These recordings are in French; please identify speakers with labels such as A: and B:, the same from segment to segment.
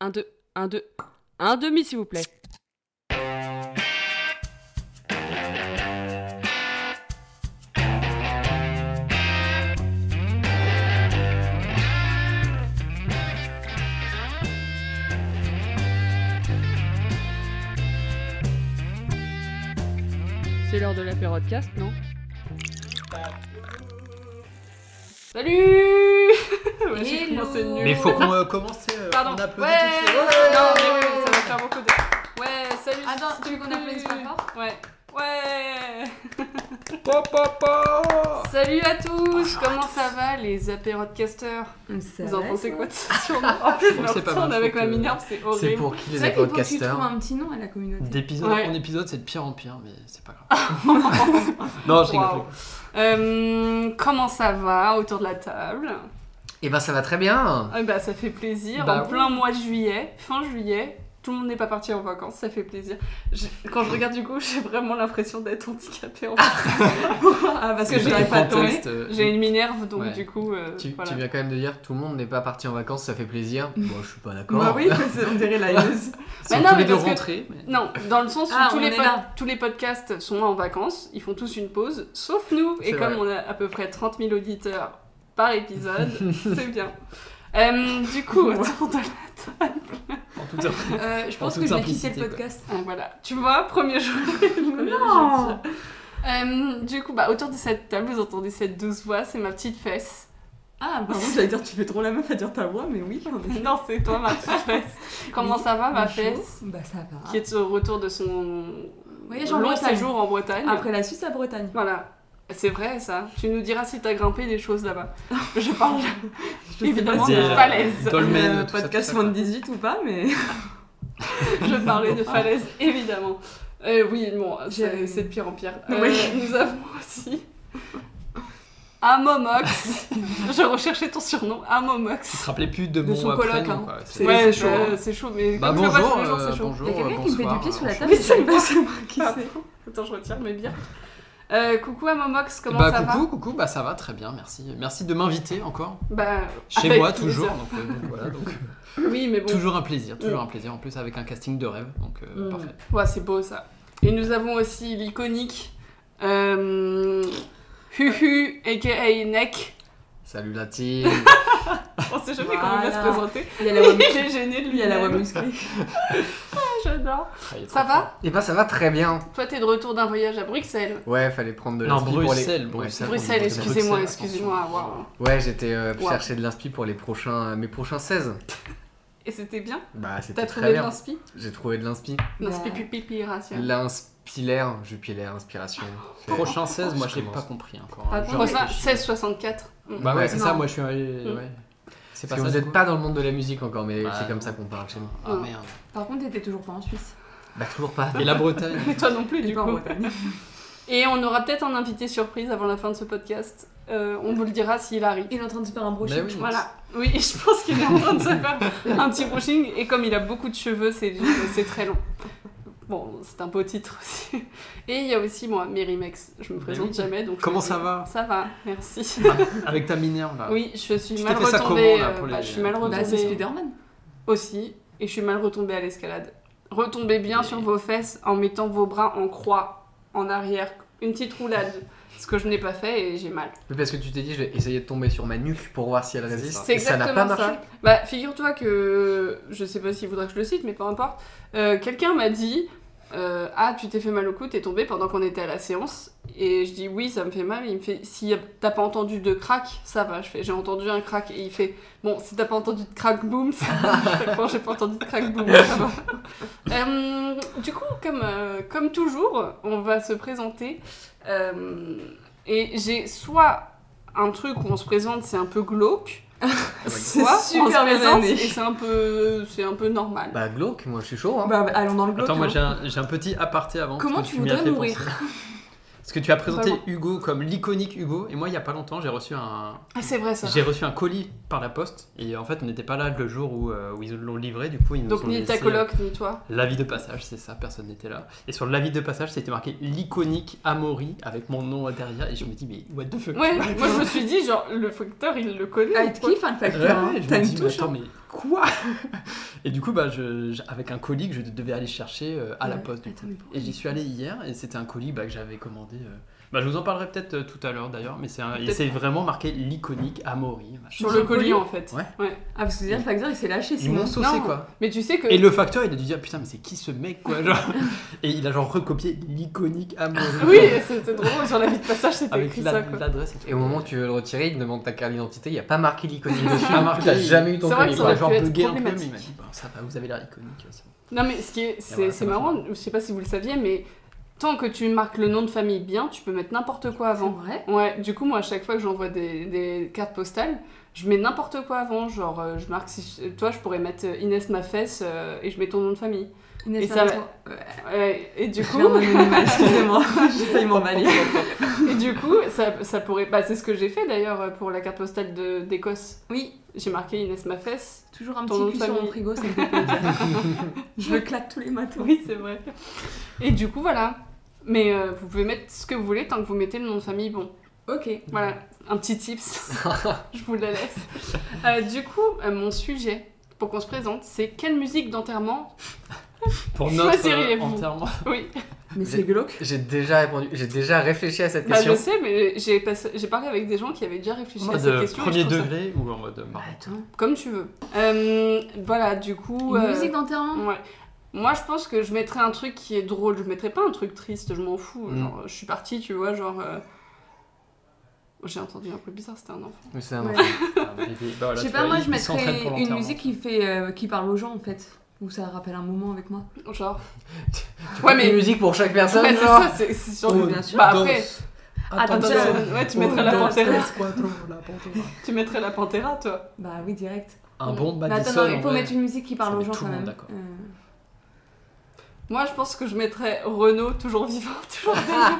A: Un, deux, un, deux, un demi, s'il vous plaît. C'est l'heure de la podcast, non Salut Ouais, j'ai
B: Hello.
A: commencé nul.
C: Mais faut qu'on euh, commence. euh,
A: Pardon.
C: On applaudit
A: Ouais.
C: tout de suite.
A: Non, mais oui, ça va faire beaucoup de. Ouais, salut.
B: Attends, tu veux qu'on
A: salut.
B: applaudisse pas fort
A: Ouais. Ouais.
C: Pop, pop, pop.
A: Salut à tous. Comment ça va les apérodcasters Vous en pensez quoi de Oh. ça sur moi En plus, je me
C: C'est pas
A: retourne
C: mon
A: avec
C: truc,
A: ma
C: euh,
A: minerve, c'est
C: C'est
A: horrible.
C: pour qui
B: C'est
C: les
B: vrai qu'il faut que tu trouves
C: podcasters
B: un petit nom à la communauté.
C: D'épisode
A: Ouais.
C: en épisode, c'est de pire en pire, mais c'est pas grave. non, je rigole.
A: Waouh. Euh, comment ça va autour de la table
C: Et ben ça va très bien.
A: Ah bah ça fait plaisir,
C: Bah
A: en
C: oui.
A: plein mois de juillet, fin juillet, tout le monde n'est pas parti en vacances, ça fait plaisir. Je- Quand je regarde du coup, j'ai vraiment l'impression d'être handicapée en ah, parce que
C: Et
A: j'arrive
C: le
A: pas à tourner.
C: contexte, euh,
A: J'ai une minerve donc
C: Ouais.
A: du coup euh,
C: Tu,
A: voilà.
C: tu viens quand même de dire tout le monde n'est pas parti en vacances, ça fait plaisir. Bon, je suis pas d'accord.
B: Bah oui, mais c'est- on dirait la haineuse.
C: Ils
A: Mais
C: sont
A: non,
C: tous
A: mais
C: les deux
A: parce que-
C: rentrés. mais-
A: Non, dans le sens où
B: Ah,
A: tous,
B: on
A: les
B: est
A: pod-
B: là.
A: tous les podcasts sont en vacances, ils font tous une pause, sauf nous. Et
C: C'est
A: comme on a à peu près 30 000 auditeurs par épisode, c'est bien. Euh, du coup, autour de la table.
C: En tout cas.
B: Euh, je
C: En
B: pense
C: toute
B: que je vais quitter
C: simplicité,
B: le podcast.
A: Ah, voilà, tu vois, premier jour.
B: Non.
A: Euh, du coup, bah, autour de cette table, vous entendez cette douce voix, c'est ma petite fesse.
B: Ah, par contre, j'allais dire, tu fais trop la meuf à dire ta voix, mais oui. en effet.
A: Non, c'est toi, ma petite fesse. Comment ça va, ma
B: Bonjour.
A: fesse
B: Bah ça va.
A: Qui est au retour de son
B: Voyage en
A: long
B: Bretagne.
A: séjour en Bretagne.
B: Après la Suisse, la Bretagne.
A: Voilà. C'est vrai ça. Tu nous diras si t'as grimpé des choses là-bas. Je parle
B: Je sais
A: évidemment
B: pas si
A: de
C: c'est,
B: c'est
C: euh,
A: falaises.
C: dans le Dolmen,
B: le
C: tout ça,
B: podcast
C: tout ça.
B: 78 ou pas, mais
A: Je parlais de falaises évidemment. Euh, oui, bon, c'est
B: J'ai-
A: c'est de pire en pire. Euh,
B: Oui.
A: Nous avons aussi Amomox. je recherchais ton surnom,
C: Tu te
A: Amomox.
C: rappelais plus de, mon
B: son
C: euh,
B: coloc,
C: prénom,
B: hein.
C: quoi.
B: C'est-
A: Ouais,
B: chaud,
A: euh,
B: hein.
A: c'est chaud, mais
C: Bah
A: comme je le vois
C: bonjour,
A: tous les jours,
C: euh,
A: c'est chaud.
C: bonjour.
B: il y a quelqu'un
C: euh,
B: qui me fait du
C: bonsoir,
B: pied sous la
C: bonjour.
B: table, je sais
A: bonsoir.
B: pas savoir qui
A: Pardon.
B: c'est.
A: Attends, je retire mes bières. Euh, coucou Amomox, comment
C: bah,
A: ça
C: coucou, coucou, bah ça va très bien, merci. Merci de m'inviter encore.
A: va Bah,
C: Chez
A: avec
C: moi
A: plaisir.
C: toujours. Donc, euh, donc, voilà, donc, euh,
A: Oui, mais bon.
C: toujours un plaisir, toujours un plaisir. En plus avec un casting de rêve, donc
B: Mm.
C: euh, parfait.
A: Ouais, c'est beau ça. Et nous avons aussi l'iconique euh, Huhu, aka Neck.
C: Salut la team.
A: On sait jamais comment il va se
B: Voilà.
A: présenter.
B: Il y a la voix musclée.
A: J'ai gêné de
B: Il
A: lui
B: y a la voix musclée.
A: J'adore.
C: Ah, il est
A: Ça
C: trop
A: va
C: fort. Et bah ça va très bien.
A: Toi, t'es de retour d'un voyage à Bruxelles.
D: Ouais, fallait prendre de
C: Non,
D: l'inspi pour les...
C: Bruxelles,
D: Ouais,
C: Bruxelles.
A: Bruxelles,
C: Bruxelles,
A: excusez-moi,
C: Bruxelles,
A: excusez-moi.
C: attention.
A: waouh.
D: Ouais, j'étais euh,
A: Wow.
D: chercher de l'inspi pour les prochains, euh, mes prochains 16.
A: Et c'était bien
D: Bah,
A: T'as
D: c'était
A: trouvé
D: très
A: de
D: bien.
A: l'inspi
D: J'ai trouvé de l'inspi.
A: L'inspi
B: Bah.
A: pipipiratienne.
D: L'inspilaire, jupilaire, inspiration.
C: Prochain 16, moi
D: Je
C: je l'ai
D: commence.
C: pas compris encore.
A: Pas
C: hein.
A: de
C: Je
A: problème.
C: réfléchis.
A: 1664. Mm.
C: Bah ouais, c'est
B: Non.
C: ça, moi je suis allé.
A: Mm.
C: Ouais. C'est
D: Parce que
C: ça,
D: vous
C: du
D: n'êtes
C: coup
D: pas dans le monde de la musique encore, mais
C: Bah,
D: c'est comme
C: non.
D: ça qu'on parle chez nous.
C: Ah
A: Non.
C: merde.
B: Par contre, t'étais toujours pas en Suisse.
D: Bah, toujours pas.
C: Et la Bretagne
A: Et toi non plus,
B: T'es
A: du
B: pas en
A: coup.
B: Bretagne.
A: Et on aura peut-être un invité surprise avant la fin de ce podcast. Euh, on vous le dira s'il arrive.
B: Il est en train de se faire un brochet.
C: Mais Bah oui.
A: Voilà, oui, et je pense qu'il est en train de se faire un petit brushing, et comme il a beaucoup de cheveux, c'est c'est très long. Bon, c'est un beau titre aussi. Et il y a aussi moi, Mérimex, je me
C: Mais
A: présente
C: Bah oui.
A: jamais. Donc
C: Comment
A: je-
C: ça va
A: Ça va, merci.
C: Avec ta minerve là.
A: Oui, je suis
C: Tu
A: mal
C: t'es fait ça
A: retombée.
C: comment, là,
A: euh,
C: pour les-
A: bah, je suis mal
B: Bah, c'est
A: retombée
B: Spider-Man.
A: aussi, et je suis mal retombée à l'escalade. Retombez bien
C: Mais-
A: sur vos fesses en mettant vos bras en croix, en arrière, une petite roulade. Ce que je n'ai pas fait et j'ai mal.
D: Oui, parce que tu t'es dit, je vais essayer de tomber sur ma nuque pour voir si elle
C: C'est
D: résiste.
A: C'est
D: Et ça n'a
A: exactement
D: pas
A: ça.
D: marché.
A: Bah, figure-toi que je sais pas s'il voudra que je le cite, mais peu importe. Euh, Quelqu'un m'a dit euh, Ah, tu t'es fait mal au cou, t'es tombé pendant qu'on était à la séance. Et je dis Oui, ça me fait mal. Il me fait Si t'as pas entendu de crack, ça va. Je fais J'ai entendu un crack. Et il fait Bon, si t'as pas entendu de crack boom, ça va. Je fais, Bon, j'ai pas entendu de crack boom, ça va. Euh, du coup, comme, euh, comme toujours, on va se présenter. Euh, et j'ai soit un truc où on se présente, c'est un peu glauque.
B: C'est
A: Quoi On se
B: super bien
A: présente et
B: amené.
A: c'est un peu c'est un peu normal.
D: Bah, glauque, moi je suis chaud. Hein.
B: Bah, allons dans le glauque.
C: Attends, moi
B: hein.
C: j'ai un, j'ai un petit aparté avant.
B: Comment
C: parce que
B: tu
C: m'y as
B: voudrais
C: fait
B: mourir
C: penser. Parce que tu as présenté
A: Vraiment.
C: Hugo comme l'iconique Hugo, et moi il y a pas longtemps j'ai reçu un,
A: Ah, c'est vrai ça.
C: j'ai reçu un colis par la poste, et en fait on n'était pas là le jour où, euh, où ils l'ont livré, du coup ils nous
A: Donc
C: ont
A: ni ta
C: laissé, euh,
A: coloc ni toi.
C: L'avis de passage, c'est ça, personne n'était là. Et sur l'avis de passage, c'était marqué l'iconique Amaury avec mon nom derrière. Et je me dis, mais what the fuck
A: Ouais, moi je me suis dit genre le facteur il le connaît.
B: Ah,
A: ou
B: il te
A: quoi
B: kiffe, hein, le
C: Ouais,
B: facteur. hein.
C: ouais, je
B: T'as
C: me
B: une
C: dis, mais
B: touche.
C: attends, mais quoi Et Et du coup, bah, je, je- avec un colique, je devais aller chercher euh, à la
A: Ouais.
C: poste. du coup.
A: Attends, mais pourquoi
C: Et j'y suis allé hier, et c'était un colis bah, que j'avais commandé. euh. Bah, je vous en parlerai peut-être euh, tout à l'heure d'ailleurs, mais c'est un- et
A: Peut-être.
C: c'est vraiment marqué l'iconique Amaury. machin.
A: Sur
B: Sur
A: le
B: le
A: colis
B: colis
A: en fait.
C: Ouais.
B: Ah, parce que c'est-à-dire que Faxer, il s'est lâché.
D: Ils m'ont saucé
A: Non.
D: quoi.
A: Mais tu sais que.
C: Et le facteur, il a dû dire putain, mais c'est qui ce mec quoi genre Et il a genre recopié l'iconique Amaury.
A: Ah Oui, c'était drôle, sur la vie de passage, c'était
C: avec
A: écrit
C: la-
A: ça quoi.
C: l'adresse et tout.
D: Et au
A: euh,
D: moment où tu veux le retirer, il demande ta carte d'identité, il n'y a pas marqué l'iconique dessus.
C: Pas marqué.
D: T'as jamais eu ton
A: C'est vrai
D: colis,
A: que Ah, ça
C: a
D: quoi.
A: aurait
C: genre
A: pu être
C: bugué un peu, mais il m'a
A: problématique.
C: dit bon, ça va, vous avez l'air iconique. c'est bon.
A: Non, mais ce qui est,
C: Et voilà,
A: c'est
C: ça
A: c'est
C: m'a
A: marrant, je sais pas si vous le saviez, mais tant que tu marques le nom de famille bien, tu peux mettre n'importe quoi
B: avant.
A: avant.
B: vrai
A: Ouais, du coup, moi, à chaque fois que j'envoie des, des cartes postales, je mets n'importe quoi avant. Genre, euh, je marque, si je- toi, je pourrais mettre euh, Inès Mafesse euh, et je mets ton nom de famille.
B: Inès,
A: Et ça va-
B: attends. Euh,
A: Ouais, et du
B: Je
A: coup,
B: viens d'un anonymat, excusez-moi, j'ai failli m'emballer.
A: et du coup ça, ça pourrait. Bah, c'est ce que j'ai fait d'ailleurs euh, pour la carte postale de- d'Écosse.
B: Oui,
A: J'ai marqué Inès Mafesse.
B: toujours un
A: Ton nom
B: petit
A: de
B: cul sur
A: famille.
B: mon frigo, ça me fait plaisir. Je le claque tous les matins.
A: Oui, c'est vrai. Et du coup, voilà. Mais euh, vous pouvez mettre ce que vous voulez tant que vous mettez le nom de famille bon.
B: Ok.
A: Voilà, un petit tips. Je vous la laisse. Euh, du coup, euh, mon sujet pour qu'on se présente, c'est quelle musique d'enterrement
C: Pour notre euh,
A: Choisiriez-vous.
C: enterrement.
A: Oui,
B: Mais c'est glauque.
D: J'ai déjà répondu, j'ai déjà réfléchi à cette
A: bah, je
D: question.
A: sais, mais j'ai passé- j'ai parlé avec des gens qui avaient déjà réfléchi
C: En
A: à
C: mode
A: cette
C: euh,
A: question. et je
C: premier
A: trouve ça
C: degré ou en mode. euh, marrant.
B: Attends.
A: Comme tu veux. Euh, voilà, du coup.
B: Une
A: euh,
B: musique d'enterrement
A: ouais. Moi, je pense que je mettrais un truc qui est drôle. Je mettrais pas un truc triste, je m'en fous.
D: Mm.
A: Genre, je suis partie, tu vois, genre. euh, J'ai entendu un peu bizarre, c'était un enfant.
D: Mais c'est un
B: Ouais.
D: enfant.
C: Ah, mais- mais- bah, voilà,
B: Je sais
C: tu
B: pas,
C: vois,
B: moi
C: ils-
B: je
C: ils s'entraînent
B: mettrais
C: pour
B: une
C: l'enterrement.
B: musique qui fait euh, qui parle aux gens en fait, où ça rappelle un moment avec moi.
A: Genre.
D: Tu
A: Ouais,
D: mets
A: mais-
D: une musique pour chaque personne,
A: ouais, c'est
D: genre.
A: ça, c'est c'est sur le-
B: Oh, bien sûr.
A: Bah, après,
B: Attends,
A: Attends,
B: ça-
A: ouais, tu mettrais la
B: Oh,
A: Pantera.
B: danse.
A: Tu mettrais la Pantera, toi.
B: Bah oui, direct.
C: Un bon
B: Mais
C: Madison.
B: attends, non, il faut mettre une musique qui
C: Ça
B: parle aux
C: met
B: gens
C: tout
B: quand
C: le monde
B: même.
C: d'accord.
B: Euh,
A: Moi, je pense que je mettrais Renault, toujours vivant, toujours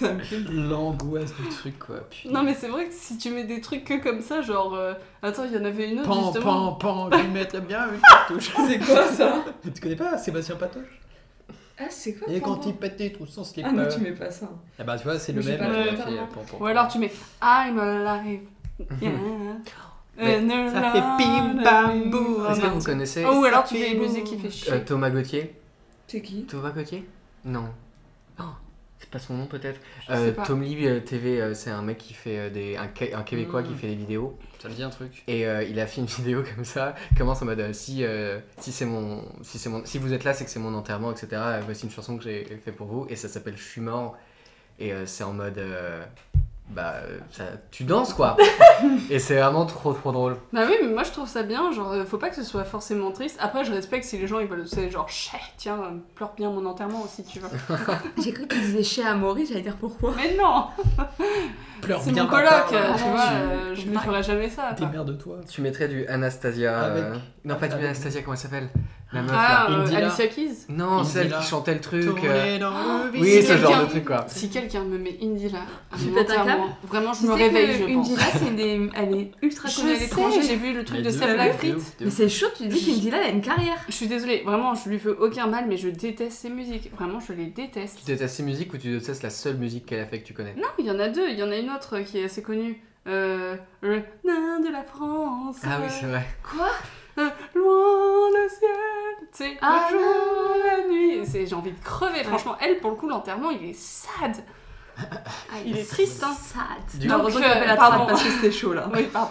A: vivant.
C: L'angoisse du truc, quoi. Puis...
A: non, mais c'est vrai que si tu mets des trucs que comme ça, genre. euh, Attends, il y en avait une autre
C: Pan,
A: justement.
C: pan, pan, lui mettre bien une patouche.
B: C'est quoi ça
C: tu connais pas Sébastien Patoche
B: Ah, c'est quoi
C: Et
B: Pan
C: quand
B: Pan
C: il pétait tout son slip.
B: Ah non,
C: euh,
B: tu mets pas ça.
C: Ah bah tu vois, c'est le
B: Je sais
C: même.
B: pas,
C: euh,
A: ouais.
C: qui a fait, euh, pan, pan,
A: Ou alors tu mets I'm alive. Yeah.
D: Mais
A: And
C: ça fait
A: alive.
C: pim, pam, boum.
D: Est-ce que vous connaissez
A: Oh, ou alors
C: Ça
A: tu mets
C: fait
A: une
C: beau.
A: musique qui fait chier.
D: euh, Thomas Gauthier
B: C'est qui
D: Thomas Gauthier Non.
B: Oh.
D: C'est pas son nom peut-être.
A: Je sais
D: Euh,
A: pas.
D: Tom Lee euh, TV, euh, c'est un mec qui fait euh, des. un, Qué- un Québécois qui
A: Hmm.
C: Mm.
D: fait des vidéos.
C: Ça me dit un truc.
D: Et euh, il a fait une vidéo comme ça, commence en mode euh, si, euh, si, c'est mon, si, c'est mon, si vous êtes là, c'est que c'est mon enterrement, etc. Euh, voici une chanson que j'ai fait pour vous et ça s'appelle Je suis mort. Et euh, c'est en mode euh, bah euh, ça, tu danses quoi. et c'est vraiment trop trop drôle.
A: Bah oui, mais moi je trouve ça bien. Genre, euh, faut pas que ce soit forcément triste. Après, je respecte si les gens ils veulent, c'est genre, Chais, tiens, euh, pleure bien mon enterrement aussi, tu vois.
B: J'ai cru qu'il disait chez Amaury, j'allais dire pourquoi.
A: mais non
C: Pleure
A: C'est
C: bien,
A: mon coloc,
C: papa.
A: euh, tu
B: Ah,
A: vois,
B: tu-
A: euh, je lui
B: Marc.
A: ferai jamais ça.
C: T'es
A: quoi.
C: mère de toi.
D: Tu mettrais du Anastasia.
C: Avec-
D: euh, Non, pas du
C: avec-
D: Anastasia, comment elle s'appelle La meuf
A: Ah,
D: là.
A: euh,
C: Indila.
A: Alicia Keys
D: Non, celle
C: Indila.
D: qui chantait le truc. euh,
C: Tourner dans le
D: Oui, ce
A: quelqu'un-
D: genre de truc quoi.
A: Si quelqu'un me met Indie là, à
B: Tu
A: mon
B: pètes un câble
A: enterrement, vraiment je
B: Tu
A: me
B: sais
A: réveille,
B: que
A: je
B: une
A: pense.
B: Dila, c'est une des... elle est ultra connue
A: Je sais,
B: à
A: j'ai
B: l'étranger.
A: vu le truc
C: Mais
A: de
C: de
A: Seb
C: ouf,
A: Lafrite.
C: de ouf, de
B: Mais
C: ouf.
B: c'est chaud, tu te dis
A: Je-
B: qu'une Dila, elle a une carrière.
A: Je suis désolée, vraiment, je lui fais aucun mal, mais je déteste ses musiques. Vraiment, je les
D: Tu
A: déteste.
D: détestes ses musiques ou tu détestes la seule musique qu'elle a fait que tu connais
A: Non, il y en a deux, il y en a une autre qui est assez connue. Euh, le nain de la France.
D: Ah oui, c'est vrai.
B: Quoi
A: Euh, Loin le ciel, tu sais,
B: Ah
A: le jour, la nuit. C'est- J'ai envie de crever, franchement. Elle, pour le coup, l'enterrement, il est sad.
B: Ah,
A: Il est triste, hein.
B: Sad.
D: Du-
B: Non, heureusement
A: Donc,
B: qu'il
A: euh,
B: appelle la
A: pardon.
B: trappe parce que c'était chaud là.
A: Oui, pardon.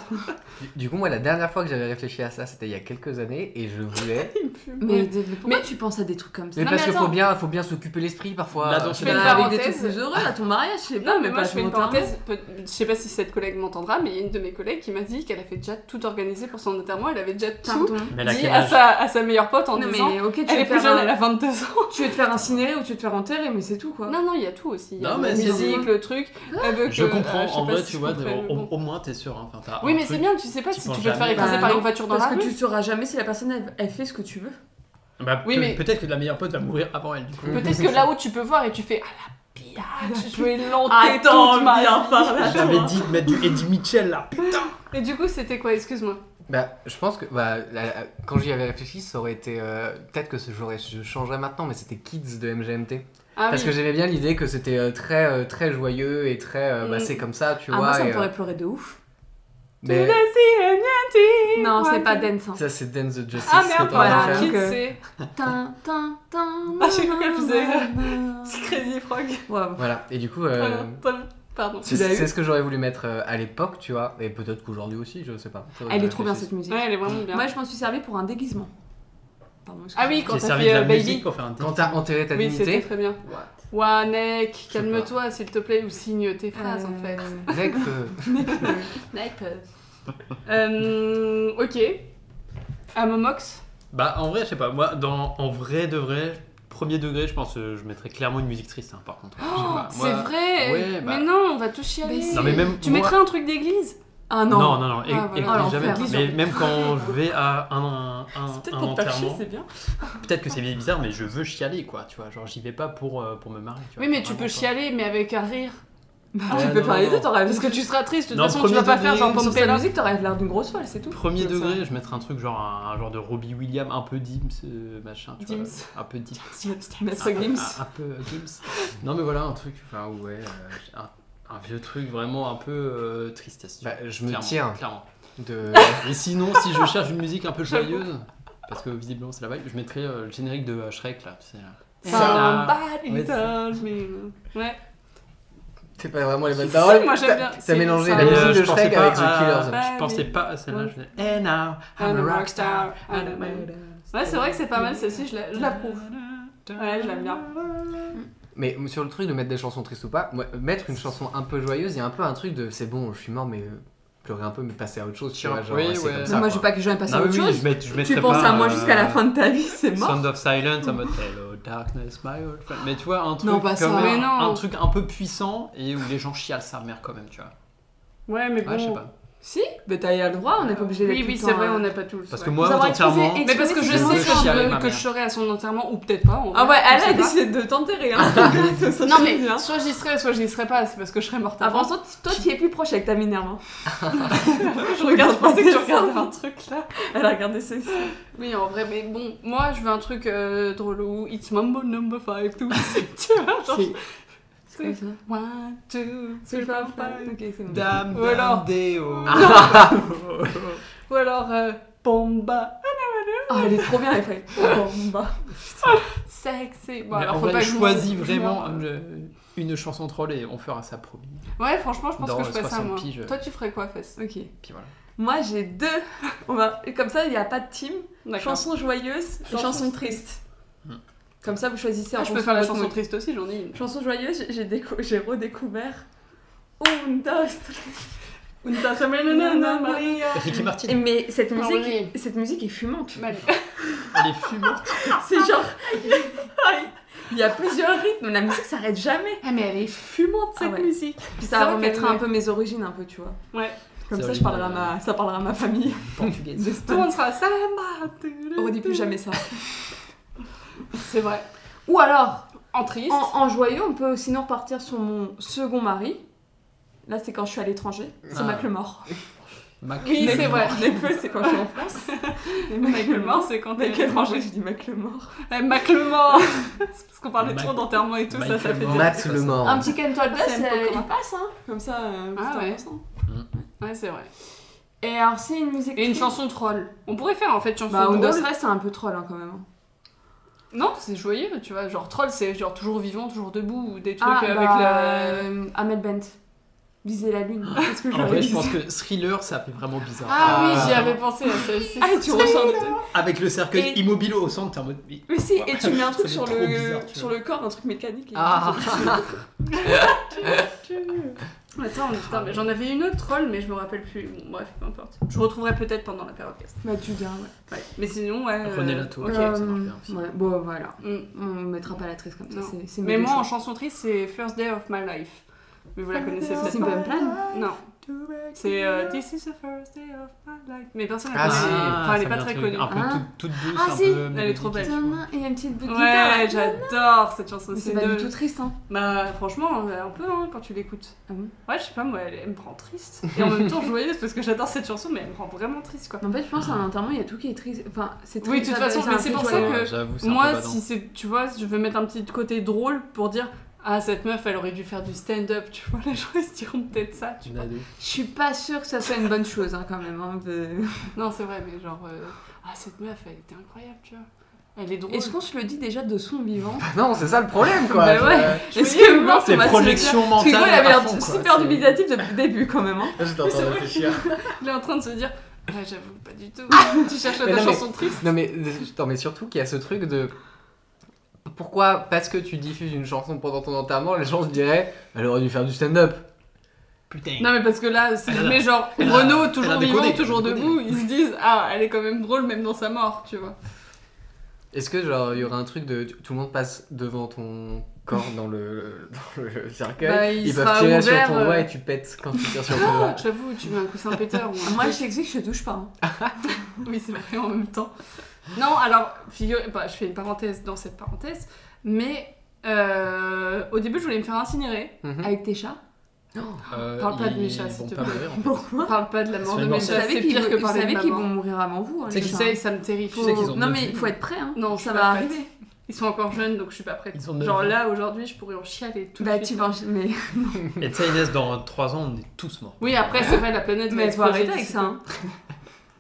D: Du- Du coup, moi, la dernière fois que j'avais réfléchi à ça, c'était il y a quelques années, et je voulais.
B: Mais, de- mais pourquoi
A: Mais-
B: tu penses à des trucs comme ça
D: mais
A: Non,
D: parce
A: mais
D: qu'il faut
A: attends.
D: bien, faut bien s'occuper l'esprit parfois.
C: Là, dans ce
A: fais une
B: Bah, avec des trucs
A: parenthèse.
B: plus heureux à ton mariage, je sais pas,
A: Non, mais
B: mais
A: moi
B: pas
A: je fais une
B: ton enterrement.
A: parenthèse. Peut- Je sais pas si cette collègue m'entendra, mais il y a une de mes collègues qui m'a dit qu'elle avait déjà tout organisé pour son enterrement. Elle avait déjà tout
B: Pardon.
C: Mais la
A: dit à sa, à sa meilleure pote en
B: Non
A: disant
B: mais ok, tu
A: Elle
B: veux
A: est plus
B: faire
A: jeune, elle
B: un-
A: a 22 ans.
B: tu veux te faire incinérer ou tu veux te faire enterrer, mais c'est tout quoi.
A: Non, non, il y a tout aussi. Il y a
C: Non,
A: la
C: mais c'est-
A: musique, le truc. avec,
C: Je
A: euh,
C: comprends,
A: je sais
C: en
A: pas
C: vrai,
A: si
C: tu
A: je
C: vois,
A: comprends, mais
C: au,
A: bon.
C: au moins t'es sûr. Enfin, t'as
A: Oui,
C: un
A: mais c'est
C: truc.
A: bien, tu sais pas
C: tu
A: si
C: penses
A: tu peux te faire
C: jamais.
A: écraser
B: Bah,
A: par une
B: non,
A: voiture dans
B: Parce
A: la
B: que tu
A: rue.
B: sauras jamais si la personne elle, elle fait ce que tu veux.
C: Bah,
A: Oui,
C: peut-
A: mais-
C: Peut-être que la meilleure pote va mourir avant elle, du coup.
A: Peut-être que là-haut tu peux voir et tu fais Ah la pillage, je vais l'enterrer
B: Attends,
A: toute ma vie.
B: bien par là.
C: J'avais
B: toi.
C: dit de mettre du Eddie Mitchell là.
A: Et du coup, c'était quoi Excuse-moi.
D: Bah, je pense que bah, la- quand j'y avais réfléchi, ça aurait été. euh, Peut-être que ce- j'aurais, je changerais maintenant, mais c'était Kids de MGMT.
A: Ah
D: Parce que
A: oui.
D: j'aimais bien l'idée que c'était euh, très, euh, très joyeux et très. euh, bah,
A: Mm.
D: c'est comme ça, tu
B: Ah,
D: vois.
B: moi ça
D: et,
B: me
D: euh,
B: ferait pleurer de ouf.
A: Tu
D: mais-
A: la siennes, tu
B: Non,
A: Ouais,
B: c'est pas
A: ok.
B: Dance. hein.
D: Ça, c'est Dance the Justice.
A: Ah
D: que
A: merde,
D: t'en
B: voilà.
D: as fait.
A: qui
B: donc, euh,
A: c'est
B: Tin, tin, tin,
A: Ah, je sais pas qu'elle faisait.
B: nanana.
A: C'est Crazy Frog.
B: Waouh.
D: Voilà. Et du coup, euh,
A: Pardon.
D: c'est
E: Bah
B: l'as eu
D: c'est ce que j'aurais voulu mettre euh, à l'époque, tu vois. Et peut-être qu'aujourd'hui aussi, je sais pas. Faudrait
B: Elle
D: que
B: est
D: je
B: trop bien
D: réfléchisse.
B: cette musique.
A: Ouais, elle est vraiment bien.
B: Moi, je m'en suis servie pour un déguisement. Pardon, excuse-moi.
A: Ah oui, quand
C: J'ai
A: t'as
C: servi
A: fait
C: de la
A: euh, Baby.
C: musique pour faire un
D: Quand t'as enterré ta
A: Oui, c'était
D: dignité,
A: très bien.
D: Ouais.
A: Wanek,
D: sais pas.
A: calme-toi s'il te plaît ou signe tes phrases en
B: Euh,
A: fait.
D: mec, euh,
B: Snipe.
A: Euh, ok. Ah, Amomox
C: Bah en vrai, je sais pas, moi dans en vrai de vrai, premier degré, je pense euh, je mettrais clairement une musique triste hein, par contre. Je sais pas,
A: C'est
C: moi-
A: vrai
C: ouais, bah-
A: Mais non, on va tout chialer.
B: Mais si.
C: Non mais même
A: Tu
C: moi-
A: mettrais un truc d'église
B: Ah non.
C: Non, non, non, et-
A: Ah, voilà.
C: et-
B: Ah, l'enfer.
C: jamais.
B: Glisse
C: Mais même quand je vais à un, un, un-
E: C'est peut-être
C: un
E: pour te faire chier,
C: enterrement,
E: c'est bien.
C: peut-être que c'est bizarre, mais je veux chialer quoi, tu vois. Genre j'y vais pas pour, euh, pour me marrer. Tu vois,
A: Oui, mais tu
C: vraiment,
A: peux
C: quoi. Ah,
A: chialer, mais avec un rire.
B: Bah,
D: Ouais,
B: tu peux
D: non,
B: faire les
D: non.
B: deux, t'aurais
A: Parce que tu seras triste, de toute
C: Non,
A: façon, tu vas
C: premier
A: pas faire
C: degré,
A: genre
B: Sur cette
A: Pompela.
B: musique, t'aurais l'air d'une grosse folle, c'est tout.
C: Premier
B: Comme ça.
C: degré, je mettrais un truc genre un, un genre de Robbie Williams un peu dims, euh, machin. Tu vois,
A: Dims.
C: un peu dims.
A: Ah,
B: Maître Gims.
C: Un, un- un peu euh, Gims. Non mais voilà un truc, enfin ouais, euh, un, un vieux truc vraiment un peu euh, tristesse. tu
D: bah,
C: vois,
D: je me
C: clairement,
D: tiens
C: Clairement.
D: de.
C: Et sinon, si je cherche une musique un peu joyeuse, parce que visiblement c'est la vibe, je mettrais euh, le générique de euh, Ah. Shrek là, tu sais. là.
A: Somebody
D: Ouais, c'est-
A: told me. Ouais.
D: C'est pas vraiment les bonnes
A: Si,
D: paroles.
A: moi, j'aime
D: T'as-
A: bien.
D: T'as
A: C'est-
D: mélangé la
A: c'est-
C: euh,
D: musique de
C: je pensais
D: Shrek
C: pas
D: avec The
C: à-
D: Killers.
A: Ouais,
C: Je pensais pas à celle-là,
A: Ouais.
C: je faisais, And now
A: I'm
C: I'm
A: a
C: a rockstar.
A: rockstar. I'm a- Ah, Ouais, c'est vrai que c'est pas mal, celle-ci, je la- je l'approuve. Ouais, je l'aime bien.
B: Ah,
D: Mais sur le truc de mettre des chansons tristes ou pas, moi, mettre une chanson un peu joyeuse, il y a un peu un truc de c'est bon, je suis mort, mais euh, pleurer un peu, mais passer à autre chose. Tu
C: Sure.
D: vois, genre,
C: Oui,
D: c'est
C: ouais.
D: comme
B: Mais
D: ça.
B: moi,
D: quoi.
B: j'ai pas que jamais passé
C: Non,
B: à
C: mais
B: autre
C: Ah oui,
B: chose.
C: je, mets, je mettrais
B: tu penses
C: pas,
B: à moi
C: euh,
B: jusqu'à la fin de ta vie, c'est mort.
C: Sound of Silence en mode Hello Darkness My Old Friend. Mais tu vois, un truc,
B: Non, pas ça.
C: quand même-
A: Mais non.
C: un truc un peu puissant et où les gens chialent sa mère quand même, tu vois.
A: Ouais, mais
C: Ouais, je sais
A: bon.
C: pas.
A: Si
B: Mais t'as le droit, on n'est pas obligé d'être
A: Oui,
B: tout
A: oui,
B: le
A: c'est
B: temps,
A: vrai,
B: euh,
A: on n'a pas tous.
C: Parce
A: ouais.
C: que moi,
B: Vous
C: mon
B: avoir
C: enterrement,
B: exposé et-
A: Mais parce que je sais
C: Je veux
A: que,
C: chialer,
A: je,
C: ma
A: que je
C: mère.
A: serai à son enterrement, ou peut-être pas. en
B: Ah ouais,
A: vrai, je
B: elle a
A: sais pas. Ah,
B: décidé de t'enterrer. Hein. Ça,
A: Non
B: je
A: mais
B: te dis, hein.
A: soit j'y serai, soit j'y serai pas, c'est parce que je serai morte
B: Ah,
A: avant.
B: par contre, toi, tu es plus proche avec ta hein. Minerve.
A: je
B: regarde, je pensais que tu
A: regardes
B: regardais un
A: truc là.
B: Elle a regardé ses
A: Oui, en vrai, mais bon, moi je veux un truc euh, drôle ou It's Mambo number 5, tout. tu vois, genre.
B: Ok,
A: C'est- One, two,
B: c'est
A: three, four, five.
B: bon.
C: Dame,
A: Ou alors-
C: Déo.
A: Ou alors, euh, Bomba,
B: Ah, elle est trop bien, elle fait. Bon, bah.
A: sexy. Bon,
C: Mais
A: alors
C: en
A: faut
C: vrai,
A: pas euh. que je
C: choisis
A: me- je
C: vraiment
A: me-
C: une, une chanson troll et on fera ça promis.
A: Ouais, franchement, je pense
C: Dans
A: que je ferais ça
C: 60
A: moi.
C: piges.
A: Toi, tu ferais quoi, Fess
B: Ok.
C: Puis voilà.
B: Moi, j'ai deux. On va... Comme ça, il n'y a pas de team.
A: D'accord.
B: Chanson joyeuse et
A: Chanson
B: chanson
A: triste.
B: triste.
A: Hmm.
B: Comme ça, vous choisissez un
A: Ah, je peux faire la chanson triste aussi, j'en ai une.
B: Chanson joyeuse, j'ai décou- j'ai redécouvert. Un, dos,
A: Unta
B: Semenana Maria.
C: Ricky Martin,
B: Et Mais cette
A: Ah
B: musique,
A: oui.
B: cette musique est fumante.
C: elle est fumante.
B: C'est genre. Il y a plusieurs rythmes, la musique s'arrête jamais.
A: Ah, mais elle est fumante
B: cette
A: cette musique.
B: Puis
A: C'est
B: ça
A: vrai
B: remettra
A: qu'elle-
B: un peu mes origines, un peu, tu vois.
A: Ouais.
B: Comme
C: C'est
B: ça, je
C: original,
B: parlerai à ma... ça parlera à ma famille.
C: Portugaise.
A: Tout le monde sera ça. va,
B: On redit plus jamais ça.
A: C'est vrai.
B: Ou alors,
A: En triste.
B: en, en joyeux, on peut sinon repartir sur mon second mari. Là, c'est quand je suis à l'étranger. C'est
C: Ah.
B: Macklemore.
C: Mac-
A: Oui, c'est vrai.
B: Nekfeu, c'est quand je suis en France. Et
A: Macklemore, c'est quand t'es
B: Avec l'étranger, je dis Macklemore.
A: Eh, Macklemore C'est parce qu'on parlait
C: Mac-
A: trop d'enterrement et tout, ça, ça fait
C: Macklemore.
A: dire.
D: Matt le mort.
B: Un petit Ken Tolbus,
A: C'est un peu
B: euh,
A: comme un-
B: il passe, hein. Comme ça, euh,
A: Ah
B: c'est
A: ouais.
B: intéressant.
A: Ouais, c'est vrai.
B: Et alors, c'est une musique.
A: Et une
B: triste.
A: chanson troll. On pourrait faire en fait chanson
B: Bah,
A: drôle.
B: Windows Stress, c'est un peu troll hein, quand même.
A: Non, c'est joyeux, tu vois. Genre troll, c'est genre toujours vivant, toujours debout, ou des trucs
B: Ah,
A: avec
B: bah,
A: la.
B: euh, Ahmed Bent. Viser la lune. Parce que je
C: En vrai, je
B: l'avais
C: pense
B: dit.
C: que thriller, ça fait vraiment bizarre.
A: Ah oui,
D: Ah.
A: j'y avais pensé à celle-ci.
B: Ah, tu ressens.
C: Avec le cercueil
B: Et-
C: immobile au centre, t'es en mode. mais-
B: Mais si, et tu mets un truc
C: Ça fait
B: sur
C: trop
B: le,
C: bizarre, tu
B: sur
C: vois.
B: le corps, un truc mécanique. et-
D: Ah.
A: Attends, putain, mais j'en avais une autre troll, mais je me rappelle plus. Bon, bref, peu importe. Je retrouverai peut-être pendant la période cast.
B: Bah, tu viens, ouais. Euh,
A: Ouais. Mais sinon, ouais. euh,
C: René Latour.
A: ok.
C: ça marche bien aussi.
B: ouais, bon, voilà.
A: Mm.
B: On mettra pas la triste comme ça.
A: Non.
B: c'est- c'est mes
A: Mais
B: deux
A: moi, en
B: choix.
A: chanson triste, c'est First Day of My Life. Mais vous la connaissez
B: C'est
A: peut-être
B: Simple
A: pas.
B: Plan.
A: Non. C'est euh, This is the first day of my life. Mais personne n'a
D: Ah,
A: connu.
D: si.
A: Enfin, elle est
C: ça
A: pas
C: me
A: très
C: dit un truc,
A: connue.
C: Un peu
B: Ah.
C: toute, toute douce,
B: Ah,
C: un
B: si.
C: peu
A: Elle est trop
C: mélodique.
A: belle.
B: Tadam, Et il y a une petite boucle Ah. guitare.
A: Ouais, j'adore cette chanson.
B: Mais
A: C'est
B: c'est pas
A: de-
B: du tout triste, hein.
A: Bah, franchement, euh, un peu hein, quand tu l'écoutes.
B: Ah bon
A: Ouais, je sais pas, moi, elle, elle me rend triste. Et en même temps, joyeuse parce que j'adore cette chanson, mais elle me rend vraiment triste quoi.
B: En fait, je pense à un enterrement, il y a tout qui est triste. Enfin, c'est
A: Oui, de toute façon, mais c'est pour ça que-
C: Ouais, J'avoue, c'est un peu
A: Moi,
C: badant.
A: si c'est. Tu vois, si je veux mettre un petit côté drôle pour dire. Ah, cette meuf, elle aurait dû faire du stand-up, tu vois, les gens ils se diront peut-être ça. tu vois.
B: Je suis pas sûre que ça soit une bonne chose hein, quand même. hein, de-
A: Non, c'est vrai, mais genre, euh, ah, cette meuf, elle était incroyable, tu vois. Elle est drôle.
B: Est-ce qu'on se le dit déjà de son vivant
D: Non, c'est ça le problème, quoi.
B: Bah ouais.
D: Euh,
A: Je me
B: Est-ce
A: dis,
B: que
A: mais
B: mince,
A: mince,
B: on
C: C'est
B: va se le dire
C: projection
B: Parce
C: mentale.
B: que Hugo, il
C: à
B: avait l'air
C: fond, quoi.
B: super
C: C'est-
B: dubitatif depuis le début quand même. hein.
C: Ah,
D: J'étais en
A: C'est
D: train de
A: vrai.
D: réfléchir.
A: Elle est en train de se dire, ouais, j'avoue, pas du tout. tu cherches
D: Mais
A: la
D: non, mais-
A: chanson triste.
D: Non mais, non, mais surtout qu'il y a ce truc de... Pourquoi, parce que tu diffuses une chanson pendant ton enterrement, les gens se diraient « Elle aurait dû faire du stand-up
C: Putain.
A: Non, mais parce que là, c'est
C: Elle a-
A: mais genre,
C: elle a-
A: Renaud,
C: elle a
A: toujours
C: décodé,
A: vivant,
C: elle a
A: toujours
C: décodé.
A: debout, ils se disent, ah, elle est quand même drôle, même dans sa mort, tu vois. ».
D: Est-ce que, genre, il y aurait un truc de... Tout le monde passe devant ton corps dans le, dans le cercueil,
A: Bah, il
D: ils peuvent
A: sera
D: tirer
A: ouvert,
D: sur ton
A: euh.
D: doigt et tu pètes quand tu tires sur ton doigt.
A: Ah, J'avoue, tu mets un coussin péteur. ou un
B: Moi, je t'explique, je te touche pas. hein.
A: Oui, c'est vrai en même temps. Non, alors, figure... bah, je fais une parenthèse dans cette parenthèse, mais euh, au début, je voulais me faire incinérer.
D: Mhm.
B: Avec tes chats.
C: Euh,
A: Parle pas de
C: ils
A: mes chats, s'il
C: vont
A: te
C: pas
A: plaît.
C: mourir, en fait.
A: Je parle pas de la mort de
C: C'est
A: mes
C: une
A: chats, c'est
B: qu'ils
A: pire que
B: vont- vous
A: parler de
B: savez
A: ma
B: qu'ils
A: mort.
B: vont mourir avant vous. hein,
C: Tu
A: Je
C: sais
B: les
C: qu'ils-
B: chats.
A: sais, ça me terrifie.
C: Tu sais qu'ils ont
B: Non
C: neuf
B: mais
C: vies.
B: il faut être prêt. Hein.
A: Non, je
B: ça
A: suis
B: va
A: pas
B: arriver.
A: Ils sont encore jeunes, donc je suis pas prête.
C: Ils ont neuf
A: Genre
C: vies.
A: là, aujourd'hui, je pourrais en chialer tout de
B: Bah
A: suite.
B: tu vas. Mais
C: Et tu sais, Inès, dans 3 ans, on est tous morts.
A: Oui, après, c'est vrai, la planète va
B: mais faut
A: exploser
B: arrêter avec
A: d'ici
B: ça.
A: peu.
B: hein.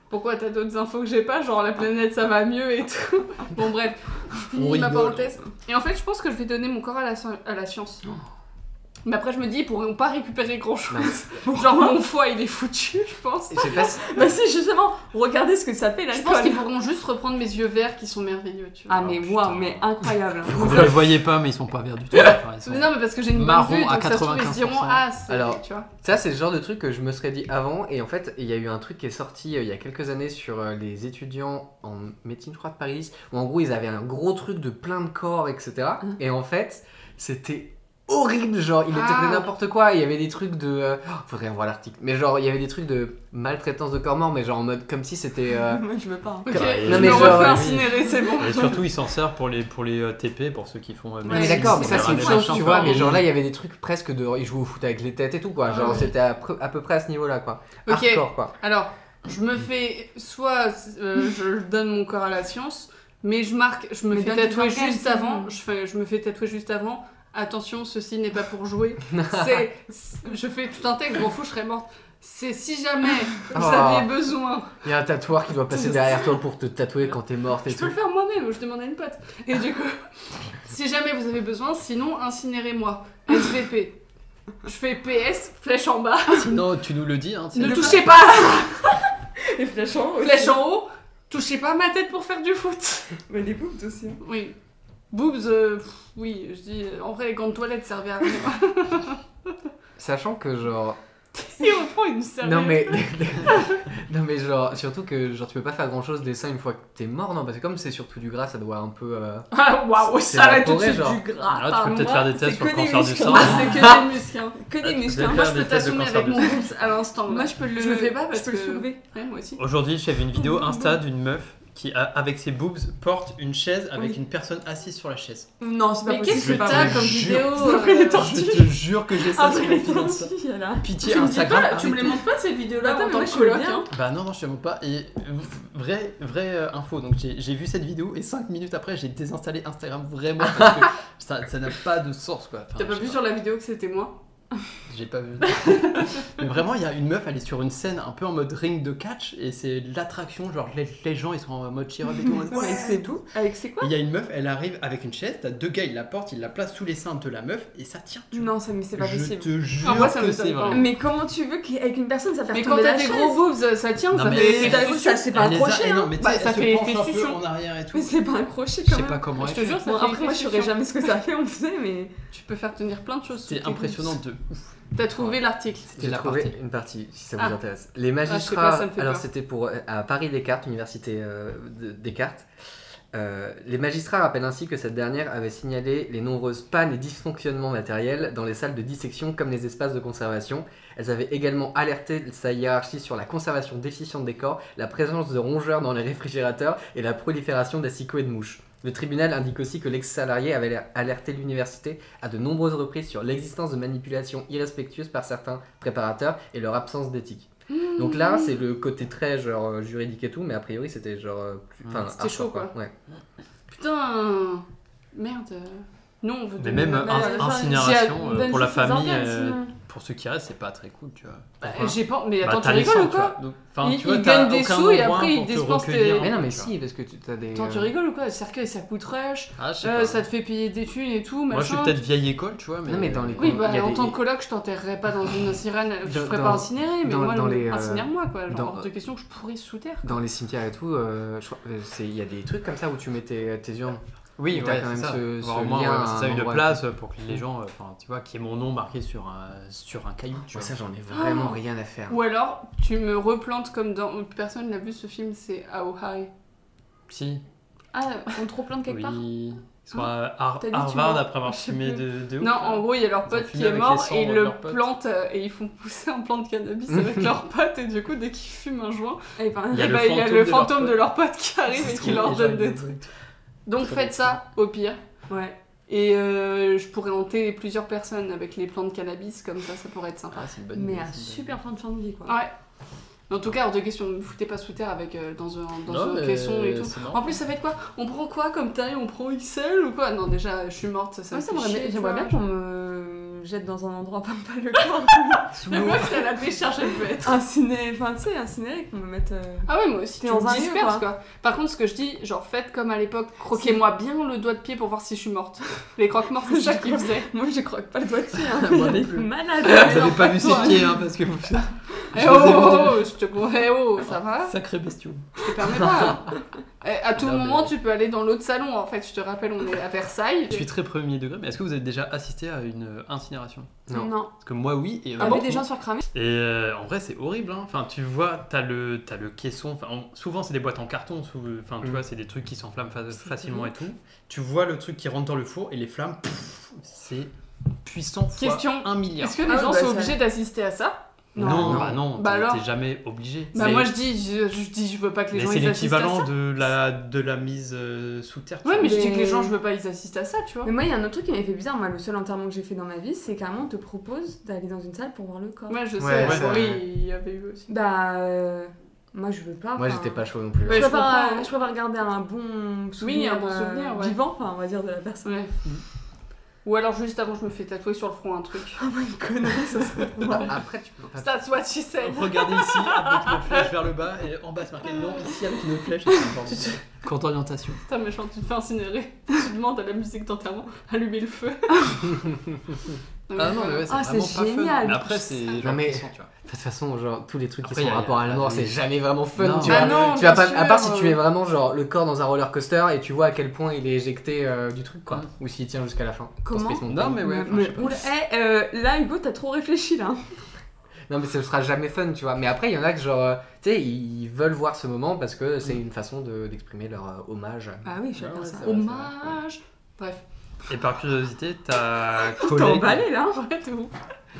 A: Pourquoi t'as d'autres infos que j'ai pas Genre la planète ça va mieux et tout. Bon bref, je finis
C: On
A: ma
C: rigole.
A: parenthèse. Et en fait je pense que je vais donner mon corps à la, sci- à la science. Mais après je me dis ils pourront pas récupérer grand chose. Genre mon foie il est foutu je pense.
D: Je sais pas si...
B: Bah si justement. Regardez ce que ça fait
A: Je pense
B: l'alcool.
A: qu'ils pourront juste reprendre mes yeux verts qui sont merveilleux tu vois.
B: Ah mais
C: Oh,
B: waouh,
C: putain.
B: mais incroyable. hein.
C: Vous ne le voyez pas, mais ils sont pas verts du tout. enfin, ils sont-
A: Ah, Mais non mais parce que j'ai une bonne
C: Marron
A: vue
C: à
A: donc ça se trouve ils se diront
C: 95%.
A: ah c'est
D: Alors,
A: tu vois.
D: Ça, c'est le genre de truc que je me serais dit avant. Et en fait, il y a eu un truc qui est sorti euh, il y a quelques années sur euh, les étudiants en médecine, je crois, de Paris, où en gros, ils avaient un gros truc de plein de corps, etc.
A: Mmh.
D: Et en fait, c'était horrible. Genre, il était
A: Ah.
D: de n'importe quoi. Il y avait des trucs de. euh, oh, faudrait revoir l'article. Mais genre, il y avait des trucs de maltraitance de corps mort, mais genre en mode comme si c'était. euh,
B: Moi je veux pas. hein.
A: Ok,
C: Non,
A: je
C: mais
A: me
C: genre,
A: refais
D: oui.
A: incinérer c'est bon.
C: Et surtout, ils s'en servent pour les, pour les euh, TP, pour ceux qui font. euh,
A: Ouais,
D: Non, mais
C: médecine,
D: d'accord, mais
C: ils
D: ça
C: font
D: c'est une
C: des
D: chose,
C: machins
D: tu vois,
C: pour-
D: mais
A: hein.
D: genre là il y avait des trucs presque de. Ils jouaient au foot avec les têtes et tout quoi, genre
C: Ouais.
D: c'était à, pre- à peu près à ce niveau là quoi.
A: Ok.
D: Hardcore quoi.
A: Alors, je me fais soit euh, je donne mon corps à la science, mais je marque, je me
B: Mais
A: fais
B: donne
A: tatouer
B: ton organe,
A: juste
B: c'est
A: avant.
B: bon.
A: Je, fais, je me fais tatouer juste avant. Attention, ceci n'est pas pour jouer. C'est, c'est- je fais tout un texte. Bon, fou, je serais morte. C'est si jamais vous
D: Oh.
A: aviez besoin.
D: Il y a un tatoueur qui doit passer derrière toi pour te tatouer quand t'es morte et
A: Je peux
D: tout.
A: le faire moi-même. Je demande à une pote. Et du coup, si jamais vous avez besoin, sinon incinérez-moi. SVP. Je fais PS, flèche en bas.
C: Sinon, tu nous le dis. Hein, c'est-
A: Ne touchez pas. à ça.
B: Et flashant.
A: Flèche en haut. Touchez pas à ma tête pour faire du foot.
B: Mais les boobs aussi. hein.
A: Oui. Boobs, euh, pff, oui, je dis, euh, en vrai, les gants de toilette servaient à rien.
D: Sachant que genre.
A: Il reprend une serviette.
D: Non mais. non mais genre, surtout que genre tu peux pas faire grand chose des seins une fois que t'es mort, non Parce que comme c'est surtout du gras, ça doit un peu. euh,
A: Ah, Waouh,
D: C'est
A: ça arrête
D: évaporé,
A: tout de suite
D: genre.
A: du gras.
C: Ah, tu peux
A: pardon.
C: peut-être faire des tests
B: c'est
C: sur
B: que
C: le
B: des
C: cancer du
B: muscles.
C: sein.
A: Ah, c'est que des muscles. hein.
B: Que
C: Ah,
B: des
C: tu
B: muscles.
C: peux
B: hein.
A: Moi,
C: faire
A: je peux
C: des tests de
A: t'assommer
C: cancer
A: avec mon
C: du
A: boobs à l'instant.
B: Moi je peux le.
A: Je le fais pas parce
B: je peux le
A: que-
B: soulever.
A: Ouais, moi aussi.
C: Aujourd'hui, j'ai vu une vidéo Insta d'une meuf qui, a- avec ses boobs, porte une chaise avec
B: Oui.
C: une personne assise sur la chaise.
B: Non c'est pas
A: Mais
B: possible.
A: qu'est-ce que
B: c'est pas
A: t'as
B: vrai.
C: je
A: comme
C: te
A: vidéo
B: jure. Après les
A: euh,
B: tortues.
C: Je te jure que j'ai ça
B: Après
C: sur mon
B: les
C: fil Insta.
B: tortues, il y a là.
C: Pitié,
A: Tu me, dis
C: Instagram.
A: pas, tu me les
C: arrêtez.
A: montres pas ces vidéos-là
B: Bah, Attends,
A: en
B: mais
A: tant
B: moi,
A: que
B: je veux
A: coloc.
B: bien.
A: hein.
C: Bah non, non, je te montre pas. Et v- vraie, vraie euh, info. Donc j'ai j'ai vu cette vidéo et 5 minutes après, j'ai désinstallé Instagram vraiment parce que ça ça n'a pas de sens quoi. Enfin,
A: T'as pas
C: je
A: vu
C: sais
A: sur la vidéo que c'était moi
C: J'ai pas vu. Mais vraiment, il y a une meuf, elle est sur une scène un peu en mode ring de catch et c'est l'attraction. Genre, les, les gens ils sont en mode cheer up et tout. Ouais.
B: Avec ses doux. Avec ses
C: Et
B: quoi
C: Il y a une meuf, elle arrive avec une chaise, t'as deux gars, ils la portent, ils la placent sous les seins de la meuf et ça tient. tu vois.
B: Non ça mais c'est pas
C: je
B: possible.
C: te jure
A: Ah, moi, ça
C: que
A: me
C: c'est
A: donne pas
C: vrai.
A: envie.
B: Mais comment tu veux qu'avec une personne ça fasse
A: Mais
B: tomber
A: quand
B: la
A: t'as des
B: chaise
A: gros boobs, ça tient,
C: Non,
A: ça
C: mais-
A: fait.
B: Mais t'as vu, ça c'est pas
C: Elle
B: un
C: les a-
B: crochet.
C: et
B: hein.
C: non, mais tu
A: Bah,
C: sais,
A: ça
C: elle se
A: fait
C: penche
A: effet
C: un peu
A: succion.
C: en arrière et tout.
B: Mais c'est pas un crochet
C: Je
B: quand
C: sais
B: même.
C: pas comment
A: Je
C: elle
A: te
C: fait.
A: jure, ça
B: Bon,
A: fait
B: après, moi, je saurais
A: effet
B: jamais ce que ça fait, on le sait, mais.
A: succion. Tu peux faire tenir plein de choses. sous
C: C'est
A: tes
C: impressionnant de ouf.
A: boobs. T'as trouvé l'article.
C: C'était
D: J'ai
C: la
D: trouvé
C: partie.
D: une partie, si ça vous
A: Ah.
D: intéresse. Les
A: je sais
D: magistrats.
A: pas, ça me fait
D: alors
A: peur.
D: c'était pour euh, à Paris Descartes, université euh, de- Descartes. Euh, les magistrats rappellent ainsi que cette dernière avait signalé les nombreuses pannes et dysfonctionnements matériels dans les salles de dissection comme les espaces de conservation. Elles avaient également alerté sa hiérarchie sur la conservation déficiente des corps, la présence de rongeurs dans les réfrigérateurs et la prolifération des sicots et de mouches. Le tribunal indique aussi que l'ex-salarié avait l'air- alerté l'université à de nombreuses reprises sur l'existence de manipulations irrespectueuses par certains préparateurs et leur absence d'éthique.
C: Mmh.
D: Donc là, c'est le côté très genre euh, juridique et tout, mais a priori c'était genre. euh, plus-
C: Ouais.
D: enfin,
A: C'était
D: hardcore,
A: chaud, quoi.
D: Ouais.
A: Putain Merde Nous, on veut
C: Mais
A: de-
C: même
B: Bah,
C: in-
B: genre,
A: si
C: incinération
A: elle
C: euh,
B: Donne
C: pour la
B: juste les
C: famille,
B: organes,
C: euh,
B: sinon.
C: pour ceux qui restent, c'est pas très cool, tu vois.
A: Bah,
C: Pourquoi
A: J'ai pas. Mais
C: Bah,
A: attends,
C: t'as
A: tu
C: les
A: rigoles
C: sangs,
A: ou
C: tu
A: quoi
C: vois. Donc, enfin,
A: Ils-
C: tu vois,
A: ils
C: t'as
A: gagnent des
C: aucun
A: sous et
C: endroit
A: après, ils
C: pour te
A: dépensent tes-
C: recueillir,
D: Mais non, mais
C: tu vois.
D: si, parce que tu as des.
A: Attends, tu
D: euh,
A: rigoles ou quoi Le cercueil, ça coûte rush.
C: Ah, je sais
A: euh,
C: pas.
A: ça te fait payer des thunes et tout,
C: Moi, je suis
A: machin.
C: peut-être vieille école, tu vois, mais.
D: Non, mais dans les-
A: Oui,
D: Il
A: bah,
D: y a
A: en
D: des-
A: tant que coloc, je t'enterrerai pas dans une sirène, je
D: Dans-
A: ferai
D: dans-
A: pas incinérer, mais
D: dans-
A: moi,
D: dans
A: le-
D: les, euh,
A: incinère-moi, quoi. Genre,
D: dans-
A: hors de question que je pourris sous terre.
D: Dans les cimetières et tout, euh, je crois- euh, c'est- il y a des trucs comme ça où tu mets tes, tes urnes.
C: Oui,
D: Où
C: ouais,
D: t'as quand
C: c'est
D: même
C: ça.
D: ce-
C: Avoir
D: ce
C: au moins,
D: lien
C: ouais,
D: à
C: c'est
D: un
C: ça, une
D: endroit.
C: place euh, pour que les gens, euh, enfin, tu vois, qu'il y ait mon nom marqué sur un, sur un caillou, tu
D: Moi,
C: vois.
D: ça, j'en ai
C: Oh.
D: vraiment rien à faire.
A: Ou alors, tu me replantes comme dans. Personne n'a vu ce film, c'est Aohai.
C: Si,
B: Ah, on trop plein de quelque part
C: oui. Ils sont à Har-
B: T'as dit, tu
C: Harvard
B: vois.
C: après avoir
B: Je sais
C: fumé
B: plus.
C: de, de ouf,
A: Non,
C: là.
A: en gros, il y a leur
C: ont
A: pote qui
C: fumé
A: est
C: avec les
A: mort
C: cendres
A: et ils
C: de
A: le
C: leur pote.
A: plantent euh, et ils font pousser un plant de cannabis avec leur pote et du coup, dès qu'ils fument un joint,
B: Eh ben,
C: Il y a
A: eh
C: le
A: ben, il y a le
C: fantôme de leur
A: fantôme
C: pote.
A: de leur pote qui arrive et qui leur donne des trucs. Donc
C: Très
A: faites
C: bon
A: ça au pire.
B: Ouais.
A: Et euh, je pourrais hanter plusieurs personnes avec les plants de cannabis, comme ça, ça pourrait être sympa.
C: Ah, c'est une bonne idée,
B: Mais un
C: c'est une bonne
B: super fin de fin de vie, quoi.
A: Ouais. Mais En tout cas, hors de question, ne me foutez pas sous terre avec euh, dans un, dans
C: Non,
A: un
C: mais
A: caisson et tout.
C: c'est marrant.
A: En plus, ça fait quoi On prend quoi comme taille On prend XL ou quoi Non, déjà, je suis morte, ça, ça
B: Moi,
A: me
B: ça
A: fait
B: me
A: chier,
B: remet-
A: tu
B: j'aimerais
A: vois.
B: bien qu'on me jette dans un endroit pas, pas le corps.
A: La meuf, elle a déchargé le bête.
B: Inciné... Enfin, tu sais, incinéré, qu'on me mette. euh,
A: Ah ouais, moi aussi,
B: T'es
A: tu
B: dans
A: me
B: un lieu,
A: disperses,
B: quoi.
A: quoi. Par contre, ce que je dis, genre, faites comme à l'époque, croquez-moi bien le doigt de pied pour voir si je suis morte. Les croque-morts, c'est ça qu'ils faisaient.
B: Moi, je croque pas le doigt dessus, hein.
C: Moi non
B: J'en ai
C: plus. Ah,
B: malade.
C: Vous avez pas vu ses
A: toi.
C: pieds, hein, parce que vous.
A: Eh oh, oh, oh, je te eh oh, ça va
C: Sacré bestiaux.
A: te permets pas. Eh, à tout
C: Non, mais-
A: moment, tu peux aller dans l'autre salon. En fait, je te rappelle, on est à Versailles.
C: Je suis très premier degré, mais est-ce que vous avez déjà assisté à une euh, incinération
D: Non.
B: Non.
C: Parce que moi, oui.
A: Ah,
C: Et, euh,
B: Il y avait des gens surcramés.
C: Et euh, en vrai, c'est horrible. hein. Enfin, tu vois, t'as le, t'as le caisson. Enfin, on- souvent, c'est des boîtes en carton. sou- Enfin, tu
D: Mm.
C: vois, c'est des trucs qui s'enflamment fa-
B: C'est
C: facilement et tout. Tu vois le truc qui rentre dans le four et les flammes, pff, c'est puissant fois
A: Question.
C: un milliard.
A: Est-ce que les
B: Ah oui,
A: gens
B: bah,
A: sont
B: ça-
A: obligés d'assister à ça
C: Non,
D: Non.
C: bah non,
A: Bah
C: t'es-
A: alors
C: t'es jamais obligé.
A: Bah
C: C'est-
A: moi, je dis, je, je dis, je veux pas que les
C: mais
A: gens
C: c'est
A: ils assistent à
C: l'équivalent
A: ça.
C: de la, de la mise euh, sous terre. tu
A: Ouais,
C: vois.
A: mais je dis que les
B: Mais-
A: gens, je veux pas, ils assistent à ça, tu vois.
B: Mais moi, il y a un autre truc qui m'avait fait bizarre. Moi, le seul enterrement que j'ai fait dans ma vie, c'est carrément on te propose d'aller dans une salle pour voir le corps.
A: Moi, je sais.
D: Ouais,
C: ouais,
A: oui,
D: ouais.
A: il y avait eu aussi.
B: Bah, euh, moi, je veux pas.
D: Moi,
B: enfin,
D: j'étais pas chaud non plus.
B: Je
A: Ouais, je
B: préfère,
A: comprends.
B: euh, je préfère garder un bon souvenir,
A: un bon
B: euh,
A: souvenir, ouais.
B: vivant, enfin, on va dire, de la personne.
A: Ouais.
D: Mm.
A: Ou alors juste avant, je me fais tatouer sur le front un truc.
D: Ah.
B: Une connerie, ça serait pour moi.
D: Après, tu peux pas.
A: That's what she said.
C: Regardez ici avec une flèche vers le bas et en bas c'est marqué non ici avec une flèche. Compte orientation.
A: Putain, méchant, tu te fais incinérer. tu demandes à la musique d'enterrement, allumer le feu. Non, mais
C: Ah non
A: voilà.
C: mais ouais, c'est
B: Ah, c'est
C: vraiment pas fun.
B: génial.
C: Mais après c'est
D: Non,
C: genre
D: mais-
C: puissant, tu vois.
D: De toute façon, genre, tous les trucs
C: Après,
D: qui sont
C: y a-
D: en rapport
C: y a
D: à la
C: pas
D: mort,
C: des-
D: c'est jamais vraiment fun,
C: Non.
D: tu vois.
A: Ah non,
D: tu vas
A: bien
D: pas, à part
A: sûr.
D: si tu mets vraiment genre le corps dans un roller coaster et tu vois à quel point il est éjecté euh, du truc quoi, ou s'il tient jusqu'à la fin. Dans
B: Comment
D: Space Mountain.
C: Non, mais ouais, enfin, je sais pas.
B: Oula, eh, euh, là, Hugo, t'as trop réfléchi, là.
D: Non mais ce sera jamais fun, tu vois. Mais après il y en a que genre, euh, tu sais, ils veulent voir ce moment parce que
A: Mm.
D: c'est une façon de- d'exprimer leur euh, hommage.
B: Bah oui, je suis
C: Ah ouais,
B: ça.
C: ça va.
A: Hommage. Bref,
C: Et par curiosité, ta
B: T'es
C: collègue
B: emballé, là.
A: ouais, de ouf.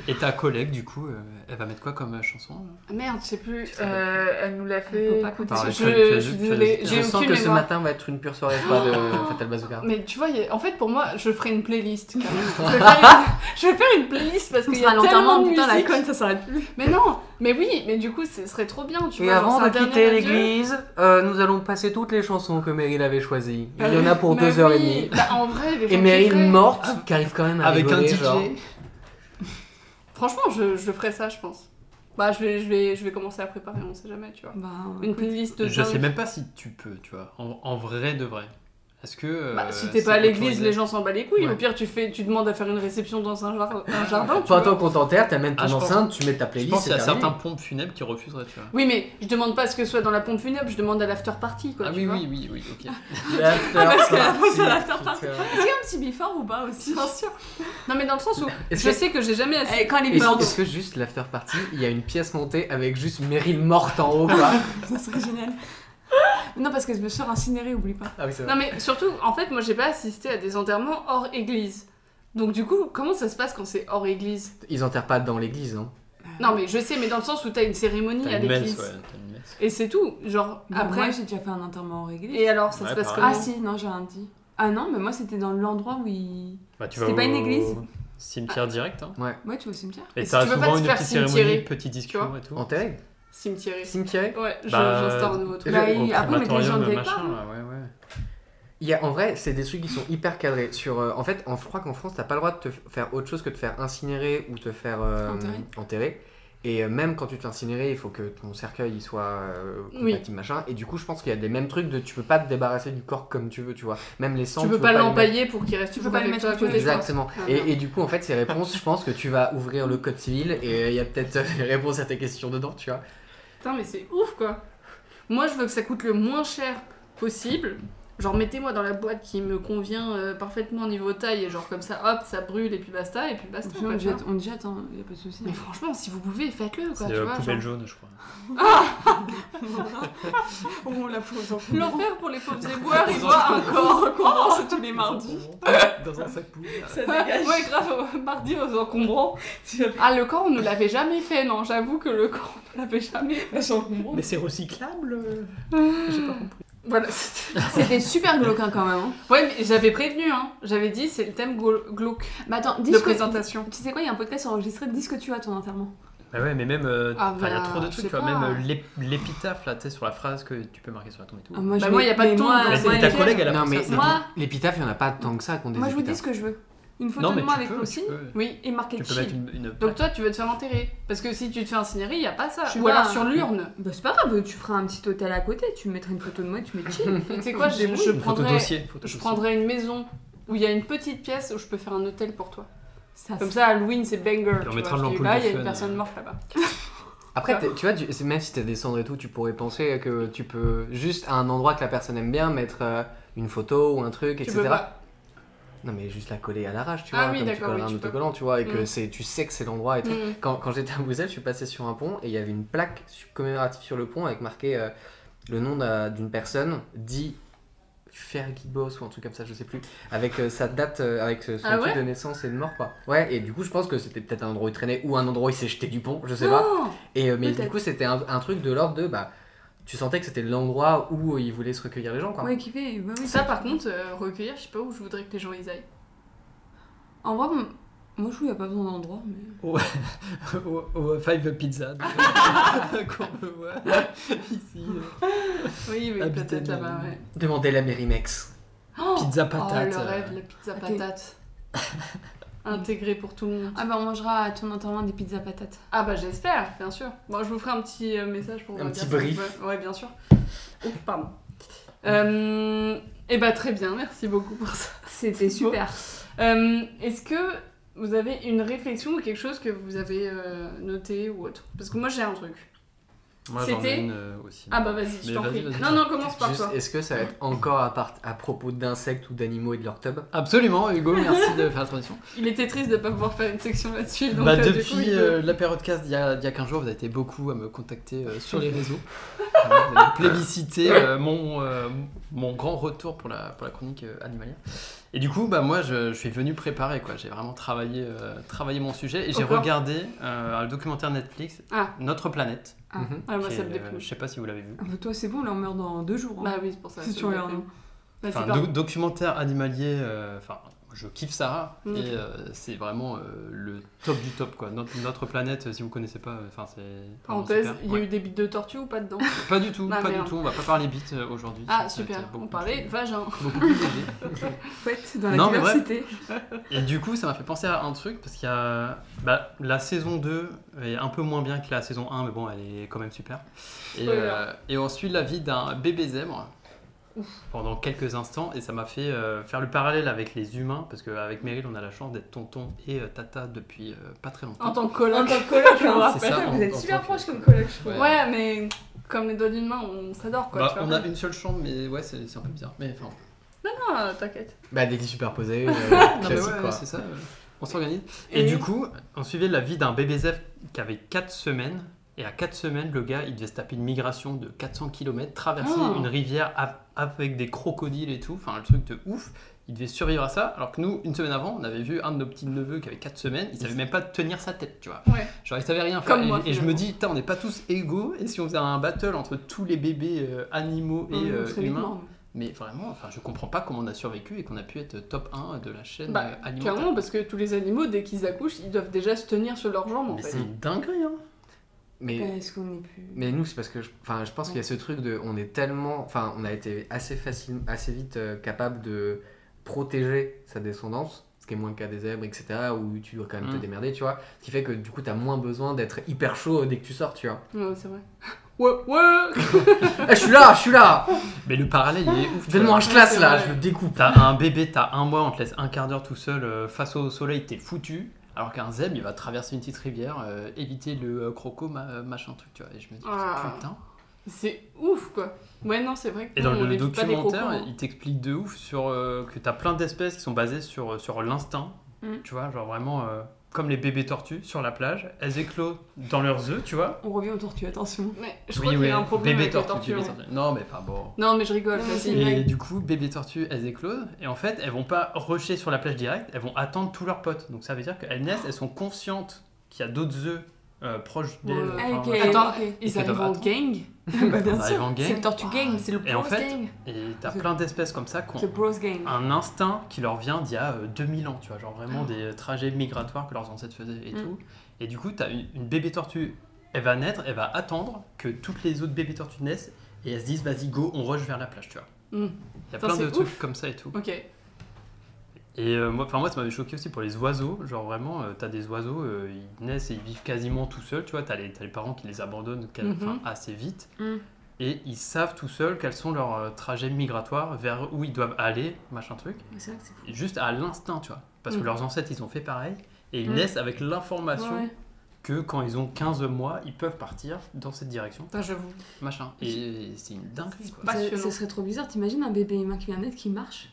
C: et ta collègue du coup, euh, elle va mettre quoi comme euh, chanson
A: Ah Merde, je sais plus.
C: Tu te rappelles
A: euh, elle nous l'a fait.
B: peut pas
A: écouter.
C: comparer.
A: Je,
C: Tu as- tu as-
A: je
C: tu as-
A: suis désolée,
C: tu as-
A: j'ai
D: Je sens
A: aucune
D: que ce
A: mémoire.
D: matin va être une pure soirée je crois, de Fatal Bazooka.
A: Mais tu vois, il y a- en fait, pour moi, je ferai une playlist. quand même. je, vais faire une... je vais faire une playlist parce
B: Parce
A: qu'il
B: qu'il
A: y a tellement de
B: putain, la
A: musique.
B: conne, ça s'arrête plus.
A: Mais non, mais oui, mais du coup, ce serait trop bien. Tu
D: Et
A: vois, genre,
D: avant
A: c'est un
D: de
A: dernier
D: quitter
A: adieu.
D: l'église, euh, nous allons passer toutes les chansons que Meryl avait choisies. Il y en a pour
A: Mais
D: 2h30.
A: oui, bah, en vrai, les
D: Et
A: gens
D: Meryl
A: kifferaient.
D: morte qui arrive quand même à
C: Avec un
D: rigoler,
C: DJ.
D: genre.
A: Franchement, je, je ferais ça, je pense. Bah, je vais, je vais, je vais commencer à préparer, on sait jamais, tu vois.
B: Bah,
A: Une playlist de.
C: Je sais
A: dingue.
C: même pas si tu peux, tu vois, en, en vrai de vrai. Est-ce que euh,
A: Bah, si t'es
C: c'est
A: pas à l'église,
C: autorisé
A: les gens s'en battent les couilles.
C: Ouais.
A: Au pire, tu, fais, tu demandes à faire une réception dans un, jar- un jardin. tu
D: Pas
A: vois.
D: tant qu'on t'enterre, t'amènes ton
C: Ah, je pense-
D: enceinte, tu mets ta
C: Je
D: playlist.
C: pense qu'il y a
D: c'est
C: certains
D: terminé.
C: pompes funèbres qui refuseraient, tu vois.
A: Oui, mais je demande pas à ce que ce soit dans la pompe funèbre, je demande à l'after party, quoi.
C: ah
A: tu
C: oui,
A: vois.
C: oui, oui, oui, ok.
D: L'after
B: parce qu'elle a
D: party,
B: pensé à l'after party.
D: putain.
B: Est-ce qu'il y a un petit before ou pas aussi Bien sûr. Eh,
A: Non, mais dans le sens où
D: Est-ce
A: je
D: que-
A: sais que j'ai jamais assis.
B: quand les
D: Est-ce
B: bords
D: est-ce que juste l'after party, il y a une pièce montée avec juste Meryl morte en haut quoi
B: ça serait génial. Non, parce que je me suis incinérée, oublie pas.
D: Ah oui, c'est
A: Non, mais surtout, en fait, moi j'ai pas assisté à des enterrements hors église. Donc, du coup, comment ça se passe quand c'est hors église
D: Ils enterrent pas dans l'église, hein. non
A: Non, mais je sais, mais dans le sens où t'as une cérémonie
C: T'as
A: à
C: une
A: l'église.
C: messe, ouais, t'as une messe.
A: Et c'est tout. Genre,
B: Après,
A: après.
B: Bah, j'ai déjà fait un enterrement en réglé.
A: Et alors, ça
C: Ouais,
A: se passe
C: pareil.
A: comment
B: Ah si, non, j'ai rien dit. Ah non, mais moi, c'était dans l'endroit où il...
C: Bah, tu
B: C'était
C: vas
B: pas une
C: au
B: église
C: Cimetière direct, hein.
B: Ouais, tu vas au cimetière
C: Et
A: Et si
C: t'as
A: tu veux pas
C: souvent
A: te
C: une
A: faire
C: petite
A: cimetiérer,
C: cérémonie, petite
A: tu
C: discussion et tout.
D: Enterré
A: Cimetière.
D: Cimetière
A: Ouais, je-
C: Bah,
A: j'instaure un nouveau truc.
B: Bah,
C: Au
B: il- après, on mettait les gens
C: crématorium,
B: de
A: hein.
C: machin,
B: départ.
C: là, ouais, ouais.
D: Il y a, en vrai, c'est des trucs qui sont hyper cadrés. Sur, euh, en fait, en, je crois qu'en France, t'as pas le droit de te f- faire autre chose que de te faire incinérer ou te faire euh,
A: Enterrer.
D: enterrer. Et euh, même quand tu te fais incinérer, il faut que ton cercueil il soit euh,
A: Oui.
D: compatible, machin. Et du coup, je pense qu'il y a des mêmes trucs de tu peux pas te débarrasser du corps comme tu veux, tu vois. Même les sangs.
A: tu peux
D: peux
A: pas
D: les
A: l'empailler pour qu'il reste
B: Tu peux
A: toujours
B: pas le
A: avec
B: mettre
A: toi à
B: sur le
A: côté de toi.
D: Exactement.
A: Ah, merde.
D: Et, et du coup, en fait, ces réponses, je pense que tu vas ouvrir le code civil et euh, il y a peut-être euh, des réponses à tes questions dedans, tu vois.
A: Putain, mais c'est ouf quoi. Moi, je veux que ça coûte le moins cher possible. Genre, mettez-moi dans la boîte qui me convient euh, parfaitement niveau taille, et genre comme ça, hop, ça brûle, et puis basta, et puis basta.
B: Sinon,
A: quoi,
B: on
A: tu vois.
B: jette, on jette, hein, y a pas de souci.
A: Mais franchement, si vous pouvez, faites-le quoi,
F: C'est
A: tu
F: euh,
A: vois.
F: poubelle
A: genre.
F: jaune, je crois.
G: on la pose en
A: L'enfer pour les pauvres éboires, ils voient un corps qu'on
G: France tous les mardis.
C: Dans un sac poubelle.
G: Ça dégage.
A: Ouais, grave, euh, mardi aux encombrants.
G: Tu vas-
A: Ah, le corps, on ne l'avait jamais fait, non, j'avoue que le corps, on ne l'avait jamais fait.
G: Bah, j'en comprends.
C: Mais c'est recyclable euh,
A: Voilà, c'était-
B: C'était super glauque hein, quand même. hein.
A: Ouais, mais j'avais prévenu, hein. J'avais dit, c'est le thème gau- glauque
B: Mais attends, dis
A: de
B: ce que-
A: présentation.
B: Tu sais quoi, il y a un podcast enregistré, dis ce que tu as à ton enterrement.
F: Bah ouais, mais même. euh,
A: Ah
F: enfin, il y a
A: bah,
F: trop de
A: je
F: trucs,
A: sais
F: tu vois.
A: pas.
F: Même euh, l'ép- l'épitaphe, là, tu sais, sur la phrase que tu peux marquer sur la tombe et tout.
B: Ah, moi,
A: Bah,
B: je
A: moi,
B: mets-
A: y a pas de
B: mais
A: tombe,
B: moi, euh,
A: hein,
F: Mais
A: Ouais,
F: c'est
B: moi,
A: ouais,
F: ta
A: ouais.
F: collègue, elle a
D: non,
F: pensé
D: mais
F: à ça.
B: Moi-
D: l'épi- l'épitaphe, il n'y en a pas tant que ça qu'on des
B: moi, je vous dis
D: épitaphes.
B: ce que je veux. Une photo
F: Non,
B: de
F: mais
B: moi
F: tu
B: avec
F: peux, tu
B: Lucie
F: peux.
A: Oui.
B: et marqué
F: Tu peux
B: chill.
F: mettre une. une
A: Donc
F: plaque.
A: toi, tu veux te faire enterrer. Parce que si tu te fais incinérer, il n'y a pas ça.
B: Je suis
A: Ou alors
B: pas-
A: sur l'urne.
B: Bah, c'est pas grave, tu feras un petit hôtel à côté, tu mettras une photo de moi et tu mets chill.
A: Tu sais quoi, je,
B: Une
A: je
F: Une photo
A: prendrais,
F: dossier. photo
A: je
F: dossier.
A: prendrais une maison où il y a une petite pièce où je peux faire un hôtel pour toi.
B: ça,
A: Comme
B: Ah, c'est-
A: ça, Halloween, c'est banger.
F: Et on
A: tu
F: mettra
A: vois.
F: de
A: Je dis,
F: l'ampoule
A: bah,
F: de
A: Il y a une
F: fun.
A: personne morte là-bas.
D: Après, t'es- tu vois, tu- c'est- même si t'es des cendres et tout, tu pourrais penser que tu peux juste à un endroit que la personne aime bien mettre euh, une photo ou un truc,
A: Tu
D: etc.
A: peux pas.
D: Non, mais juste la coller à l'arrache, tu
A: Ah
D: vois,
A: oui,
D: comme tu
A: d'accord,
D: colles
A: oui,
D: un
A: tu peux.
D: autocollant, tu vois, et que
A: Mm.
D: c'est, tu sais que c'est l'endroit et tout.
A: Mm.
D: Quand, quand j'étais à Bruxelles, je suis passé sur un pont et il y avait une plaque su- commémorative sur le pont avec marqué euh, le nom d'un- d'une personne, dit Fergie Boss ou un truc comme ça, je sais plus, avec euh, sa date, euh, avec euh, son
A: Ah
D: truc
A: ouais
D: de naissance et de mort, quoi. Ouais, et du coup, je pense que c'était peut-être un endroit où il traînait ou un endroit où il s'est jeté du pont, je sais pas.
A: Oh
D: Et, euh, mais du
B: peut-être.
D: coup, c'était un, un truc de l'ordre de bah, tu sentais que c'était l'endroit où euh, ils voulaient se recueillir les gens, quoi.
B: Ouais, qui fait. bah oui,
A: Ça, par contre, euh, recueillir, je sais pas où je voudrais que les gens ils aillent.
B: En vrai, m- moi je trouve qu'il n'y a pas besoin d'endroit. Mais...
C: au, au Five Pizza. donc, Qu'on peut voir ici. euh,
A: Oui, mais
C: Habiter
A: peut-être
C: de-
A: là-bas, ouais.
D: Demandez la mairie Mex.
A: Oh,
C: Pizza
A: oh,
C: patate.
A: le
C: euh,
A: rêve, la pizza
B: Ok.
A: patate. Intégrée pour tout le monde.
B: Ah bah on mangera à ton enterrement des pizzas patates.
A: Ah bah j'espère, bien sûr. Bon, je vous ferai un petit euh, message pour
D: Un
A: vous
D: petit
A: dire si
D: brief.
A: vous pouvez- Ouais, bien sûr. Oh, pardon. Euh, et bah très bien, merci beaucoup pour ça.
B: C'était super.
A: Euh, Est-ce que vous avez une réflexion ou quelque chose que vous avez euh, noté ou autre Parce que moi j'ai un truc.
F: Moi, j'en
A: C'était-
F: ai une euh, aussi.
A: Ah bah vas-y, je
F: Mais
A: t'en
F: vas-y,
A: prie.
F: vas-y.
A: Non, non, commence par
D: Juste,
A: toi.
D: est-ce que ça va être encore à, part- à propos d'insectes ou d'animaux et de leur tub
C: Absolument, Hugo, merci de faire attention.
A: Il était triste de pas pouvoir faire une section là-dessus. donc,
C: Bah,
A: euh, du
C: depuis
A: coup, il peut-
C: euh, la période cast il y, a, il y a 15 jours, vous avez été beaucoup à me contacter euh, sur les réseaux. Voilà, vous avez plébiscité euh, mon, euh, mon grand retour pour la, pour la chronique euh, animalière. Et du coup, bah, moi, je, je suis venu préparer. quoi. J'ai vraiment travaillé, euh, travaillé mon sujet et j'ai
A: Encore
C: regardé euh, un documentaire Netflix,
A: Ah.
C: Notre planète.
B: Ah.
D: Mhm.
A: Ah, moi
F: qui
A: ça
F: est,
A: me
F: euh,
A: déprime.
F: je sais pas si vous l'avez vu.
B: Ah bah, toi c'est bon, là on meurt dans deux jours. hein.
A: Bah oui, c'est pour ça.
B: Si
A: ça
B: tu
A: me
B: regardes.
A: déprime. Vas-y,
F: Enfin,
A: pardon.
F: doc- documentaire animalier, euh, enfin, je kiffe Sarah
A: Mm.
F: et euh, c'est vraiment euh, le top du top quoi. Notre, notre planète, euh, si vous connaissez pas, euh, enfin c'est. vraiment
A: Parenthèse,
F: super.
A: il y a
F: Ouais.
A: eu des bites de tortue ou pas dedans
C: Pas du tout,
A: Ah,
C: pas
A: merde.
C: du tout. On va pas parler bite euh, aujourd'hui.
A: Ah
C: Ça va être,
A: super,
C: euh, beaucoup
A: on parlait
C: plus-
A: vagin.
C: beaucoup plus léger.
B: Fouette dans la
C: Non, mais
B: diversité.
C: Et du coup, ça m'a fait penser à un truc, parce qu'il y a. bah, la saison 2 est un peu moins bien que la saison 1, mais bon, elle est quand même super. Et,
A: Spoiler.
C: euh, et on suit la vie d'un bébé zèbre pendant quelques instants, et ça m'a fait euh, faire le parallèle avec les humains, parce qu'avec Meryl, on a la chance d'être tonton et euh, tata depuis euh, pas très longtemps.
A: En tant que
B: En
A: colloque.
B: tant que coloc, hein.
C: C'est ça,
B: Putain,
C: en-
B: vous êtes
C: en
B: super
C: tant que-
B: proches comme coloc, je trouve.
C: Ouais.
A: Ouais, mais comme les doigts d'une main, on s'adore quoi.
C: Bah,
A: tu vois.
C: on a une seule chambre, mais ouais, c'est c'est un peu bizarre. Mais enfin,
A: Ah, t'inquiète.
D: Bah, des lits superposés, euh,
C: Non, mais
D: classique,
C: ouais,
D: quoi.
C: c'est ça. euh, On s'organise. Et, du coup, on suivait la vie d'un bébé zèbre qui avait 4 semaines. Et à 4 semaines, le gars, il devait se taper une migration de 400 km, traverser
A: Ah.
C: une rivière av- avec des crocodiles et tout. Enfin, un truc de ouf. Il devait survivre à ça. Alors que nous, une semaine avant, on avait vu un de nos petits neveux qui avait 4 semaines. Il savait même pas tenir sa tête, tu vois.
A: Ouais.
C: Genre, il savait rien faire.
A: Comme
C: et,
A: moi,
C: et je me
A: finalement.
C: dis, putain, on n'est pas tous égaux. Et si on faisait un battle entre tous les bébés euh, animaux et
B: On est
C: euh,
B: très vite
C: humains,
B: morts.
C: mais vraiment, enfin, je comprends pas comment on a survécu et qu'on a pu être top 1 de la chaîne
A: Bah,
C: euh, alimentaire.
A: Clairement, parce que tous les animaux, dès qu'ils accouchent, ils doivent déjà se tenir sur leurs jambes en
C: Mais
A: fait.
C: c'est une dinguerie, hein
D: Mais
B: Est-ce qu'on n'est plus.
D: Mais nous, c'est parce que je, enfin, je pense qu'il y a ce truc de. On est tellement. Enfin, on a été assez, facile, assez vite euh, capable de protéger sa descendance, ce qui est moins le cas des zèbres, etc., où tu dois quand même te
H: Mm.
D: démerder, tu vois. Ce qui fait que du coup, t'as moins besoin d'être hyper chaud dès que tu sors, tu vois.
A: Ouais, c'est vrai. Ouais, ouais
D: Ah, je suis là, je suis là
C: Mais le parallèle, il est ouf. tu vois.
D: Donne-moi un classe
A: c'est
D: là,
A: vrai.
D: je le découpe.
C: T'as un bébé, t'as un mois, on te laisse un quart d'heure tout seul euh, face au soleil, t'es foutu. Alors qu'un zèbre, il va traverser une petite rivière, euh, éviter le euh, croco, ma- euh, machin truc, tu vois. Et je me dis,
A: Ah.
C: putain.
A: C'est ouf, quoi. Ouais, non, c'est vrai que.
C: Et dans
A: non, on
C: le
A: évite pas les
C: documentaire,
A: cocos, hein.
C: il t'explique de ouf sur, euh, que t'as plein d'espèces qui sont basées sur, euh, sur l'instinct.
B: Mm.
C: Tu vois, genre vraiment euh, comme les bébés tortues sur la plage. Elles éclosent dans leurs œufs, tu vois.
B: On revient aux tortues, attention.
A: Mais je crois qu'il y a un problème
C: bébé
A: avec les
C: tortue,
A: tortues.
C: bébé
A: ouais.
C: tortue. Non, mais enfin bon.
A: Non, mais je rigole,
B: Non,
A: ça,
B: mais
A: c'est
B: c'est
A: une
B: vrai.
C: Et du coup, bébé tortue, elles éclosent. Et en fait, elles vont pas rusher sur la plage directe, elles vont attendre tous leurs potes. Donc ça veut dire qu'elles naissent, elles sont conscientes qu'il y a d'autres œufs euh, proches d'elles.
A: Ouais.
B: Ah,
C: Enfin,
B: ok,
C: voilà.
A: Attends,
B: ok.
A: Ils
C: que
A: arrivent
C: t'as-
A: en
C: attends.
A: gang.
B: Bah,
C: On
B: bien
C: arrive
B: sûr.
C: en gang.
B: C'est le tortue gang, c'est le
C: Et en
B: bros
C: fait- Ah.
B: gang.
C: Et t'as plein d'espèces comme ça qui ont
B: C'est le bros gang.
C: un instinct qui leur vient d'il y a euh, 2000 ans, tu vois, genre vraiment
A: Ah.
C: des euh, trajets migratoires que leurs ancêtres faisaient et
B: Mm.
C: tout. Et du coup, t'as une, une bébé tortue, elle va naître, elle va attendre que toutes les autres bébés tortues naissent et elles se disent, vas-y, go, on rush vers la plage, tu vois. Il
A: Mm.
C: y a
A: Putain,
C: plein de
A: c'est
C: trucs comme ça et tout.
A: Ok.
C: Et euh, moi, enfin moi, ça m'avait choqué aussi pour les oiseaux. Genre vraiment, euh, t'as des oiseaux, euh, ils naissent et ils vivent quasiment tout seuls. Tu vois, t'as les, t'as les parents qui les abandonnent quel-
A: Mhm.
C: enfin, assez vite.
B: Mm.
C: Et ils savent tout seuls quels sont leurs euh, trajets migratoires, vers où ils doivent aller, machin truc.
B: C'est vrai que c'est fou.
C: Et Juste à l'instinct, tu vois. Parce que
A: Mm.
C: leurs ancêtres, ils ont fait pareil. Et ils
B: Mm.
C: naissent avec l'information
B: Ouais.
C: que quand ils ont 15 mois, ils peuvent partir dans cette direction,
A: Putain, j'avoue.
C: machin. Et c'est une dinguerie, quoi.
A: pas-
B: Ça,
A: Passionnant.
B: ça serait trop bizarre, t'imagines un bébé humain qui vient d'être qui marche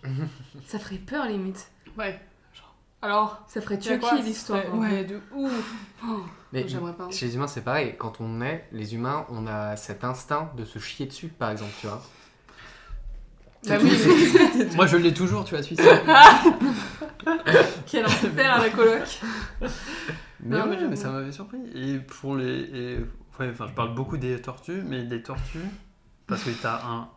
B: Ça ferait peur limite.
A: Ouais. Genre, Alors,
B: Ça ferait
A: y a quoi,
B: Chucky l'histoire.
A: ce serait-
B: hein.
A: Ouais, de ouf. Oh,
D: Mais
A: J'aimerais pas.
D: chez les humains, c'est pareil. Quand on est, les humains, on a cet instinct de se chier dessus, par exemple, tu vois.
A: Bah oui,
C: Moi, je l'ai toujours, tu vois, suicide.
A: quel enfer à la coloc.
C: Mais
A: Non,
C: ouais,
A: mais
C: mais ça m'avait surpris. Et pour les. et- ouais, enfin, je parle beaucoup des tortues, mais des tortues, parce que t'as un,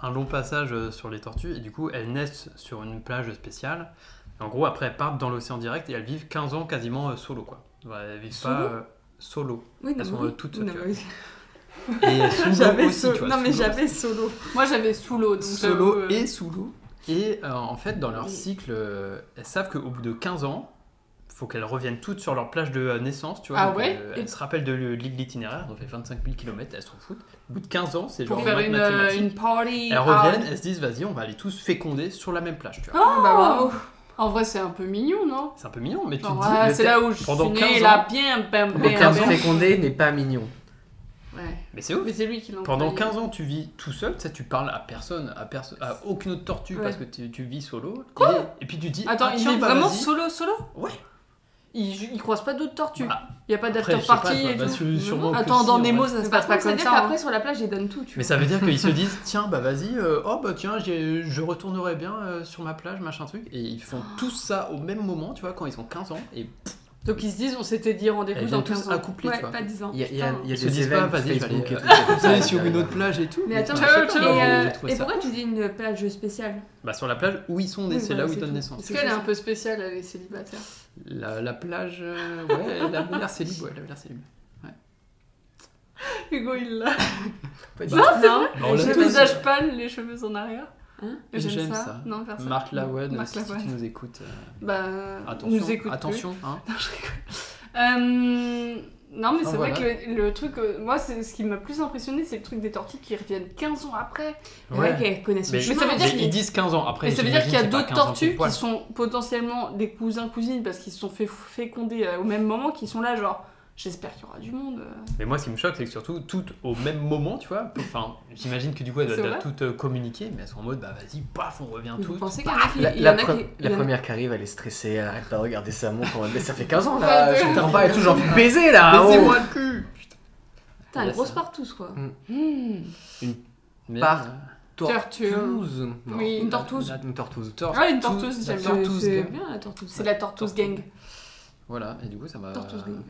C: un long passage euh, sur les tortues, et du coup, elles naissent sur une plage spéciale. Et en gros, après, elles partent dans l'océan direct et elles vivent 15 ans quasiment euh, solo, quoi. Ouais, elles vivent pas
B: Solo
C: euh, solo.
B: Oui, non,
C: Elles sont,
B: oui.
C: euh, toutes
B: Non,
C: seules,
B: mais
C: Et euh, sous l'eau
B: Jamais
C: aussi,
B: solo.
C: tu vois.
B: non,
C: sous
B: mais
C: l'eau.
B: jamais solo.
A: Moi, j'avais sous l'eau, donc j'avoue,
C: solo
A: euh,
C: et sous l'eau. Et euh, en fait, dans leur
B: Oui.
C: cycle, euh, elles savent qu'au bout de 15 ans, faut qu'elles reviennent toutes sur leur plage de euh, naissance, tu vois.
A: Ah
C: donc,
A: ouais
C: euh,
A: Et-
C: Elles se rappellent de le- l'itinéraire, elles ont fait 25 000 km, elles s'en foutent. Au bout de 15 ans, c'est
A: Pour
C: genre
A: faire
C: maths-
A: une, euh,
C: mathématiques.
A: une party.
C: Elles
A: out.
C: reviennent, elles se disent, vas-y, on va aller tous féconder sur la même plage, tu vois.
A: Oh,
B: Bah bravo.
A: En vrai, c'est un peu mignon, non
C: C'est un peu mignon, mais tu te
A: Genre,
C: dis...
A: ah,
C: le
A: c'est
C: ter-
A: là où je
C: pendant
A: suis
C: 15
A: né,
C: ans.
A: là, bien, bam,
D: Le
A: bam,
D: terme
A: bam.
D: fécondé n'est pas mignon.
A: Ouais.
C: Mais c'est ouf
A: Mais c'est lui qui l'a
C: Pendant
A: employé.
C: 15 ans, tu vis tout seul, tu sais, tu parles à personne, à, perso- à aucune autre tortue,
B: Ouais.
C: parce que tu, tu vis solo. et, et puis tu dis...
A: Attends,
C: ah,
A: il
C: tiens,
A: est
C: bah,
A: vraiment
C: vas-y.
A: solo, solo
C: Ouais.
A: Il, il croise pas d'autres tortues.
C: Bah,
A: il y a pas
C: Après,
A: d'after
C: je sais pas,
A: party
C: tu vois,
A: et
C: bah,
A: tout. Mmh.
C: sû- sûrement que
A: Attends,
C: si,
A: dans
C: en vrai.
A: Nemo, ça se passe pas comme ça. hein.
B: Après, sur la plage, ils donnent tout, tu
C: Mais ça veut dire qu'ils se disent, tiens, bah vas-y, euh, oh bah tiens, j'ai- je retournerai bien euh, sur ma plage, machin truc. Et ils
A: Oh.
C: font tous ça au même moment, tu vois, quand ils ont 15 ans. Et
A: Donc ils se disent, on s'était dit rendez-vous
C: ils
A: dans
C: sont tous
A: 15 ans.
C: accouplés,
B: Ouais,
C: tu vois.
B: pas 10 ans.
D: Il y a, il y a-
A: Oh, Putain.
D: il y a
C: Ils se
D: des
C: disent pas,
D: événements
C: vas-y, je vais
D: Facebook
C: aller, euh,
D: et tout. c'est comme
C: Vous
D: ça,
C: allez
D: ça
C: sur une
D: arrive.
C: autre plage et tout.
B: Mais attends,
A: Ciao,
B: mais-
A: ciao.
B: mais, euh,
C: J'ai trouvé
B: et
C: ça.
B: pourquoi tu dis une plage spéciale
C: Bah sur la plage où ils sont nés,
B: Oui,
C: c'est
B: voilà,
C: là où ils
B: c'est
C: donnent
B: tout.
C: naissance.
A: Parce qu'elle est un peu spéciale, elle est célibataire.
C: La, la plage, euh, ouais, elle avait l'air célib, ouais, elle avait l'air célib.
A: Hugo, il l'a.
D: Pas du
A: Non, c'est
B: Non.
A: vrai.
C: Bah, on l'a
A: Le
C: tous.
A: visage pâle, les cheveux en arrière.
B: Hein
A: Et J'aime
C: J'aime
A: ça.
C: ça.
A: Non, personne.
C: Marc Lawen,
A: Marc
C: si
A: Lawen.
C: tu nous écoutes, euh,
A: Bah,
C: attention,
A: nous écoute plus.
C: attention, hein.
A: Euh, non, mais
C: Ah,
A: c'est
C: voilà.
A: vrai que le, le truc, euh, moi, c'est ce qui m'a plus impressionné, c'est le truc des tortues qui reviennent 15 ans après.
B: C'est vrai qu'elles connaissent le
C: Mais,
A: ça
B: chemin.
A: veut dire
C: mais
A: qu'il-
C: ils disent 15 ans après.
A: Et ça veut dire qu'il y a
C: j'imagine, c'est
A: d'autres
C: pas 15 ans pile
A: tortues
C: poil.
A: qui sont potentiellement des cousins cousines parce qu'ils se sont fait féconder euh, au même moment, qui sont là genre. J'espère qu'il y aura du monde. euh.
C: Mais moi, ce qui me choque, c'est que surtout, toutes au même moment, tu vois, enfin, j'imagine que du coup, elles
A: C'est
C: doivent
A: vrai
C: toutes euh, communiquer, mais elles sont en mode, bah vas-y, paf, on revient
B: Mais Vous
C: tous.
B: pensez qu'il y en a qui.
D: La,
B: il y
D: la
B: en a
D: pre-
B: qui-
D: la
B: il y en a-
D: première qui arrive, elle est stressée, elle arrête pas de regarder sa montre. en mode, Mais ça fait 15 ans
A: Ouais,
D: là,
A: de-
D: je t'en pas et tout, j'ai envie de baiser
C: Ah,
D: là. oh.
C: Baisez-moi le cul
B: Putain,
C: Ouais,
B: elles grosse
C: ça.
B: partous quoi.
A: Hmm.
C: Mais,
D: Par-
C: euh,
A: Tortue.
D: Tortouse. Non.
A: Oui.
B: Une tortouse.
C: la-
D: Une tortouse.
C: tortue-
A: Ah, une tortouse,
C: la
A: j'aime bien.
C: tortouse
B: C'est
C: gang.
B: bien la tortouse.
A: C'est la tortouse gang.
C: Voilà, et du coup, ça m'a.
B: Tortouse gang.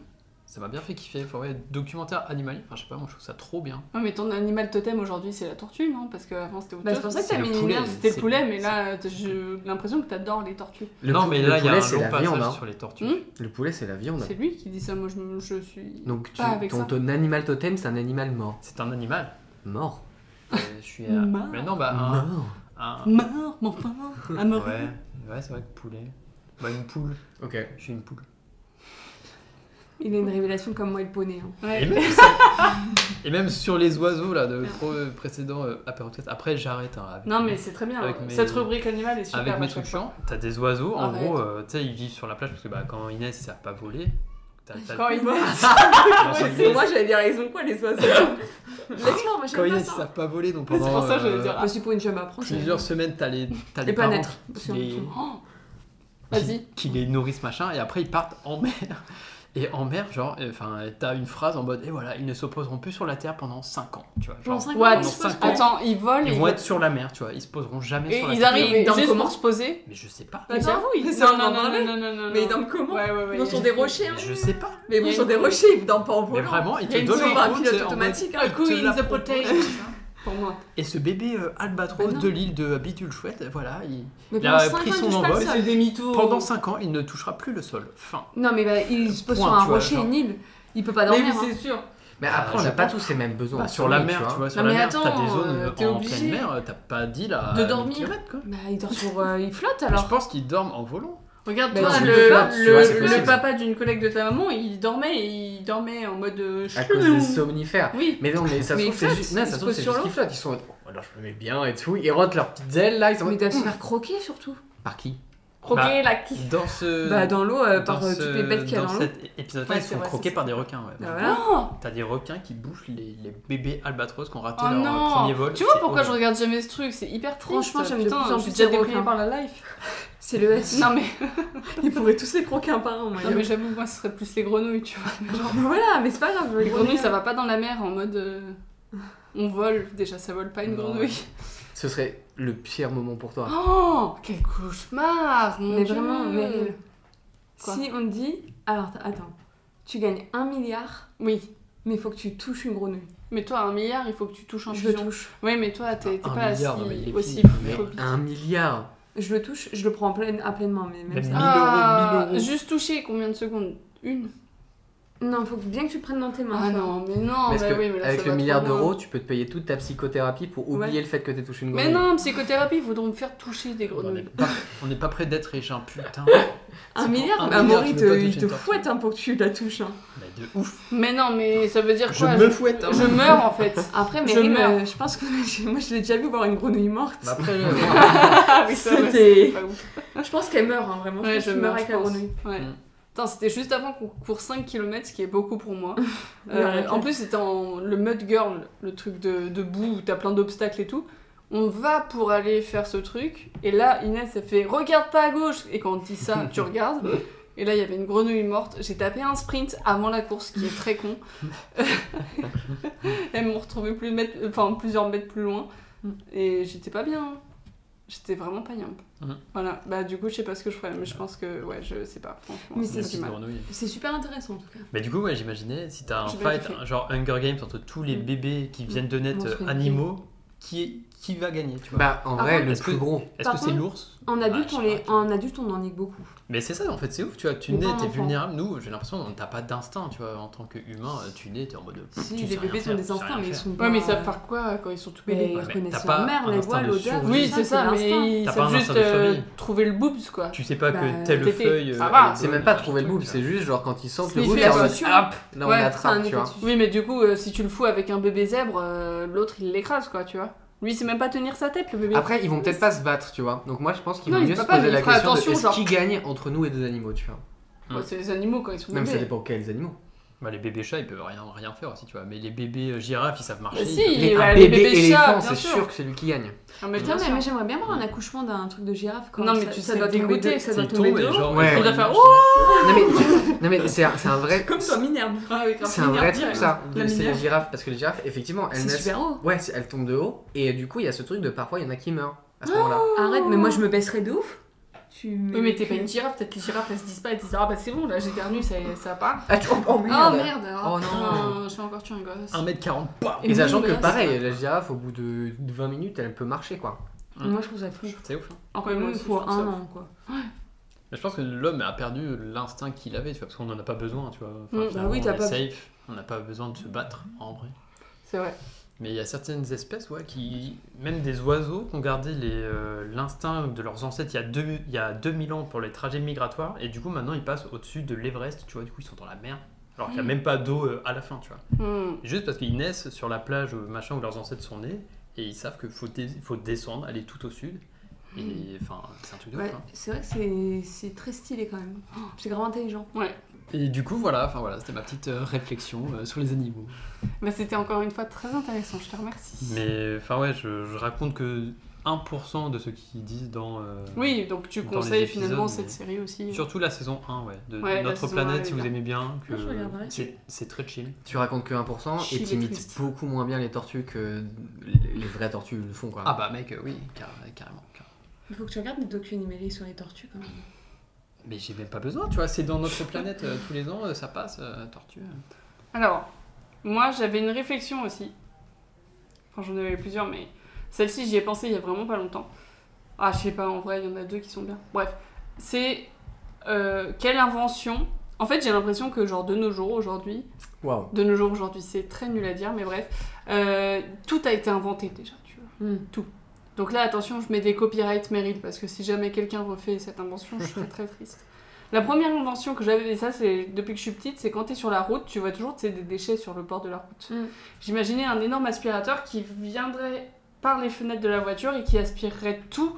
C: Ça m'a bien fait kiffer. Enfin, ouais, documentaire animalier, enfin, je sais pas, moi je trouve ça trop bien.
A: Ouais, mais ton animal totem aujourd'hui, c'est la tortue, non Parce qu'avant, c'était autre
B: Bah,
A: chose.
B: c'est pour ça que
C: C'est
B: t'as
C: le
B: mis une
C: poulet,
B: merde.
A: C'était le
C: C'est-
A: poulet, mais là, t'as- j'ai l'impression que t'adores les tortues.
D: Le
I: non,
D: pou-
I: mais
D: le
I: là, il y a
D: poulet,
I: un
D: c'est
I: long
D: la
I: passage
D: viande, hein.
I: sur les tortues.
A: Hmm
D: Le poulet, c'est la viande.
A: C'est lui qui dit ça, moi je, me- je suis.
D: Donc tu,
A: Pas avec
D: ton,
A: ça.
D: ton animal totem, c'est un animal mort.
I: C'est un animal.
D: Mort.
C: Euh, je suis. euh,
A: Marre.
C: Mais non, bah, un-
D: Mort.
I: Un...
A: Hmm.
J: Meurs, mais enfin, à mort.
I: Ouais, ouais c'est vrai que poulet. Bah, une poule.
D: Ok.
I: Je suis une poule.
B: Il a une révélation comme moi et le poney. hein.
A: Ouais.
C: Et même, et même sur les oiseaux, là, de trop euh, précédents euh, apéro podcast. Après, j'arrête. hein, avec-
A: Non, mais c'est très bien.
C: Avec mes-
A: Cette rubrique animale est super.
C: Avec mes
A: à chaque
C: trucs chiants.
I: T'as des oiseaux, en
A: Arrête.
I: gros, euh, tu sais, ils vivent sur la plage parce que bah, quand Inès, ils savent pas voler. T'as-
A: fois.
I: t'as-
A: Quand il
I: quand
B: Ouais,
I: Inès-
B: c'est moi, j'allais dire, ils ont quoi les oiseaux Laisse-moi, moi
C: Quand
B: j'aime
C: ils
B: pas
C: ne
B: ça.
C: savent pas voler, donc
A: C'est
C: pendant
A: pour ça que j'allais
C: euh,
A: dire. ah,
B: Je suis pour une je m'apprends. c'est-
C: plusieurs semaines, t'as les, t'as les
B: Et pas
C: parents
B: naître,
C: qui,
B: surtout.
C: les,
A: Vas-y.
C: qui les nourrissent, machin, et après ils partent en mer. Et en mer, genre, euh, enfin, t'as une phrase en mode, et voilà, ils ne s'opposeront plus sur la terre pendant 5 ans, tu vois. Genre,
B: Pendant cinq
A: Oh, What
B: ans, ils se posent
C: Cinq
B: pas.
C: ans.
A: Attends, ils volent
C: ils
A: et
C: vont être sur la mer, tu vois, ils se poseront jamais
A: Et
C: sur la
A: ils
C: terre.
A: arrivent
B: Mais ils dorment
A: juste
B: comment
A: pour se poser.
C: Mais je sais pas.
B: Bah, non. Mais ça,
A: Non,
B: on
A: non,
B: en
A: non,
B: parlait.
A: non, non, non.
B: Mais ils
A: non.
B: dorment comment
A: Ouais, ouais, ouais.
B: Ils sont sur des rochers. hein.
C: Mais je sais pas.
B: Mais bon,
A: Il y a
B: sur
A: une-
B: des rochers, ils dorment pas en
C: Mais
B: volant.
C: vraiment, ils
A: Il y a
C: te
A: une
C: donnent
A: souris,
C: les
B: un
C: routes,
B: pilote
C: c'est en mode,
B: automatique, un
C: ils te
B: coup, il
C: la
B: nous a
C: proposent.
B: protégés.
A: Pour moi.
C: Et ce bébé euh, albatros
B: Bah non.
C: de l'île de Bidule Chouette, voilà, il-
B: Mais
C: Il a
B: pendant cinq
C: pris
B: ans,
C: son
B: ils touchent pas
C: envol.
B: le sol.
A: des mythos.
C: pendant 5 ans, il ne touchera plus le sol. Fin.
B: Non, mais bah, il se pose
C: Point,
B: sur un
C: tu vois,
B: rocher,
C: genre.
B: une île. Il peut pas
A: Mais
B: dormir.
A: oui,
B: hein.
A: c'est sûr.
D: Mais
A: Ah,
C: Bah,
D: après, on n'a
C: je
D: pas
C: pense-
D: tous les mêmes besoins.
C: Bah, sur la mer, tu vois, sur
A: Non,
C: la
A: mais
C: mer, t'as
A: attends,
C: des zones
A: euh, t'es
C: en
A: obligé
C: pleine mer, t'as pas d'île à
A: De dormir.
C: kilomètres, quoi.
B: Bah, il dort sur. euh, il flotte
C: je
B: alors.
C: pense qu'ils dorment en volant.
A: Regarde,
B: Mais
A: toi,
B: tu
A: le,
B: le flottes,
A: le-
D: tu vois, c'est
A: le
D: possible.
A: papa d'une collègue de ta maman, il dormait et il dormait en mode. euh,
D: À cause des somnifères.
A: Oui.
D: Mais non, mais ça se
A: Mais
D: trouve,
A: ils
D: c'est
A: flottent,
D: juste. Non,
A: ils
D: ça
A: se
D: se trouve,
A: posent
D: c'est
A: sur
D: juste
A: l'eau.
D: qu'ils flottent. Ils sont. Oh, alors je me mets bien et tout. Ils rentrent leurs petites ailes là. Ils sont. en
B: Mais
D: mode,
B: il doit se faire croquer surtout.
D: Par qui
C: Bah,
A: Croquer la qui.
C: Dans ce.
B: Bah, dans l'eau, euh,
C: dans
B: par euh,
C: ce-
B: toutes les bêtes qu'il y a
C: dans
B: dans l'eau.
C: cet é- épisode-là,
A: Ouais,
C: ils
A: c'est
C: sont
A: vrai,
C: croqués
A: c'est
C: par des requins. ouais.
B: Bah, voilà.
C: T'as des requins qui bouffent les, les bébés albatros qui ont raté
A: Oh
C: leur euh,
A: non
C: premier vol.
A: Tu vois
C: C'est
A: pourquoi je
C: horrible.
A: regarde jamais ce truc C'est hyper triste.
B: Franchement, j'aime de
A: Putain,
B: plus en
A: je suis
B: plus
A: déjà
B: les
A: déprimée
B: requins.
A: par la life.
B: C'est le S.
A: Non mais,
B: Il pourrait tous les croquer un par un, moi.
A: non, mais j'avoue, moi, ce serait plus les grenouilles, tu vois. Mais genre,
B: Mais Ah bah Voilà, mais c'est pas grave.
A: les grenouilles, ça va pas dans la mer en mode. euh, On vole, déjà ça vole pas une
C: Non.
A: grenouille.
D: Ce serait le pire moment pour toi.
A: Oh, quel cauchemar mon
B: Mais
A: Dieu.
B: vraiment, Meryl.
A: Quoi
B: Si on te dit. Alors, t- attends. Tu gagnes un milliard,
A: Oui,
B: mais faut que tu touches une grenouille.
A: mais toi, un milliard, il faut que tu touches un
B: Je le
A: pigeon.
B: touche.
A: Oui, mais toi, t'es t'es
C: Un
A: pas
C: milliard, non, mais
A: assis
C: il est
A: aussi
C: fou.
D: Mais
A: phobique.
D: un milliard.
B: Je le touche, je le prends en pleine, à pleine main, mais même
C: Même
B: ça.
C: mille euros, mille euros.
A: Ah, Juste toucher, combien de secondes Une
B: Non, faut bien que tu le prennes dans tes mains.
A: Ah
B: toi.
A: non, mais non,
D: Mais
A: mais
D: est-ce que
A: oui, mais là, ça
D: avec
A: va
D: le milliard
A: trop loin.
D: d'euros, tu peux te payer toute ta psychothérapie pour oublier
B: Ouais.
D: le fait que t'es touché une
A: Mais
D: grenouille.
A: non, psychothérapie, ils voudront me faire toucher des
C: On n'est
A: grenouilles.
C: pas- On n'est pas près d'être riche, hein, putain.
B: Un
C: C'est
B: milliard,
C: pour un
B: bah,
C: milliard,
B: Maury,
C: tu
B: te-
C: peux pas
B: il
C: toucher
B: te
C: une tortue.
B: fouette hein, pour que tu la touches. hein.
C: Mais de ouf.
A: Mais non, mais ça veut dire
C: Je
A: quoi
C: me fouette. hein.
A: Je meurs en fait.
B: Après,
A: Je
B: Meryl, euh, je,
A: meurs.
B: pense que moi, je l'ai déjà vu voir une grenouille morte.
D: Bah après,
A: Ah oui, ça, ouais, c'est
B: C'était.
A: pas ouf.
B: Je pense qu'elle meurt, hein, vraiment.
A: Ouais,
B: je pense
A: je
B: que tu meurs
A: meurs,
B: avec
A: je
B: la
A: pense.
B: grenouille.
A: Ouais.
C: Mm.
A: Putain, c'était juste avant qu'on court 5 km, ce qui est beaucoup pour moi.
B: Ouais,
A: Euh,
B: arrête.
A: en plus, c'était en le Mud Girl, le truc de, de boue où t'as plein d'obstacles et tout. On va pour aller faire ce truc, et là, Inès, elle fait Regarde pas à gauche Et quand on te dit ça, tu regardes. Et là, il y avait une grenouille morte. J'ai tapé un sprint avant la course, ce qui est très con. Elles m'ont retrouvé plus de mètres- euh, enfin, plusieurs mètres plus loin. Et j'étais pas bien. hein. J'étais vraiment pas bien.
C: Mhm.
A: Voilà. Bah, du coup, je sais pas ce que je ferais, mais je pense que, ouais, je sais pas, franchement.
B: Mais
A: c'est
B: c'est
A: du mal.
C: Grenouille.
B: C'est super intéressant en tout cas.
C: Mais du coup, ouais, j'imaginais si t'as un
A: J'ai pas
C: fight,
A: kiffé.
C: genre Hunger Games, entre tous les
B: Mm.
C: bébés qui viennent de naître
B: Monstre
C: euh,
B: Inc.
C: animaux, qui, est- qui va gagner, tu vois
D: bah en
B: Par
D: vrai,
B: contre,
D: le
C: est-ce
D: plus
C: que-
D: gros.
C: Est-ce
B: par
C: que c'est
B: contre,
C: l'ours Ah,
B: En adulte,
C: Bah, je
B: on
C: sais
B: les...
C: pas.
B: en adulte, on en nique beaucoup.
C: Mais c'est ça en fait, c'est ouf, tu vois, tu
B: Mais
C: nais,
B: pas un
C: t'es
B: enfant.
C: vulnérable, nous j'ai l'impression on n'a pas d'instinct, tu vois, en tant qu'humain, euh, tu nais, t'es en mode... de-
B: Si,
C: tu sais
B: les
C: rien
B: bébés
C: faire,
B: ont
C: tu
B: des
C: sais
B: instincts,
C: rien
B: mais ils
C: faire.
B: sont euh, pas.
A: Ouais, mais ils savent faire quoi euh, quand ils sont tout
B: Mais
A: bébés
B: ils
C: Ouais, mais
B: reconnaissent
C: t'as pas
B: leur mère,
C: un
B: les
C: instinct
B: voix,
C: de
B: l'odeur.
C: survie.
B: tout
A: Oui,
B: ça,
A: c'est ça,
B: l'instinct.
A: mais ils
C: T'as pas
A: savent
C: un
A: juste
C: instinct de survie.
A: euh, trouver le boobs, quoi.
C: Tu sais pas
B: Bah,
C: que telle
A: t'étais-
C: feuille...
A: ça
C: euh,
A: va.
C: elle
D: C'est
C: donne
D: même pas
A: bah,
C: un
D: trouver le
C: truc,
D: boob, c'est juste genre quand ils sentent le
A: Sniffer
D: boob, c'est en mode,
B: dessus.
D: hop, là on
A: Ouais,
D: attrape,
B: Enfin,
D: tu vois.
B: effet
A: Oui, mais du coup, euh, si tu le fous avec un bébé zèbre, euh, l'autre il l'écrase, quoi, tu vois. Lui, il sait même pas tenir sa tête, le bébé.
D: Après, ils vont peut-être pas se battre, tu vois. Donc moi, je pense qu'ils
A: Non,
D: vont
A: ils
D: mieux
A: se
D: se
A: battent pas,
D: poser
A: mais
D: la
A: ils font
D: question de
A: attention,
D: est-ce
A: genre-
D: qui gagne entre nous et deux animaux, tu vois.
A: Ouais, c'est les animaux quand ils sont
D: Même ça
A: bébés.
D: dépend quels animaux.
C: Bah, les bébés chats, ils peuvent rien, rien faire aussi, tu vois, mais les bébés euh, girafes, ils savent marcher.
A: Bah,
C: ils
A: si,
C: peuvent-
A: il-
D: Mais
A: ouais,
D: un
A: les
D: bébé
A: bébés chats,
D: éléphant,
A: bien
D: c'est
A: sûr.
D: sûr que c'est lui qui gagne.
A: Non, mais
B: Putain,
A: bien
B: mais,
A: sûr.
B: mais j'aimerais bien voir un accouchement d'un truc de girafe quand
A: Non,
B: ça,
A: mais tu
B: ça
A: sais,
B: doit tomber
A: dégoûté,
B: d'eau, ça doit
C: ils
B: tomber
C: tombent et
B: d'eau.
C: genre...
D: Ouais.
C: ils oh,
A: Il
C: font
A: va
C: une
A: faire
C: image.
D: Non mais, non, mais c'est un, c'est un vrai,
B: Comme toi, Minerve.
A: Ah, avec
D: c'est un
A: finir
D: vrai truc
A: direct.
D: ça. de-
A: hein. La
D: C'est les
A: minière.
D: girafes parce que les girafes, effectivement, elles
B: C'est
D: naissent.
B: super haut.
D: Ouais, c'est- elles euh,
A: Oh
D: tombent de haut et du coup, il y a ce truc de parfois il y en a qui meurent à ce moment-là.
B: Arrête, mais moi je me baisserais de ouf.
K: Tu mets
A: Oui, mais t'es
K: le
A: pas
K: cul.
A: une girafe, peut-être que les girafes elles se disent pas, elles disent ah bah c'est bon, là j'éternue, ça, ça part.
D: Attends, oh
A: Oh
D: merde.
A: merde, oh,
D: Oh non.
A: putain, j'ai encore tué un gosse.
H: 1m40, pas
D: Et sachant
A: oui,
D: que
A: bah,
D: pareil, la girafe, au bout de 20 minutes, elle peut marcher quoi.
B: Moi, je trouve ça fou.
H: C'est ouf. hein.
B: Encore
A: Ouais, moi
B: même
A: aussi,
B: pour
A: je trouve
B: un
A: ça
B: an, quoi.
C: Mais je pense que l'homme a perdu l'instinct qu'il avait, tu vois, parce qu'on en a pas besoin, tu vois. Enfin,
A: Mm, bah
C: finalement,
B: oui,
C: on
B: t'as
C: est
B: pas-
C: safe, on n'a pas besoin de se battre en vrai.
A: C'est vrai.
C: Mais il y a certaines espèces, ouais, qui. Même des oiseaux qui ont gardé les, euh, l'instinct de leurs ancêtres il y, a deux, il y a 2000 ans pour les trajets migratoires, et du coup maintenant ils passent au-dessus de l'Everest, tu vois, du coup ils sont dans la mer, alors
B: Mm.
C: qu'il n'y a même pas d'eau euh, à la fin, tu vois.
A: Hmm.
C: Juste parce qu'ils naissent sur la plage ou machin où leurs ancêtres sont nés, et ils savent qu'il faut, dé- faut descendre, aller tout au sud, et enfin, c'est un truc de ouf,
B: Mm. Ouais,
C: hein.
B: c'est vrai que c'est- c'est très stylé quand même. Oh, C'est grave intelligent.
H: Et du coup, voilà, enfin voilà, c'était ma petite euh, réflexion euh, sur les animaux.
A: Bah, c'était encore une fois très intéressant, je te remercie.
C: Mais enfin, ouais, je, je raconte que 1% de ce qu'ils disent dans. euh,
A: Oui, donc tu
C: Dans
A: conseilles
C: les
A: finalement
C: épisodes, mais-
A: cette série aussi.
C: Surtout la saison 1, ouais, de
A: Ouais, la
C: Notre
A: saison 1,
C: Planète, si
A: elle est
C: vous aimez bien, que
B: Ah, je regarderai.
C: c'est- c'est très chill.
D: Tu racontes que 1%
B: Chill
D: et
B: et
D: t'imites
B: triste.
D: beaucoup moins bien les tortues que les les vraies tortues le font quoi.
H: Ah bah mec, euh, oui, car- carrément. carrément.
B: Il faut que tu regardes les docu animés sur les tortues quand même.
C: Mais j'ai même pas besoin, tu vois, c'est dans Notre Planète, euh, tous les ans, euh, ça passe, euh, tortue.
A: Alors, moi j'avais une réflexion aussi. Enfin, j'en avais plusieurs, mais celle-ci j'y ai pensé il y a vraiment pas longtemps. Ah, je sais pas, en vrai, il y en a deux qui sont bien. Bref, c'est euh, quelle invention. En fait, j'ai l'impression que, genre, de nos jours, aujourd'hui,
D: Waouh.
A: de nos jours, aujourd'hui, c'est très nul à dire, mais bref, euh, tout a été inventé déjà, tu vois.
B: Hmm.
A: Tout. Donc là, attention, je mets des copyrights mérites parce que si jamais quelqu'un refait cette invention, je serais très triste. La première invention que j'avais, et ça c'est depuis que je suis petite, c'est quand t'es sur la route, tu vois toujours tu sais, des déchets sur le bord de la route.
B: Mm.
A: J'imaginais un énorme aspirateur qui viendrait par les fenêtres de la voiture et qui aspirerait tout.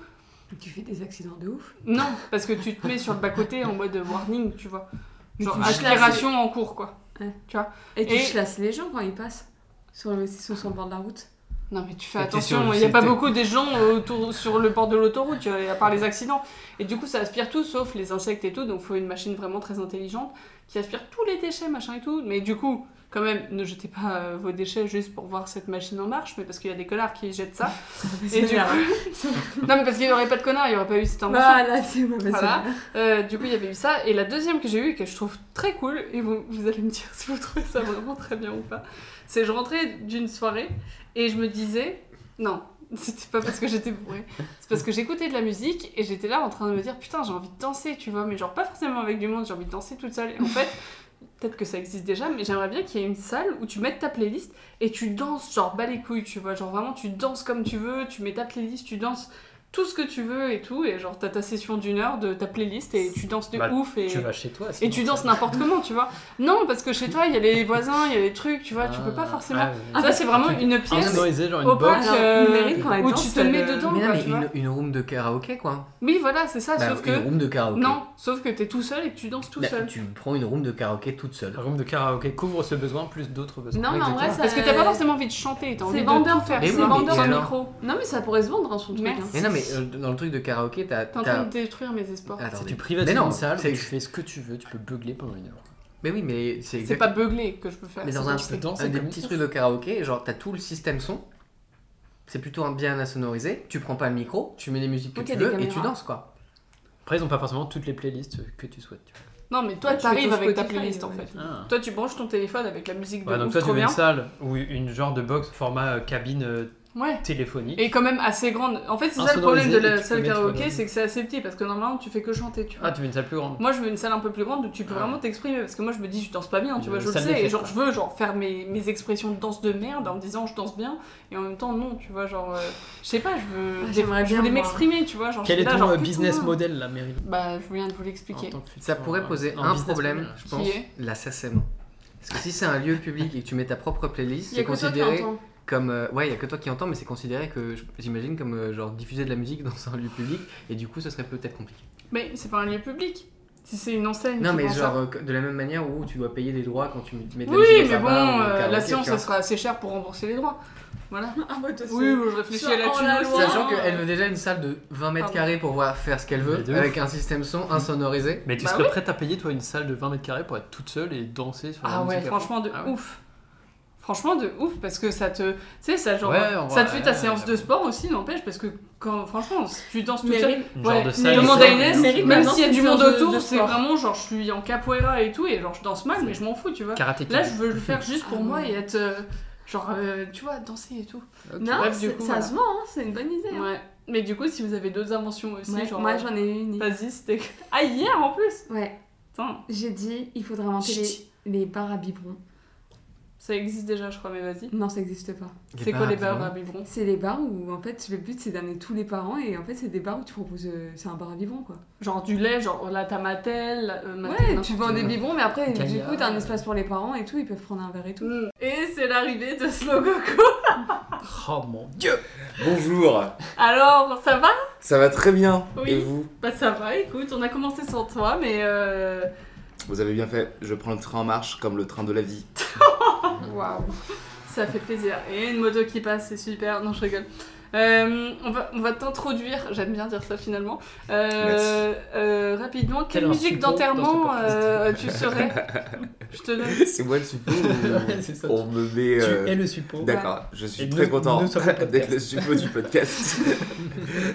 B: Tu fais des accidents de ouf.
A: Non, parce que tu te mets sur le bas-côté en mode warning, tu vois. Genre
B: Mais tu chlasses
A: aspiration en cours, quoi.
B: Et tu
A: Et-
B: chlasses les gens quand ils passent sur le, sur sur le bord de la route.
A: Non mais tu fais
D: T'es
A: attention,
D: sur-
A: il n'y a pas
D: t'es-
A: beaucoup des gens autour sur le bord de l'autoroute, tu vois, à part les accidents. Et du coup ça aspire tout, sauf les insectes et tout, donc faut une machine vraiment très intelligente qui aspire tous les déchets, machin et tout. Mais du coup, quand même, ne jetez pas euh, vos déchets juste pour voir cette machine en marche, mais parce qu'il y a des connards qui jettent ça. Et du coup... non mais parce qu'il n'y aurait pas de connards, il n'y aurait pas eu cette invention.
B: Voilà, c'est ma
A: Voilà. Euh, du coup, il y avait eu ça. Et la deuxième que j'ai eue, que je trouve très cool, et vous, vous allez me dire si vous trouvez ça vraiment très bien ou pas, c'est je rentrais d'une soirée et je me disais, non, c'était pas parce que j'étais bourrée, c'est parce que j'écoutais de la musique et j'étais là en train de me dire, putain, j'ai envie de danser, tu vois, mais genre pas forcément avec du monde, j'ai envie de danser toute seule. Et en fait, peut-être que ça existe déjà, mais j'aimerais bien qu'il y ait une salle où tu mettes ta playlist et tu danses, genre bas les couilles, tu vois, genre vraiment tu danses comme tu veux, tu mets ta playlist, tu danses tout ce que tu veux et tout, et genre t'as ta session d'une heure de ta playlist et tu danses de
C: Bah,
A: ouf et...
C: Tu vas chez toi,
A: Et tu danses n'importe comment, tu vois. Non, parce que chez toi, il y a les voisins, il y a les trucs, tu vois, tu peux pas forcément.
C: Ah,
A: Ça,
B: bah,
A: c'est vraiment une
D: Ah,
A: pièce
C: Insonorisé, genre
A: au
C: une box.
A: parc euh,
B: numérique, quand elle
A: où
B: danse,
A: tu te
B: elle,
A: mets
B: euh,
A: dedans,
D: Mais non,
A: quoi,
D: mais
A: bah, tu vois.
D: une, une room de karaoké quoi.
A: Oui, voilà, c'est ça,
D: Bah,
A: sauf
D: une
A: que.
D: room de karaoké.
A: Non, sauf que t'es tout seul et que tu danses tout
D: Bah,
A: seul.
D: Tu prends une room de karaoké toute seule.
C: Un room de karaoké couvre ce besoin plus d'autres besoins.
B: Non, mais en vrai, ça.
A: Parce que t'as pas forcément envie de chanter, t'as
B: euh, C'est
A: envie de
B: vendeur,
A: tout faire.
D: mais
A: C'est
D: oui, mais
A: vendeur
D: et
A: au
D: alors
A: micro.
B: Non, mais ça pourrait se vendre hein, son truc.
A: Merci.
B: hein.
D: Mais non, mais euh, dans le truc de karaoké, t'as.
A: T'es en
D: t'as-
A: train de détruire mes espoirs.
D: Attendez.
C: Si tu privatises
D: Mais non,
C: une salle, où
D: c'est-
C: tu fais ce que tu veux, tu peux beugler pendant une heure.
D: Mais oui, mais c'est
A: C'est
D: exact-
A: pas beugler que je peux faire.
D: Mais dans
A: c'est
D: un,
A: danser.
D: dans
C: danser
D: des
C: comme
D: petits
C: ouf.
D: trucs de karaoké, genre t'as tout le système son, c'est plutôt bien assonorisé, tu prends pas le micro, tu mets les musiques que
B: Ok,
D: tu
B: des
D: veux et
B: caméras.
D: tu danses quoi.
C: Après, ils ont pas forcément toutes les playlists que tu souhaites. tu
A: Non, mais toi,
B: Ouais, Ah, tu fais
A: t'arrives
B: ton
A: avec ta
B: Spotify,
A: playlist en
B: ouais.
A: fait.
C: vois.
A: Toi, tu branches ton téléphone avec la musique de
C: Ouais, donc
A: ouf,
C: toi, tu
A: trop
C: veux une
A: bien.
C: salle ou une genre de box format euh, cabine euh,
A: Ouais.
C: téléphonique.
A: Et quand même assez grande. En fait, c'est
D: Ah,
A: ça le problème
C: Insonorisé,
A: de
C: et
A: la
C: tu peux
A: salle
C: mettre,
A: karaoké,
C: euh,
A: c'est que c'est assez petit parce que normalement, tu fais que chanter, tu vois.
C: Ah, tu veux une salle plus grande
A: Moi, je veux une salle un peu plus grande où tu peux
C: Ouais.
A: vraiment t'exprimer. Parce que moi, je me dis, je danse pas bien, tu
C: Une
A: vois, je le
C: salle
A: sais.
C: des
A: Et
C: fêtes,
A: genre,
C: quoi.
A: je veux genre faire mes, mes expressions de danse de merde en me disant, je danse bien. Et en même temps, non, tu vois, genre, euh, je sais pas, je veux,
B: Ouais,
A: des-
B: j'aimerais
A: je
B: Ah, bien
A: voulais
B: voir.
A: m'exprimer, tu vois. Genre,
C: Quel est
A: j'étais là,
C: ton
A: genre,
C: euh,
A: putain.
C: business model, la mairie
A: Bah, je viens de vous l'expliquer.
D: Ça
C: euh,
D: pourrait poser un problème, je pense,
A: est
D: l'assassinat. Parce que si c'est un lieu public et que tu mets ta propre playlist,
B: Il y a
D: c'est
B: que toi qui
D: considéré
B: l'entends.
D: comme. euh, ouais, il y a que toi qui entends, mais c'est considéré que je- j'imagine comme euh, genre diffuser de la musique dans un lieu public et du coup ça serait peut-être compliqué.
A: Mais c'est pas un lieu public. Si c'est une enseigne.
D: Non,
A: qui
D: mais
A: vend ça.
D: genre euh, que- de la même manière où tu dois payer des droits quand tu mets de la
A: Oui,
D: musique. dans
A: mais
D: un
A: bon,
D: bar ou au
A: euh,
D: karaoké,
A: la
D: tu
A: science,
D: vois.
A: ça sera assez cher pour rembourser les droits. Voilà.
B: Ah, bah, toi,
A: Oui, je réfléchis à la
B: Sur- en
A: thune
B: la
A: aussi.
B: loi.
D: Sachant qu'elle veut déjà une salle de 20 mètres
A: Pardon.
D: carrés pour pouvoir faire ce qu'elle
C: Mais
D: veut,
C: de ouf.
D: avec un système son insonorisé.
C: Mais tu
A: Bah
C: serais prête à payer, toi, une salle de 20 mètres carrés pour être toute seule et danser sur la
A: Ah ouais,
C: musique à fond
A: franchement, de
C: Ah ouais.
A: ouf. Franchement, de ouf, parce que ça te. Tu sais, ça, genre,
C: Ouais,
A: euh,
C: on
A: ça
C: voit-
A: te fait ta
C: ouais,
A: séance de
C: j'avoue.
A: sport aussi, n'empêche, parce que quand, franchement, si tu danses tout
K: Mais
A: seul.
K: Rime-
C: Une
A: Ouais,
C: genre de
K: mais
C: salle.
A: Demande
K: ça,
A: à
K: mais
A: Inès,
K: nous, c'est
A: même
K: vraiment
A: s'il y a
K: une
A: du monde
K: séance de-
A: autour,
K: de
A: c'est
K: sport.
A: vraiment genre, je suis en capoeira et tout, et genre, je danse mal, mais je m'en fous, tu vois.
C: Karaté
A: Là,
C: Kid.
A: je veux le faire juste pour
B: Ah,
A: moi
B: ouais.
A: et être. euh, Genre, euh, tu vois, danser et tout.
B: Non,
A: Bref, du
B: c'est-
A: coup,
B: ça
A: voilà.
B: se vend, hein, c'est une bonne idée. hein.
A: Ouais. Mais du coup, si vous avez d'autres inventions aussi,
B: Ouais,
A: genre. euh,
B: moi j'en ai une.
A: Vas-y, c'était. Ah, hier en plus
B: Ouais,
A: Putain,
B: j'ai dit, il faudrait inventer
A: Chut.
B: les, les bars à biberon.
A: ça existe déjà, je crois, mais vas-y.
B: Non, ça n'existe pas.
A: C'est quoi les barbes à biberon
B: C'est les bars où en fait le but c'est d'amener tous les parents et en fait c'est des bars où tu proposes. euh, c'est un bar à biberon quoi.
A: Genre du lait, genre là t'as Mattel. euh, Mattel,
B: Ouais,
A: non.
B: tu vends des biberons mais après du
H: Cagnard.
B: coup t'as un espace pour les parents et tout, ils peuvent prendre un verre et tout.
A: Mm. Et c'est l'arrivée de Slowcoco.
H: Oh mon dieu
L: Bonjour,
A: Alors, ça va
L: ça va très bien.
A: Oui.
L: Et vous
A: Bah ça va, écoute, on a commencé sans toi, mais... Euh...
L: Vous avez bien fait, je prends le train en marche comme le train de la vie.
A: Waouh. Ça fait plaisir. Et une moto qui passe, c'est super. Non, je rigole. Euh, on va, on va t'introduire, j'aime bien dire ça finalement. Euh,
L: Merci.
A: euh, rapidement, quelle
H: Quel
A: musique
H: insultant dans ce
A: d'enterrement
H: podcast.
A: euh, tu serais Je te donne.
L: C'est moi le suppôt
H: Ouais, c'est
L: ou
H: ça.
L: on me met...
H: Tu
L: euh,
H: es le suppôt.
L: D'accord, je suis
H: Et
L: très
H: nous-
L: content
H: nous sommes le podcast.
L: d'être le suppôt du podcast.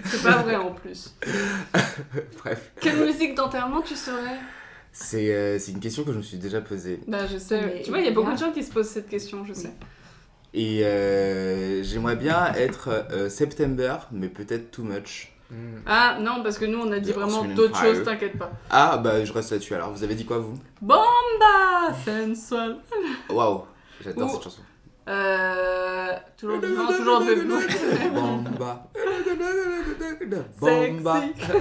A: C'est pas vrai en plus.
L: Bref,
A: Quelle musique d'enterrement tu serais
L: c'est euh, c'est une question que je me suis déjà posée.
A: Bah je sais.
B: Mais
A: tu vois, il y a beaucoup
B: là-
A: de gens qui se posent cette question, je sais.
L: Et euh, j'aimerais bien être euh, September, mais peut-être too much.
D: Hmm.
A: Ah non, parce que nous on a dit
L: The
A: vraiment
L: Horseman and
A: d'autres
L: Fire.
A: choses, t'inquiète pas.
L: Ah bah je reste là-dessus alors, vous avez dit quoi vous
A: Bomba sensual.
L: Waouh, j'adore
A: Ou-
L: cette chanson.
A: Euh, toujours vivant, toujours un peu bleu.
L: Bamba. Bamba.
A: Sexy.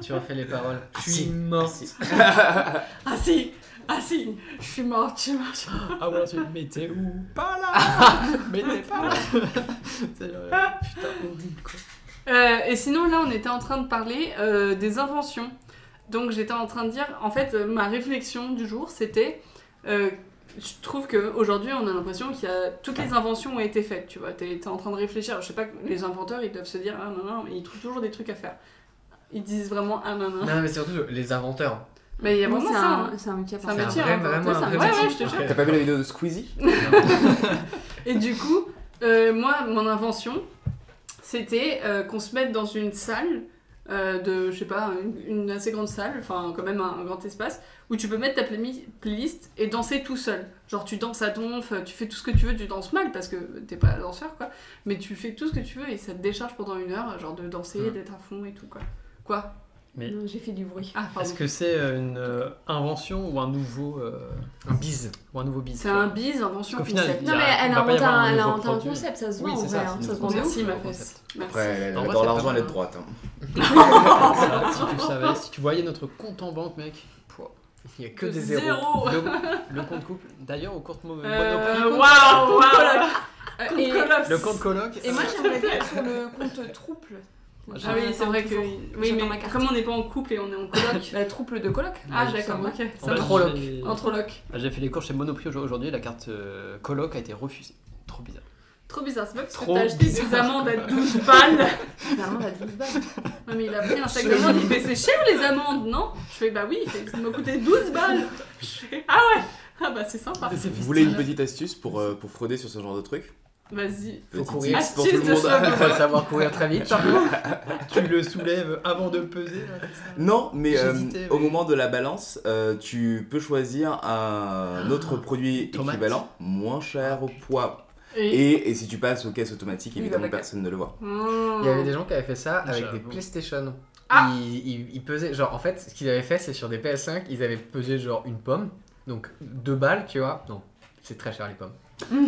H: Tu refais les paroles.
L: Ah,
H: Je
L: si.
H: suis morte.
A: Ah si, ah si, je suis morte, je suis morte.
H: Ah ouais, tu m'étais où Pas là
A: Ah,
H: M'étais pas là C'est genre, Putain, on dit quoi
A: Euh, et sinon là on était en train de parler euh, des inventions. Donc j'étais en train de dire, en fait euh, ma réflexion du jour c'était, euh, je trouve qu'aujourd'hui on a l'impression qu'il y a toutes les inventions ont été faites, tu vois, t'es t'es en train de réfléchir, je sais pas, les inventeurs ils doivent se dire, ah non non, ils trouvent toujours des trucs à faire. Ils disent vraiment, ah non non.
D: Non, mais surtout les inventeurs.
A: Mais il y a
B: Non,
A: vraiment
B: c'est
A: ça.
B: un-
A: hein.
B: c'est un métier à
A: C'est
B: part.
A: un
D: C'est un
A: métier,
D: vrai,
A: hein,
D: vraiment
A: c'est
D: un
A: un-
D: vrai
A: ouais,
D: métier.
A: ouais, je te jure.
L: T'as pas vu la vidéo de Squeezie
A: Et du coup, euh, moi, mon invention, c'était euh, qu'on se mette dans une salle euh, de, je sais pas, une, une assez grande salle, enfin quand même un, un grand espace, où tu peux mettre ta playmi- playlist et danser tout seul. Genre tu danses à donf, euh, tu fais tout ce que tu veux, tu danses mal parce que t'es pas danseur quoi, mais tu fais tout ce que tu veux et ça te décharge pendant une heure, genre de danser,
C: Ouais.
A: d'être à fond et tout quoi. Quoi
B: Non, j'ai fait du bruit.
A: Ah pardon.
C: Est-ce que c'est euh, une euh, invention ou un nouveau, euh,
D: Un bise.
C: ou un nouveau business
A: C'est un bise, invention,
C: Parce qu'au final,
A: concept.
C: il y
B: Non, mais elle
C: il
B: a
C: va pas y
B: inventé
C: avoir
B: un,
C: un
B: elle a
C: nouveau
B: inventé un
C: produit.
B: concept, ça se vend
C: Oui,
B: en
C: c'est
B: vrai,
C: ça,
B: hein,
C: c'est
B: ça se vend
C: une
B: de ouf.
A: Merci ma
C: concept.
A: fesse. Merci.
L: Après,
C: En vrai,
L: dans
C: c'est
L: l'argent
C: pas
L: elle est
C: mal.
L: de droite. hein.
C: Ah, si tu le savais, si tu voyais notre compte en banque, mec, pouah,
D: Il y a
A: Que
D: que des zéros.
A: zéro
C: le, le compte couple. D'ailleurs, au compte mauvais.
A: Euh, Waouh waouh
B: Euh, et-
C: Le compte euh, coloc.
B: Et moi j'aimerais bien sur le compte trouble.
A: Ah oui, c'est vrai que. Oui,
B: J'attends
A: mais
B: ma carte.
A: comme on n'est pas en couple et on est en coloc.
B: La trouble de coloc.
A: ah,
C: Ouais,
A: d'accord,
B: ça
A: ok.
C: En
A: Ça
C: fait,
A: va.
D: Trop loc.
C: j'ai-
B: Entre loc.
C: J'ai fait les cours chez Monoprix aujourd'hui, la carte euh, coloc a été refusée. Trop bizarre.
A: Trop bizarre, c'est pas parce que
C: Trop
A: t'as acheté des
C: bizarre.
A: amandes à 12 balles.
B: Vraiment la 12 balles.
A: Non, mais il a pris un sac d'amandes, il fait c'est cher les amandes, non Je fais bah oui, il fait, ça m'a coûté 12 balles. Je fais ah ouais Ah bah c'est sympa.
L: Vous voulez une petite astuce pour, euh, pour frauder sur ce genre de truc
A: Vas-y.
L: Petit
D: courir.
L: tips pour tout
A: Astuce
L: le
A: de
L: monde.
A: cheval.
D: Il faut savoir courir très vite.
H: Ah, Tu le soulèves avant de peser là, c'est ça
L: Non, mais euh,
H: J'hésitais,
L: au
H: mais-
L: moment de la balance, euh, tu peux choisir un autre produit
H: tomate.
L: équivalent, moins cher au poids.
A: Et.
L: Et, et si tu passes aux caisses automatiques,
B: Oui,
L: évidemment,
B: bah, bah,
L: personne ne le voit.
A: Mmh.
D: Il y avait des gens qui avaient fait ça avec des
C: J'avoue.
D: PlayStation.
A: Ah.
D: Ils, ils- ils pesaient, genre en fait, ce qu'ils avaient fait, c'est sur des PS5, ils avaient pesé genre une pomme, donc deux balles, tu vois. Non, c'est très cher les pommes.
C: Mm.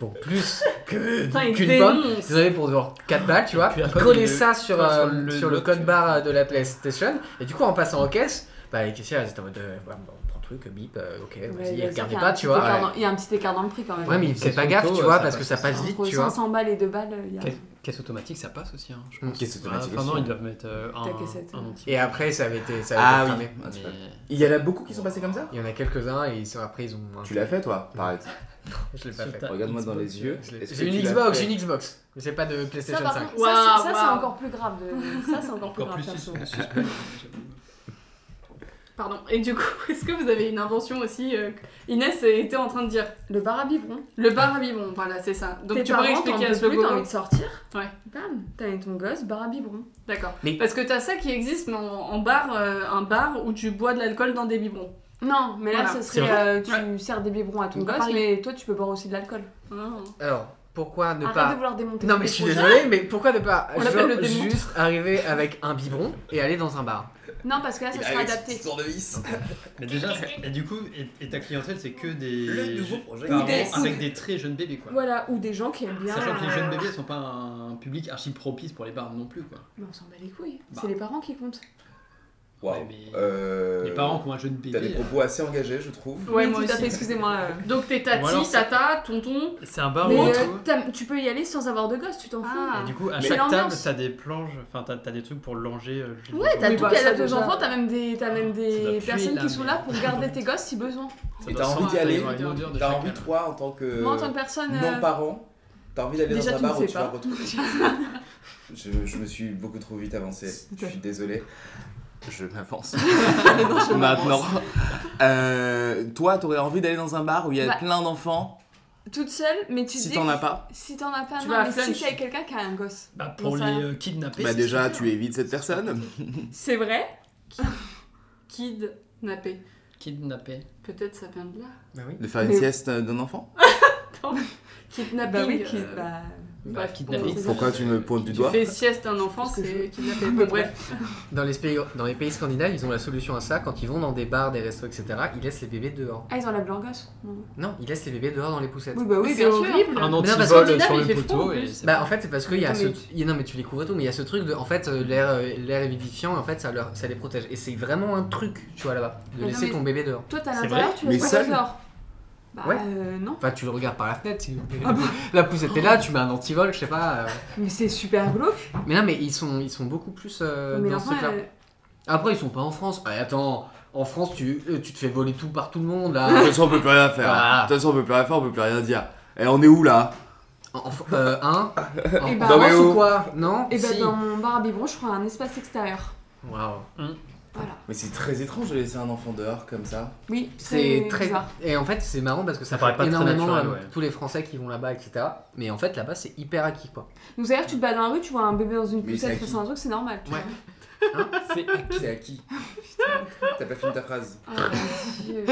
D: Bon, plus que-
A: Putain, ils
D: qu'une pomme.
A: dénoncent.
D: Ils avaient pour genre 4 balles, tu vois.
C: puis
D: Ils
C: après,
D: collaient
C: le-
D: ça sur,
C: sur
D: euh,
C: le-
D: sur le
C: le-
D: code barre de la PlayStation, et du coup, en passant aux caisses, bah les caissières elles étaient en mode, euh, ouais, bon, prends le truc, bip, euh, ok, vas-y, elles regardaient pas, tu vois.
B: Il y a un petit écart dans- il y a un petit écart dans le prix quand
C: hein.
B: même.
D: Ouais, mais ils faisaient
C: Caisse
D: pas gaffe,
C: auto,
D: tu vois,
C: ça
D: parce
C: passe.
D: que ça passe vite,
B: Entre
D: tu vois.
B: 500 balles et 2 balles, il y a
C: Quel- Caisse automatique, ça passe aussi. Hein, je
D: Mm.
C: pense.
L: Caisse automatique
C: enfin, non,
L: aussi. hein.
C: ils doivent mettre euh, un,
B: Ta cassette,
C: un
B: ouais.
C: entier.
D: Et après, ça avait été, ça avait
L: Ah
D: été
L: oui.
D: cramé.
L: Ah, c'est pas-
C: Mais- euh,
L: Il y en a beaucoup qui sont passés comme ça
D: Il y en a quelques-uns et ils sont, après ils ont. un-
L: Tu l'as fait toi Pareil.
D: Je l'ai pas
C: Sur
D: fait.
C: ta
L: Regarde-moi dans
C: Xbox,
L: les yeux.
D: Je l'ai-
L: Est-ce
D: J'ai
L: que
D: une
L: tu l'as
D: Xbox,
L: fait
D: j'ai une Xbox. Mais j'ai pas de PlayStation
B: Ça, par
D: 5.
B: contre, ça, c'est- ça, c'est
A: Waouh, waouh.
B: encore plus grave. de- Ça, c'est encore plus grave. perso.
A: Pardon. Et du coup, est-ce que vous avez une invention aussi euh, que- Inès était en train de dire
B: Le bar à biberon.
A: le bar à biberon. Voilà, c'est ça. Donc
B: Tes
A: tu
B: parents,
A: pourrais expliquer
B: t'en
A: à
B: peux
A: ce
B: plus, t'as
A: gogo.
B: envie de sortir.
A: Ouais.
B: Bam, t'as mis ton gosse, bar à biberon.
A: D'accord.
D: Mais-
A: Parce que t'as ça qui existe mais en, en bar, euh, un bar où tu bois de l'alcool dans des biberons.
B: Non, mais là,
A: Voilà.
B: ça
D: C'est
B: serait euh, tu sers des biberons à ton
A: Bah,
B: gosse,
A: pareil.
B: mais toi, tu peux boire aussi de l'alcool.
A: Ah.
D: Alors, pourquoi ne
B: Arrête
D: pas.
B: de vouloir démonter.
D: Non mais je suis désolé, mais pourquoi ne pas
A: On
D: genre,
A: l'appelle le démon.
D: juste arriver avec un biberon et aller dans un bar
B: Non, parce que là, Ah, ça
L: Il
B: sera
L: arrive avec cette
B: adapté.
L: histoire de vis.
C: Mais déjà, et du coup, et, et ta clientèle, c'est que des.
L: Le nouveau projet.
C: parents
B: Ou des-
C: avec des très jeunes bébés, quoi.
B: Voilà, ou des gens qui aiment bien. euh,
C: Sachant que les jeunes bébés sont pas un public archi propice pour les bars non plus, quoi.
B: Mais on s'en bat les couilles.
C: Bah.
B: C'est les parents qui comptent.
L: Waouh.
C: Ouais, mais
L: Euh,
C: Les parents qui ont un jeune bébé. euh,
L: T'as des propos assez engagés, je trouve.
A: Ouais,
B: oui,
A: moi
B: tout à
A: aussi.
B: fait, excusez-moi. euh.
A: Donc t'es tati,
C: Ou alors, c'est-
A: tata, tonton.
C: C'est un bar où.
B: Mais
C: du
B: euh,
C: coup-
B: t'as- tu peux y aller sans avoir de gosse, tu t'en
A: Ah.
B: fous.
C: Et du coup, à
B: Mais
C: chaque table,
B: l'ambiance.
C: t'as des planges, enfin, t'as t'as des trucs pour langer. euh, je-
B: Ouais, t'as
C: ça
B: tout
A: bah,
B: qui
A: ça,
B: adapte aux
A: déjà.
B: enfants, t'as même des, t'as même
C: Ça doit
B: des
C: puer,
B: personnes
C: là,
B: qui sont
C: mais-
B: là pour garder tes gosses si besoin.
C: doit
L: Et t'as
C: sentir
L: envie d'y aller.
C: une odeur de
L: T'as
C: chacal.
L: envie, toi, en tant que.
B: Moi, en tant que personne. euh,
L: non parent, t'as envie d'aller
B: déjà,
L: dans un
B: tu ne
L: bar où
B: sais
L: tu
B: pas.
L: vas retrouver. je, je me suis beaucoup trop vite avancé. Je suis désolé. Je m'avance. Maintenant. Euh, toi, t'aurais envie d'aller dans un bar où il y a
B: Bah,
L: plein d'enfants
B: toute seule, mais tu
L: si
B: dis.
L: t'en as pas
B: Si t'en as pas,
A: Tu
B: non,
A: vas à
B: mais si
A: Flunch.
B: t'es avec quelqu'un qui a un gosse.
C: Bah, pour
B: Bon,
C: les
B: ça-
C: euh, kidnapper.
L: Bah
C: c'est
L: déjà,
C: super.
L: tu évites cette personne.
B: C'est vrai
A: Kidnappé.
C: Kidnapper.
A: Peut-être ça vient de là.
C: Bah oui.
L: De faire une
B: Mais-
L: sieste d'un enfant
A: Kidnapping.
B: Bah oui,
A: euh,
B: qui- bah,
A: Bref,
D: euh,
C: kidnapper.
L: Pourquoi tu me pointes du
A: Tu
L: doigt
A: fais sieste un enfant,
B: Parce que
A: c'est
B: je-
A: kidnappé. Bon, bref.
D: Dans les, pays, dans les pays scandinaves, ils ont la solution à ça. Quand ils vont dans des bars, des restos, etc., ils laissent les bébés dehors.
B: Ah, ils ont la blanc gosse Non.
D: Non, ils laissent les bébés dehors dans les poussettes.
B: Oui, bah oui,
A: C'est
B: bien sûr.
A: horrible.
C: Un
D: Mais non, parce
A: qu'en
C: antivol
A: Scandinavie,
C: sur
A: il
C: le
A: fait froid, en
C: poteau et.
A: plus.
C: c'est-
D: Bah en fait c'est parce qu'il y a
B: Attends,
D: ce...
B: mais
D: il- Non mais tu les couvres et tout, mais il y a ce truc de... En fait euh, l'air euh, l'air est vivifiant et en fait ça, leur- ça les protège. Et c'est vraiment un truc, tu vois là-bas, de
B: Mais
D: laisser
B: Ah, non, mais-
D: ton bébé dehors.
B: Toi, t'as
C: C'est
B: l'intérieur, tu
L: Mais
B: vas pas
L: seul
B: dehors. Bah
D: Ouais.
B: euh, non.
D: Enfin tu le regardes par la fenêtre, si
B: Ah
D: la poussette est
B: Oh.
D: là, tu mets un antivol, je sais pas. euh.
B: Mais c'est super glauque.
D: Mais non mais ils sont, ils sont beaucoup plus euh,
B: mais
D: dans
B: l'enfant,
D: ce truc-là.
B: elle-
D: Après, ils sont pas en France. Ah, attends, en France, tu, euh, tu te fais voler tout par tout le monde, là.
L: De toute façon, on peut plus rien faire.
D: Ah.
L: De toute façon, on peut plus rien faire, on peut plus rien dire. Et on est où là
D: En- en- euh, hein En
B: Eh ben,
D: France
L: mais
D: ou
L: oh.
D: quoi Non
B: Et bah,
D: Si.
B: dans mon bar à biberon, je prends un espace extérieur.
D: Waouh.
B: Voilà.
L: Mais c'est très étrange de laisser un enfant dehors comme ça.
B: Oui,
D: C'est très...
B: bizarre.
D: Et en fait, c'est marrant parce que ça,
C: Ça paraît
D: fait
C: pas très
D: énormément
C: naturel,
D: euh,
C: ouais.
D: tous les Français qui vont là-bas, etc. Mais en fait, là-bas, c'est hyper acquis, quoi.
B: Donc, c'est-à-dire, tu te bats dans la rue, tu vois un bébé dans une
L: Mais
B: poussette,
L: c'est
B: face à un truc, c'est normal. tu
D: Ouais.
B: vois.
D: Hein c'est acquis.
L: C'est à qui T'as pas fini ta phrase.
B: Ah, mon Dieu.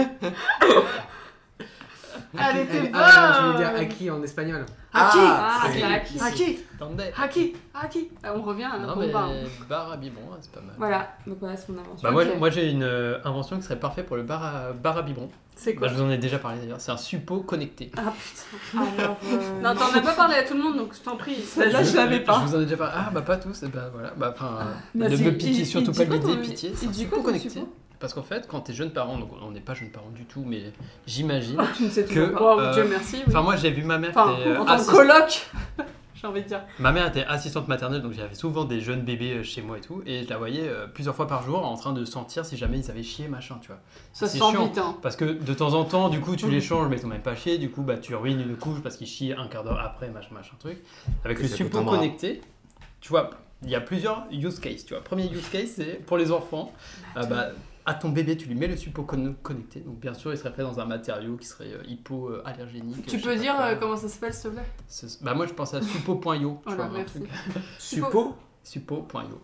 A: Elle
D: Acquis-
A: était
D: ah, non, je voulais
A: bonne.
D: dire acquis en espagnol.
B: Ah,
L: c'est-
B: claque.
A: Haki
C: Attendez.
A: Haki Haki Ah, On revient à
C: Non
A: un
C: mais
A: combat.
C: bar à biberon, c'est pas mal.
B: Voilà, donc voilà, c'est mon invention.
C: Bah moi,
A: Ok.
C: moi j'ai une euh, invention qui serait parfaite pour le bar à, bar à biberon.
A: C'est
C: Bah,
A: quoi
C: je vous en ai déjà parlé d'ailleurs, c'est un suppôt connecté.
A: Ah putain.
B: Alors, euh,
A: Non, t'en as pas parlé à tout le monde, donc je t'en prie.
B: Celle-là, Ah, je l'avais pas. Ah,
C: Je vous en ai déjà parlé. Ah bah pas tous, et bah voilà. Bah enfin,
B: mais
C: ne
B: c'est-
C: me
B: il-
C: pitié
B: il
C: surtout
B: dit
C: pas
B: quoi
C: l'idée,
B: ton-
C: pitié.
B: il
C: C'est un
B: dit
C: suppôt
B: quoi ton
C: connecté.
B: suppôt
C: Parce qu'en fait, quand t'es jeune parent, donc on n'est pas jeune parent du tout, mais j'imagine.
B: Tu ne sais
C: Que-
B: toujours pas.
A: Waouh,
C: Euh,
A: Dieu merci. oui.
C: Enfin moi j'ai vu ma mère
A: Enfin,
C: qui était, euh,
A: en tant que
C: assist-
A: coloc, j'ai envie de dire.
C: Ma mère était assistante maternelle, donc j'avais souvent des jeunes bébés euh, chez moi et tout, et je la voyais euh, plusieurs fois par jour en train de sentir si jamais ils avaient chié, machin, tu vois.
A: Ça se
C: C'est
A: sent
C: chiant.
A: vite, hein.
C: Parce que de temps en temps, du coup,
A: Mm.
C: tu les changes, mais ils sont même pas chiés, du coup, bah, tu ruines une couche parce qu'ils chient un quart d'heure après, machin, machin, truc. Avec
L: Et
C: le
L: ça
C: support
L: coûte un bras.
C: connecté, tu vois, il y a plusieurs use cases, tu vois. Premier use case, c'est pour les enfants, euh, bah, à ton bébé, tu lui mets le support con- connecté. Donc, bien sûr, il serait fait dans un matériau qui serait euh, hypo-allergénique.
A: Tu peux dire euh, comment ça s'appelle, s'il te plaît
C: Bah, moi, je pensais à suppo.io, tu
A: Voilà,
C: vois, un
A: Oh merci.
C: truc.
L: Suppo
C: Suppo.io.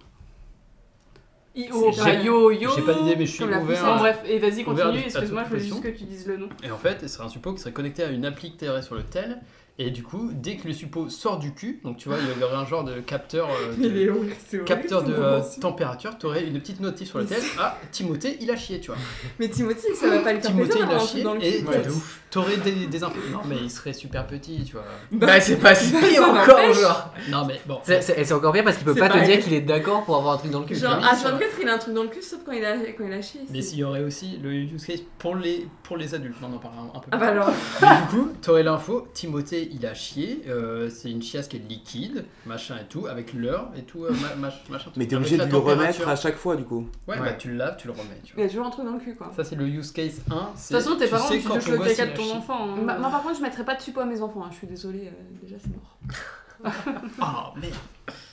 A: I.O.
C: C'est-
A: bah, Yo, yo.
C: J'ai pas d'idée, mais je suis
B: Comme la
C: ouvert.
A: Enfin,
C: à-
A: bref, et vas-y,
C: Ouvert à
A: continue.
C: toute- à toute
A: Excuse-moi, je voulais juste que
C: profession.
A: tu dises le nom.
C: Et en fait, c'est un suppôt qui serait connecté à une appli que t'aurais sur le tel. Et du coup, dès que le suppôt sort du cul, donc tu vois, il y aurait un genre de capteur euh, de,
B: c'est
C: capteur de euh, température, t'aurais une petite notif sur le tel. Ah, Timothée, il a chié, tu vois.
B: Mais Timothy, ça va pas le faire
C: Timothée,
B: plaisir
C: il a
B: d'avoir un truc
C: chié.
B: dans le
C: Et
B: cul.
C: ouais, de ouf. t'aurais des, des infos. Non, mais il serait super petit, tu vois.
D: Bah, c'est pas si pire
B: Ça
D: encore,
B: n'empêche.
D: genre.
C: Non, mais bon.
D: C'est- c'est- Et c'est encore pire parce qu'il peut
B: C'est
D: pas te
B: pas
D: dire
B: vrai.
D: qu'il est d'accord pour avoir un truc dans le cul.
B: Genre,
D: tu vois.
B: à 24, il a un truc dans le cul, sauf quand il a, quand il a chié.
C: Mais
B: c'est-
C: s'il y aurait aussi le use case pour les, pour les adultes. Non, on en parlera un, un peu plus
B: Ah
C: tard.
B: bah alors,
C: Mais du coup, t'aurais l'info, Timothée il a chié, euh, c'est une chiasse qui est liquide, machin et tout, avec l'heure et tout, euh, ma- mach- machin.
L: Mais t'es
C: Avec
L: obligé de
C: la
L: le remettre
C: température.
L: à chaque fois du coup.
C: Ouais, bah,
D: Ouais.
C: tu le laves, tu le remets. Tu
B: il
C: vois.
B: a toujours un truc dans le cul, quoi.
C: Ça, c'est le use case 1.
A: De toute façon, tes parents, tu touches le caca de ton
C: enfant.
A: enfant. hein.
B: Bah, moi, par contre, je mettrais pas de suppôt à mes enfants, hein, je suis désolée, euh, déjà, c'est mort.
C: Oh merde.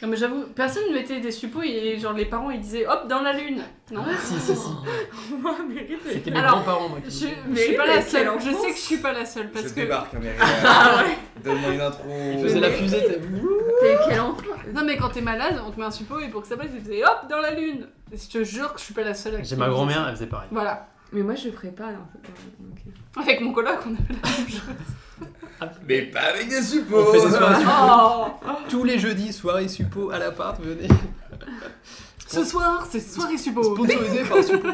A: Non mais j'avoue, personne ne mettait des suppos et genre les parents ils disaient hop dans la lune. Non
H: Si, si, si.
K: Moi, mérite.
H: C'était
B: Ah,
H: mes
A: Alors,
H: grands-parents, moi. qui
A: Je,
H: disaient.
A: je suis pas la
K: Mais
A: seule.
K: quelle
A: Je sais que
K: enfance.
A: je suis pas la seule parce
L: je
A: que.
L: débarque, hein, Myriam. Donne-moi une intro.
H: Ils faisaient la fusée, t'as vu
B: T'es quel enfant
A: Non mais quand t'es malade, on te met un suppôt et pour que ça passe, ils faisaient hop dans la lune. Et je te jure que je suis pas la seule. à qui
C: J'ai ma
A: ils faisaient
C: grand-mère, elle faisait
A: ça.
C: pareil.
A: Voilà.
K: Mais moi, je ferais pas. en fait, donc, euh.
A: Avec mon coloc, on a.
C: Ah,
L: Mais pas avec des
H: On
L: suppos.
H: faisait soirée suppo.
A: Oh
H: Tous les jeudis, soirée suppo à l'appart, venez.
A: Ce soir, c'est soirée suppo.
H: Sponsorisé par suppo.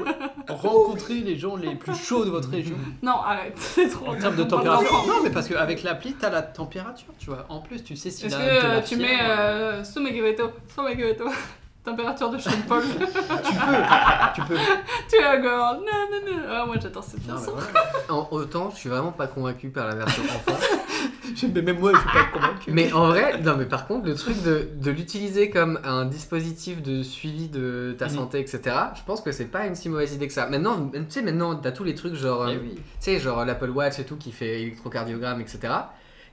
H: Rencontrez les gens les plus chauds de votre région.
A: Non, arrête, c'est trop.
H: En termes de
A: On parle
H: température.
A: d'enfants.
H: Non, mais parce qu'avec l'appli, t'as la température, tu vois. En plus, tu sais si
A: Est-ce
H: la-
A: que
H: de la
A: euh, tu mets
H: fièvre,
A: euh, 100 MW 100 MW Température de Sean Paul.
H: ah, Tu peux.
A: tu es encore. Non, non, non. Ah, moi j'adore cette
H: Non, mais
A: chanson.
H: voilà.
D: En, autant, je suis vraiment pas convaincu par la version enfant.
H: Je- mais même moi, je suis pas convaincu.
D: mais en vrai, non, mais par contre, le truc de, de l'utiliser comme un dispositif de suivi de ta
H: Mhm.
D: santé, etc., je pense que c'est pas une si mauvaise idée que ça. Maintenant, tu sais, maintenant, t'as tous les trucs genre.
H: Eh
D: euh,
H: oui.
D: Tu sais, genre l'Apple Watch et tout qui fait électrocardiogramme, etc.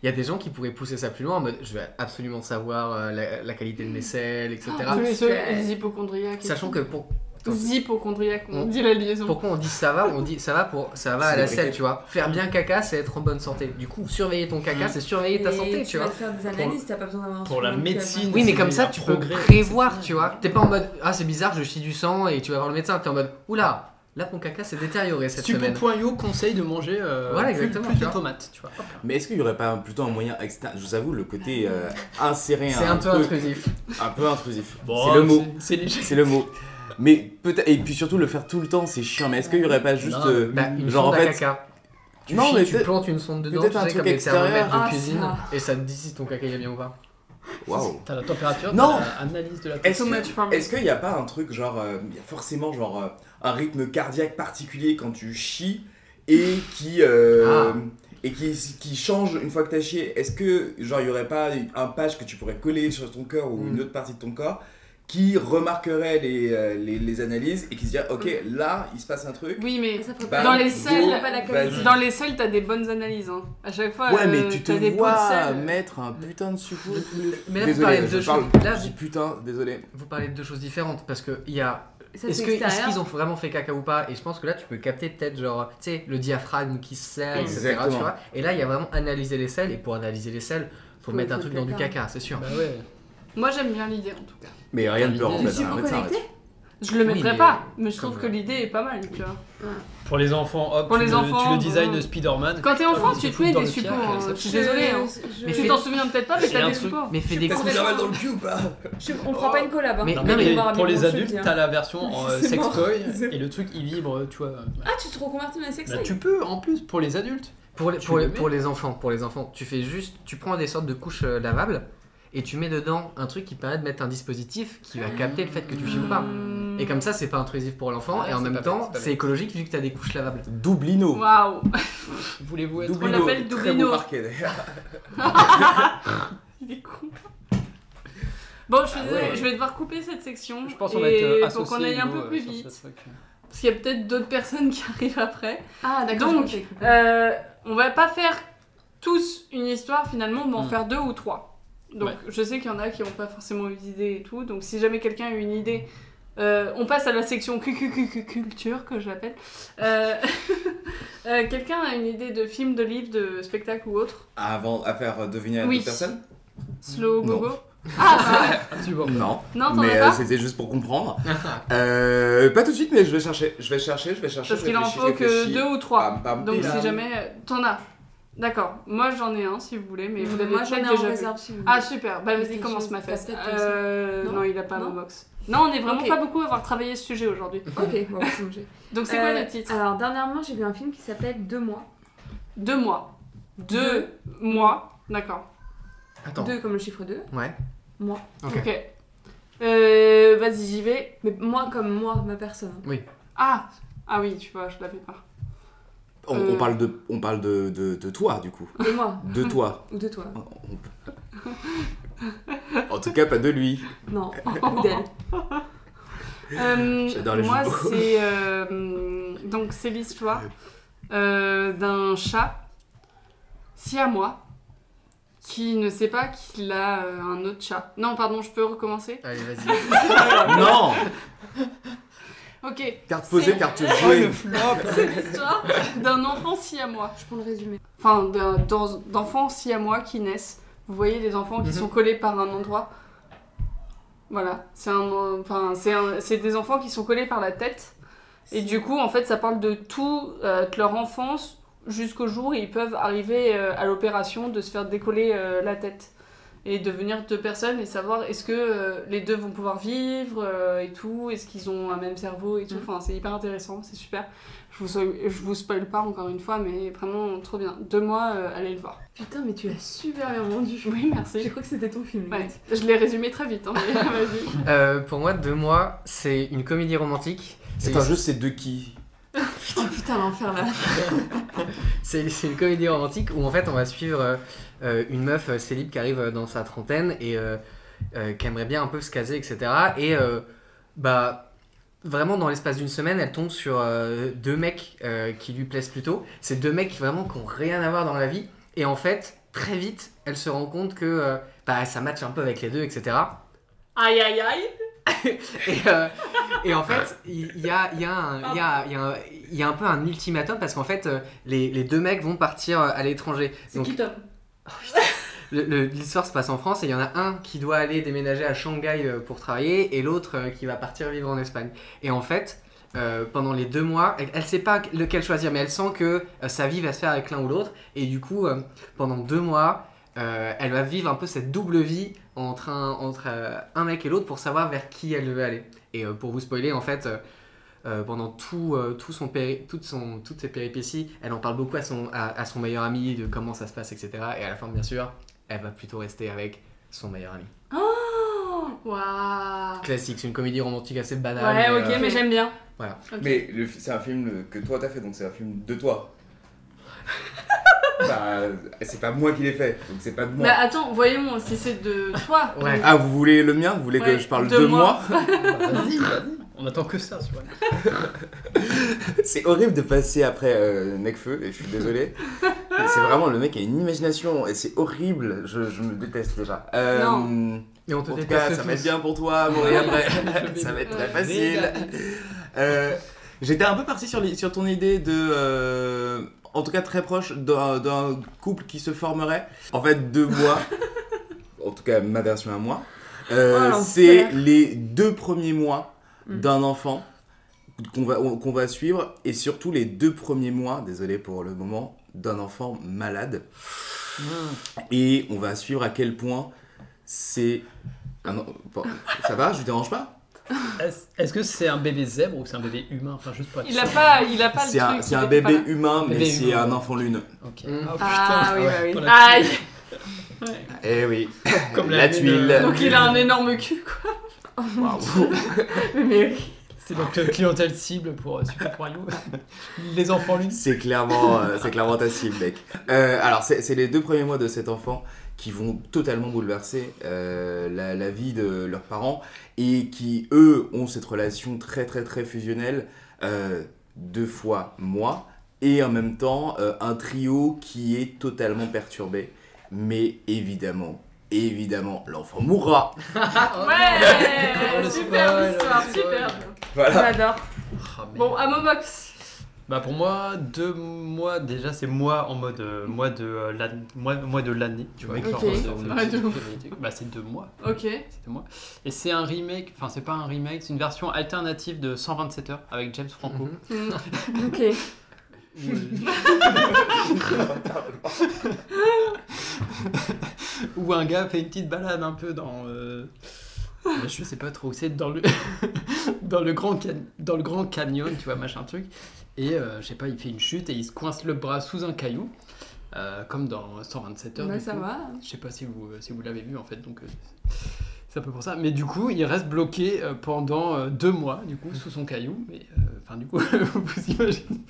D: Il y a des gens qui pourraient pousser ça plus loin en mode je vais absolument savoir euh, la, la qualité
H: Mm.
D: de mes selles, etc.
A: Tous les ceux-
B: putain.
A: les hypochondriaques. et
D: Sachant
A: tout.
D: que pour,
A: Les hypochondriaques, on
D: On-
A: dit la liaison.
D: pourquoi on dit ça va On dit ça va pour ça va à
L: C'est
D: la
L: des
D: selle,
L: briquets.
D: tu vois. Faire bien caca, c'est être en bonne santé. Du coup, surveiller ton caca,
H: Mm.
D: c'est surveiller ta
K: Mais
D: santé, tu
K: tu vas
D: vois.
K: te faire des analyses, t'as pas besoin d'avoir un
H: pour la
K: supplément de
H: médecine,
B: hein.
K: calme.
D: Oui, mais
H: c'est
D: comme ça,
H: un
D: tu peux
H: progrès,
D: prévoir,
H: etc.
D: tu vois. T'es pas en mode ah c'est bizarre, je chie du sang et tu vas voir le médecin. T'es en mode oula, là mon caca s'est détérioré cette semaine.
H: Stupo.io conseille de manger euh,
D: Voilà,
H: plus,
D: exactement,
H: plus
D: tu
H: de
D: vois.
H: tomates, tu vois. Hop là.
L: Mais est-ce qu'il y aurait pas plutôt un moyen externe Je vous avoue, le côté euh, insérer
D: C'est un peu
L: truc
D: intrusif.
L: un peu intrusif.
H: Bon,
L: c'est le mot.
H: C'est léger.
L: C'est le mot. Mais peut-être et puis surtout le faire tout le temps, c'est chiant. Mais est-ce qu'il y aurait pas juste
H: Non,
L: euh,
D: Bah, une
L: genre en
D: sonde à
L: fait
D: caca. Tu
L: Non,
D: chies,
L: mais
D: tu
L: peut-être-
D: plantes une sonde dedans,
L: peut-être
D: tu
L: un
D: sais,
L: truc
D: comme les
L: extérieur.
D: thermomètres de
A: Ah,
D: cuisine,
A: ça.
D: et ça te dit si ton caca il est bien ou pas.
L: waouh
H: T'as la température,
L: Non.
H: t'as l'analyse de la
L: Est-ce
A: Too
L: que-
A: much for me.
L: Est-ce qu'il n'y a pas un truc genre, euh, il y a forcément genre euh, un rythme cardiaque particulier quand tu chies et qui euh,
D: Ah.
L: et qui, qui change une fois que t'as chié Est-ce que genre il y aurait pas un patch que tu pourrais coller sur ton corps ou
D: Mm.
L: une autre partie de ton corps qui remarquerait les, euh, les, les analyses et qui se dirait ok là il se passe un truc.
A: Oui, mais
K: Ça ferait
L: Bah,
K: pas-
A: Dans les
L: go,
A: selles,
K: pas la
L: vas-y.
K: qualité.
A: dans les selles, t'as des bonnes analyses. hein. À chaque fois,
L: Ouais, mais
A: euh,
L: tu te
A: t'as des pots de
L: vois
A: sel.
L: mettre un putain de suppôt tous les jours.
D: Mais là, vous
L: désolé,
D: parlez de
L: je
D: deux
L: parle,
D: choses. Là,
L: je dis putain, désolé.
D: Vous parlez de deux choses différentes parce que il y a.
K: Ça,
D: Est-ce
K: c'est
D: que- est-ce
K: extérieur.
H: Bah,
D: qu'ils ont vraiment fait caca ou pas Et je pense que là, tu peux capter peut-être genre, tu sais, le diaphragme qui se serre, etc. tu
L: Exactement.
D: vois. et là, il y a vraiment analyser les selles. Et pour analyser les selles, faut
K: Faut-
D: mettre un
K: faut
D: truc
K: le
D: dans du
K: caca.
D: caca, c'est sûr.
H: Bah ouais.
A: Moi, j'aime bien l'idée en tout cas.
L: Mais rien ne peut
H: Je
K: Je
L: remplacer
K: suis
L: un
K: pas
L: médecin.
K: connectée
A: Je le
D: Oui,
A: mettrais
D: mais-
A: pas, mais je trouve
D: comme-
A: que l'idée est pas mal, tu vois.
C: Pour les enfants, hop,
A: Pour
C: tu,
A: les
C: le, tu
A: enfants,
C: le design de
A: euh,
C: Spider-Man.
A: Quand t'es enfant,
H: ils se
A: tu te
H: foutent
A: mets
H: dans
A: des
H: le
A: suppos.
H: fiacre,
C: euh,
A: hein.
H: ça.
A: Je suis désolée. hein.
K: Je-
D: Mais
A: Tu
D: fais-
A: t'en souviens peut-être pas, mais
C: J'ai
A: t'as
C: un
A: des
C: truc.
A: suppos.
D: Mais fais
L: Je
D: des
L: sais pas
A: cons-
L: si j'ai mal dans le cul ou pas
K: On fera pas une collab. hein.
D: Mais-
K: On
C: Non,
D: non,
C: mais
K: va
C: les-
K: avoir
C: pour
K: des
C: les
K: bons
C: adultes,
K: soutiens.
C: t'as la version en euh,
K: C'est mort.
C: sextoy et le truc il vibre, tu vois.
K: Ah, tu te reconvertis dans les sexes
C: Bah, tu peux en plus pour les adultes.
D: Pour les,
C: Tu
D: pour,
C: le
D: les-
C: mets.
D: pour les enfants, pour les enfants, tu fais juste, tu prends des sortes de couches euh, lavables et tu mets dedans un truc qui permet de mettre un dispositif qui va capter le fait que tu chies ou pas.
A: Hmm.
D: Et comme ça, c'est pas intrusif pour l'enfant
H: Ah,
D: et en
H: c'est
D: même
H: pas bête,
D: temps,
H: c'est pas
D: c'est
H: bête.
D: écologique vu que t'as des couches lavables.
L: Doublino.
A: Waouh
H: Voulez-vous être.
A: On
L: Doublino.
A: l'appelle
L: Très
A: Doublino.
L: beau parquet d'ailleurs.
A: Il est con. Bon, je, suis
H: Ah
A: désolée,
H: ouais.
A: je vais devoir couper cette section.
H: Je pense
A: et
H: qu'on va être euh,
A: pour
H: associés,
A: qu'on aille un
H: nous,
A: peu
H: euh,
A: plus
H: sur ce
A: vite.
H: truc.
A: Parce qu'il y a peut-être d'autres personnes qui arrivent après.
K: Ah, d'accord.
A: Donc,
K: je pensais que-
A: Euh, on va pas faire tous une histoire finalement, mais en
H: Mm.
A: faire deux ou trois. Donc
H: Ouais.
A: je sais qu'il y en a qui n'ont pas forcément eu d'idée et tout. Donc si jamais quelqu'un a une idée, euh, on passe à la section QQQQ culture que j'appelle. Euh, euh, quelqu'un a une idée de film, de livre, de spectacle ou autre
L: Avant, à faire euh, deviner à
A: Oui.
L: d'autres personnes
A: Slow
L: Non.
A: Gogo Ah,
H: Absolument.
L: Non.
A: bah, non, t'en
L: mais
A: as
L: euh,
A: pas Ah.
L: c'était juste pour comprendre. Euh, pas tout de suite, mais je vais chercher. Je vais chercher, je vais chercher.
A: Parce
L: je
A: qu'il en
L: réfléchis,
A: faut
L: je réfléchis.
A: que deux ou trois.
L: Pam, pam,
A: Donc
L: pam.
A: si jamais. T'en as D'accord, moi j'en ai un si vous voulez, mais vous l'avez
K: Mm. Moi, j'en ai
A: peut-être
K: en
A: déjà vu.
K: réserve. si vous voulez.
A: Ah super, bah vas-y
K: Quelque
A: commence
K: chose,
A: ma
K: t'as
A: fesse.
K: peut-être comme
A: Euh, non,
K: Non
A: il a pas
K: Non
A: mon box. Non, on est vraiment
K: Ok.
A: pas beaucoup à avoir travaillé ce sujet aujourd'hui.
K: Ok, bon, c'est bon, j'ai-
A: Donc c'est quoi
K: Euh,
A: le titre
K: Alors, dernièrement, j'ai vu un film qui s'appelle Deux mois.
A: Deux mois. Deux, mois, d'accord.
D: Attends.
K: Deux comme le chiffre 2.
D: Ouais.
K: Moi.
D: Ok.
A: Ok. Euh, vas-y, j'y vais.
K: Mais moi comme moi, ma personne.
A: Ah Ah oui, tu vois, je l'avais pas.
L: On, on
A: euh.
L: parle de, on parle de, de, de toi du coup,
K: De moi.
L: de toi.
K: Ou de toi.
L: En tout cas, pas de lui.
K: Non. Ou d'elle.
A: Euh,
L: J'adore les
A: moi,
L: jeux de mots.
A: c'est euh, donc c'est l'histoire euh, d'un chat siamois qui ne sait pas qu'il a euh, un autre chat. Non, pardon, je peux recommencer
D: Allez, vas-y.
L: Non
A: Ok,
L: Carte
A: posée,
L: posée,
A: C'est-
H: Ah,
L: carte jouée.
A: c'est l'histoire d'un enfant si à moi. Je peux le résumer. Enfin, d'un- dans- d'enfants si à moi qui naissent. Vous voyez les enfants qui
D: Mhm.
A: sont collés par un endroit. Voilà, c'est un, euh, enfin, c'est un- c'est des enfants qui sont collés par la tête. Et du coup, en fait, ça parle de tout, euh, de leur enfance jusqu'au jour où ils peuvent arriver euh, à l'opération de se faire décoller euh, la tête et devenir deux personnes et savoir est-ce que euh, les deux vont pouvoir vivre euh, et tout, est-ce qu'ils ont un même cerveau et tout. Enfin, c'est hyper intéressant, c'est super. Je vous, spoil- je vous spoil pas encore une fois, mais vraiment trop bien. Deux mois, euh, allez le voir.
B: Putain, mais tu l'as super bien vendu.
A: Oui,
B: J'ai
A: merci.
B: cru que c'était ton film.
A: Ouais, je l'ai résumé très vite, hein, mais vas-y.
D: Euh, pour moi, Deux mois, c'est une comédie romantique.
L: C'est un jeu, c'est de qui
B: Oh putain, l'enfer là.
D: C'est c'est une comédie romantique où en fait on va suivre euh, euh, une meuf euh, célib qui arrive euh, dans sa trentaine et euh, euh, qui aimerait bien un peu se caser, etc. Et euh, bah vraiment dans l'espace d'une semaine, elle tombe sur euh, deux mecs euh, qui lui plaisent plutôt. C'est deux mecs qui, vraiment qui n'ont rien à voir dans la vie. Et en fait, très vite, elle se rend compte que euh, bah, ça matche un peu avec les deux, etc.
A: Aïe aïe aïe
D: Et, euh, et en fait, il il y a, il y, a un- il y a- il y a un- il y a un peu un ultimatum parce qu'en fait, euh, les, les deux mecs vont partir euh, à l'étranger.
K: C'est
D: Donc,
K: qui Tom
D: le- le- l'histoire se passe en France et il y en a un qui doit aller déménager à Shanghai euh, pour travailler et l'autre euh, qui va partir vivre en Espagne. Et en fait, euh, pendant les deux mois, elle, elle sait pas lequel choisir, mais elle sent que euh, sa vie va se faire avec l'un ou l'autre. Et du coup, euh, pendant deux mois, euh, elle va vivre un peu cette double vie entre un, entre, euh, un mec et l'autre pour savoir vers qui elle veut aller. Et euh, pour vous spoiler, en fait, euh, euh, pendant tout, euh, tout son péri- toute son, toutes ses péripéties, elle en parle beaucoup à son, à, à son meilleur ami de comment ça se passe, etc. Et à la fin, bien sûr, elle va plutôt rester avec son meilleur ami.
A: Waouh
D: Classique, c'est une comédie romantique assez banale.
A: Ah. Ouais,
D: mais,
A: ok,
D: euh,
A: mais j'aime bien.
D: Voilà.
A: Ok.
L: Mais le fi- c'est un film que toi t'as fait, donc c'est un film de toi. bah, c'est pas moi qui l'ai fait, donc c'est pas de moi.
A: Bah attends, voyons si c'est de toi.
D: Ouais.
L: Ah, vous voulez le mien Vous voulez
A: Ouais,
L: que je parle
A: de
L: de,
A: moi.
L: moi,
H: Vas-y, vas-y. On attend que ça, tu vois.
L: C'est horrible de passer après euh, Necfeu, et je suis désolé. Mais c'est vraiment, le mec a une imagination, et c'est horrible. Je, je me déteste déjà. Euh,
A: Non.
D: Et on te
L: En tout
D: déteste
L: cas, ça va être
D: tous.
L: bien pour toi, bon, et après, ça va être très facile. Euh, J'étais un peu parti sur, les- sur ton idée de. euh, en tout cas, très proche d'un d'un couple qui se formerait. En fait, deux mois, en tout cas ma version à moi, euh,
B: Oh, l'enfer. Mm.
L: c'est les deux premiers mois d'un enfant qu'on va, qu'on va suivre et surtout les deux premiers mois, désolé pour le moment, d'un enfant malade. Et on va suivre à quel point c'est. Ah non, bon, ça va, je vous dérange pas
H: Est-ce est-ce que c'est un bébé zèbre ou c'est un bébé humain Enfin, juste pas.
A: Il a pas, il a pas le
L: C'est un,
A: truc.
L: c'est
A: il
L: un
A: était pas
L: bébé
A: là.
L: humain, mais
H: Bébé
L: c'est
H: humain.
L: un enfant lune.
H: Ok.
D: Mm.
H: Ah,
A: Ah oui, bah oui.
H: Pour la-
A: Aïe
L: Eh oui,
H: Comme la
L: la,
H: lune,
L: tuile.
H: euh,
C: Ah,
A: Donc il a un énorme cul, quoi.
L: Waouh.
B: Mais
H: C'est donc euh, clientèle cible pour euh, Super Mario. Les enfants lunes.
L: C'est clairement, euh, c'est clairement ta cible, mec. Euh, alors, c'est c'est les deux premiers mois de cet enfant qui vont totalement bouleverser euh, la, la vie de leurs parents et qui, eux, ont cette relation très, très, très fusionnelle. euh, deux fois moi et en même temps euh, un trio qui est totalement perturbé. Mais évidemment, évidemment, l'enfant mourra.
H: Oh, le
A: Ouais Super
H: spoil,
A: histoire,
H: le
A: super.
H: spoil.
L: Voilà.
A: J'adore.
C: Ah, mais-
A: Bon, à Momox.
C: Bah pour moi, deux mois, déjà c'est moi en mode euh, mois de euh, la- mois- mois de l'année, tu vois.
A: Ok.
C: genre, euh, c'est-
A: Ouais, de
C: Bah c'est deux mois,
A: Ok.
C: c'est deux mois. Et c'est un remake, enfin c'est pas un remake, c'est une version alternative de 127 heures avec James Franco.
D: Mhm.
A: Mm.
B: Ok.
C: Où un gars fait une petite balade un peu dans. euh, mais je sais pas trop où c'est, dans le, dans, le grand can- dans le Grand Canyon, tu vois, machin truc. Et euh, je sais pas, il fait une chute et il se coince le bras sous un caillou, euh, comme dans 127 heures.
B: Bah,
C: du
B: ça
C: coup.
B: va.
C: Je sais pas si vous, si vous l'avez vu en fait, donc euh, c'est un peu pour ça. Mais du coup, il reste bloqué euh, pendant euh, deux mois, du coup, sous son caillou. Mais euh, enfin, du coup, vous imaginez,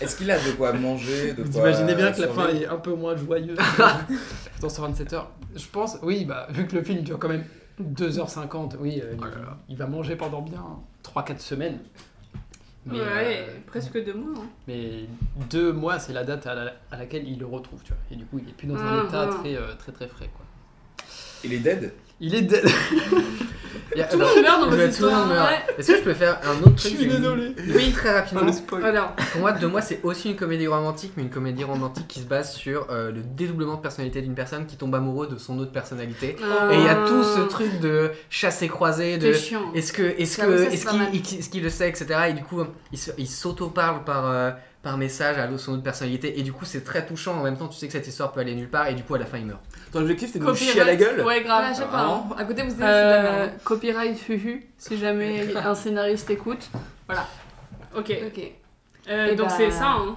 L: Est-ce qu'il a de quoi manger de
C: vous
L: quoi
C: imaginez bien que la
L: survivre
C: fin est un peu moins joyeuse dans 127 heures. Je pense, oui, bah, vu que le film dure quand même 2h50, oui, euh, il va manger pendant bien 3-4 semaines. Mais,
A: ouais,
C: euh,
A: presque deux mois. hein.
C: mais deux mois, c'est la date à, la- à laquelle il le retrouve, tu vois. Et du coup, il est plus dans un
A: Ah,
C: état
A: ah.
C: très, euh, très, très frais, quoi.
L: Il est dead
C: Il est dead.
D: Il y a-
A: Tout le
D: alors,
A: monde meurt dans vos
D: je- tout le monde
A: histoires.
D: meurt.
A: ouais.
D: Est-ce que je peux faire un autre truc
C: Je suis désolé.
D: Oui, très rapidement.
A: Alors,
D: Pour moi, deux mois, c'est aussi une comédie romantique, mais une comédie romantique qui se base sur euh, le dédoublement de personnalité d'une personne qui tombe amoureux de son autre personnalité.
A: euh,
D: Et il y a tout ce truc de chasser croisé,
A: C'est
D: de
A: chiant.
D: est-ce que est-ce
B: J'avoue,
D: que
B: ça, c'est
D: est-ce
B: pas
D: qu'il
B: mal.
D: il- est-ce qu'il le sait, etc. Et du coup, il, se- il s'auto-parle par euh, par message à l'autre- son autre personnalité. Et du coup, c'est très touchant. En même temps, tu sais que cette histoire peut aller nulle part. Et du coup, à la fin, il meurt.
L: Ton objectif, c'est de nous
A: Copyright.
L: chier à la gueule
A: Ouais,
B: Ah,
A: grave.
B: je sais pas.
L: Vraiment
B: hein. À côté, vous avez
A: Euh,
B: c'est de la merde.
A: copyright Fuhu, si jamais un scénariste écoute. Voilà. Ok.
B: Ok.
A: Euh,
B: Et
A: donc
B: bah-
A: c'est ça, hein.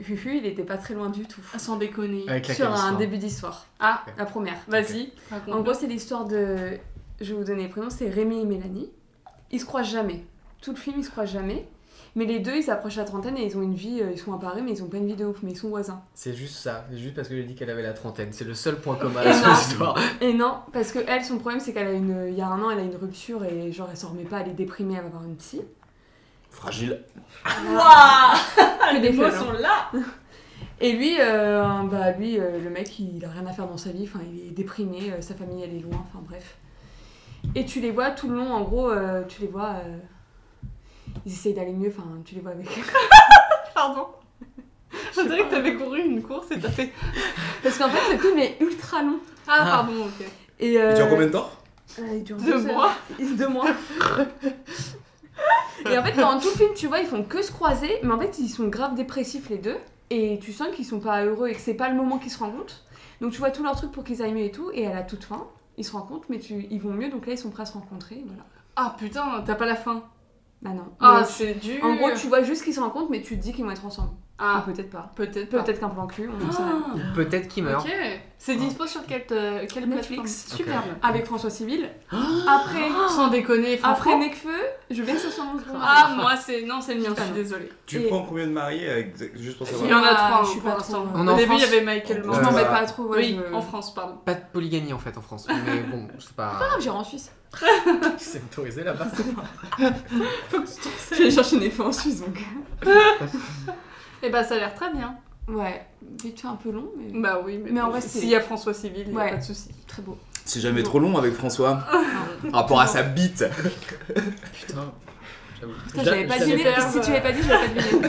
B: Fufu, il était pas très loin du tout.
A: Ah, Sans déconner.
D: Avec laquelle
B: Sur
D: il se
B: un
D: marre.
B: début d'histoire.
A: Ah,
B: La première.
A: vas-y.
B: En gros, c'est l'histoire de. Je vais vous donner les prénoms, c'est Rémi et Mélanie. Ils se croient jamais. Tout le film, ils se croient jamais. Mais les deux, ils approchent la trentaine et ils ont une vie. euh, Ils sont à Paris, mais ils ont pas une vie de ouf, mais ils sont voisins.
D: C'est juste ça. C'est juste parce que j'ai dit qu'elle avait la trentaine. C'est le seul point commun
B: Et
D: à
B: non.
D: cette histoire.
B: Et non, parce que elle, son problème, c'est qu'elle a une. Il y a un an, elle a une rupture et genre, elle s'en remet pas, elle est déprimée, elle va voir une psy.
L: Fragile.
A: Ah,
B: Que des folles, hein.
A: là
B: Et lui, euh, bah lui, euh, le mec, il a rien à faire dans sa vie. Enfin, il est déprimé. euh, sa famille, elle est loin. Enfin bref. Et tu les vois tout le long. En gros, euh, tu les vois. euh, ils essayent d'aller mieux. Enfin, tu les vois avec.
A: Pardon. Je dirais que t'avais couru une course et t'as fait.
B: Parce qu'en fait, le film est ultra long.
A: Ah, pardon, ok.
B: Et euh,
L: Il dure combien de temps
B: euh, il dure
A: Deux
B: deux heures.
A: mois.
B: Deux mois. et en fait, pendant tout le film, tu vois, ils font que se croiser, mais en fait, ils sont grave dépressifs les deux. Et tu sens qu'ils sont pas heureux et que c'est pas le moment qu'ils se rencontrent. Donc tu vois tout leur truc pour qu'ils aillent mieux et tout. Et à la toute fin, ils se rencontrent, mais tu, ils vont mieux, donc là, ils sont prêts à se rencontrer. Voilà.
A: Ah putain, t'as pas la fin.
B: Bah non.
A: Ah,
B: Mais
A: c'est dur.
B: en gros, tu vois juste qu'ils se rencontrent, mais tu te dis qu'ils vont être ensemble.
A: Ah,
B: Ou peut-être pas.
A: peut-être. pas.
B: Peut-être qu'un plan cul, on sait rien.
A: Ah,
D: Peut-être qu'il meurt.
A: ok.
D: Ah.
A: C'est dispo sur quelle, euh, quelle
B: Netflix.
A: plateforme Superbe.
B: Avec François Civil.
A: Ah.
B: Après,
A: Sans déconner,
B: après
A: franchement.
B: Necfeu, je veux que ce soit mon second.
A: Ah, moi, c'est. Non, c'est le mien, je suis désolée.
L: Tu
B: Et-
L: prends combien de mariés avec- Juste pour
A: Il
L: savoir.
A: y en a
B: Ah,
A: trois, hein,
B: je suis
A: pour
B: pas
A: l'instant.
B: trop-
D: On est
A: Au
D: en
A: début, il y
D: France
A: avait Michael Mann.
B: Je m'en
L: Ouais.
B: mets pas trop. ouais,
A: Oui,
B: je-
A: en France, pardon.
D: Pas de polygamie en fait en France. Mais bon, c'est pas.
B: Ah, J'irai en Suisse.
D: C'est autorisé là-bas.
B: J'allais chercher une effet en Suisse donc.
A: Et bah, ça a l'air très bien.
B: Ouais, vite fait un peu long, mais
A: Bah oui, mais,
B: Mais en
A: bon,
B: vrai, c'est-
A: s'il y a François Civil, il y a
B: Ouais.
A: pas de souci.
B: très beau.
L: C'est jamais trop long avec François. Rapport à sa bite.
C: Putain, j'avoue.
B: Putain, j'avais pas
A: j'avais
B: deviné.
A: pas-
B: Si tu l'avais pas dit, j'avais pas deviné.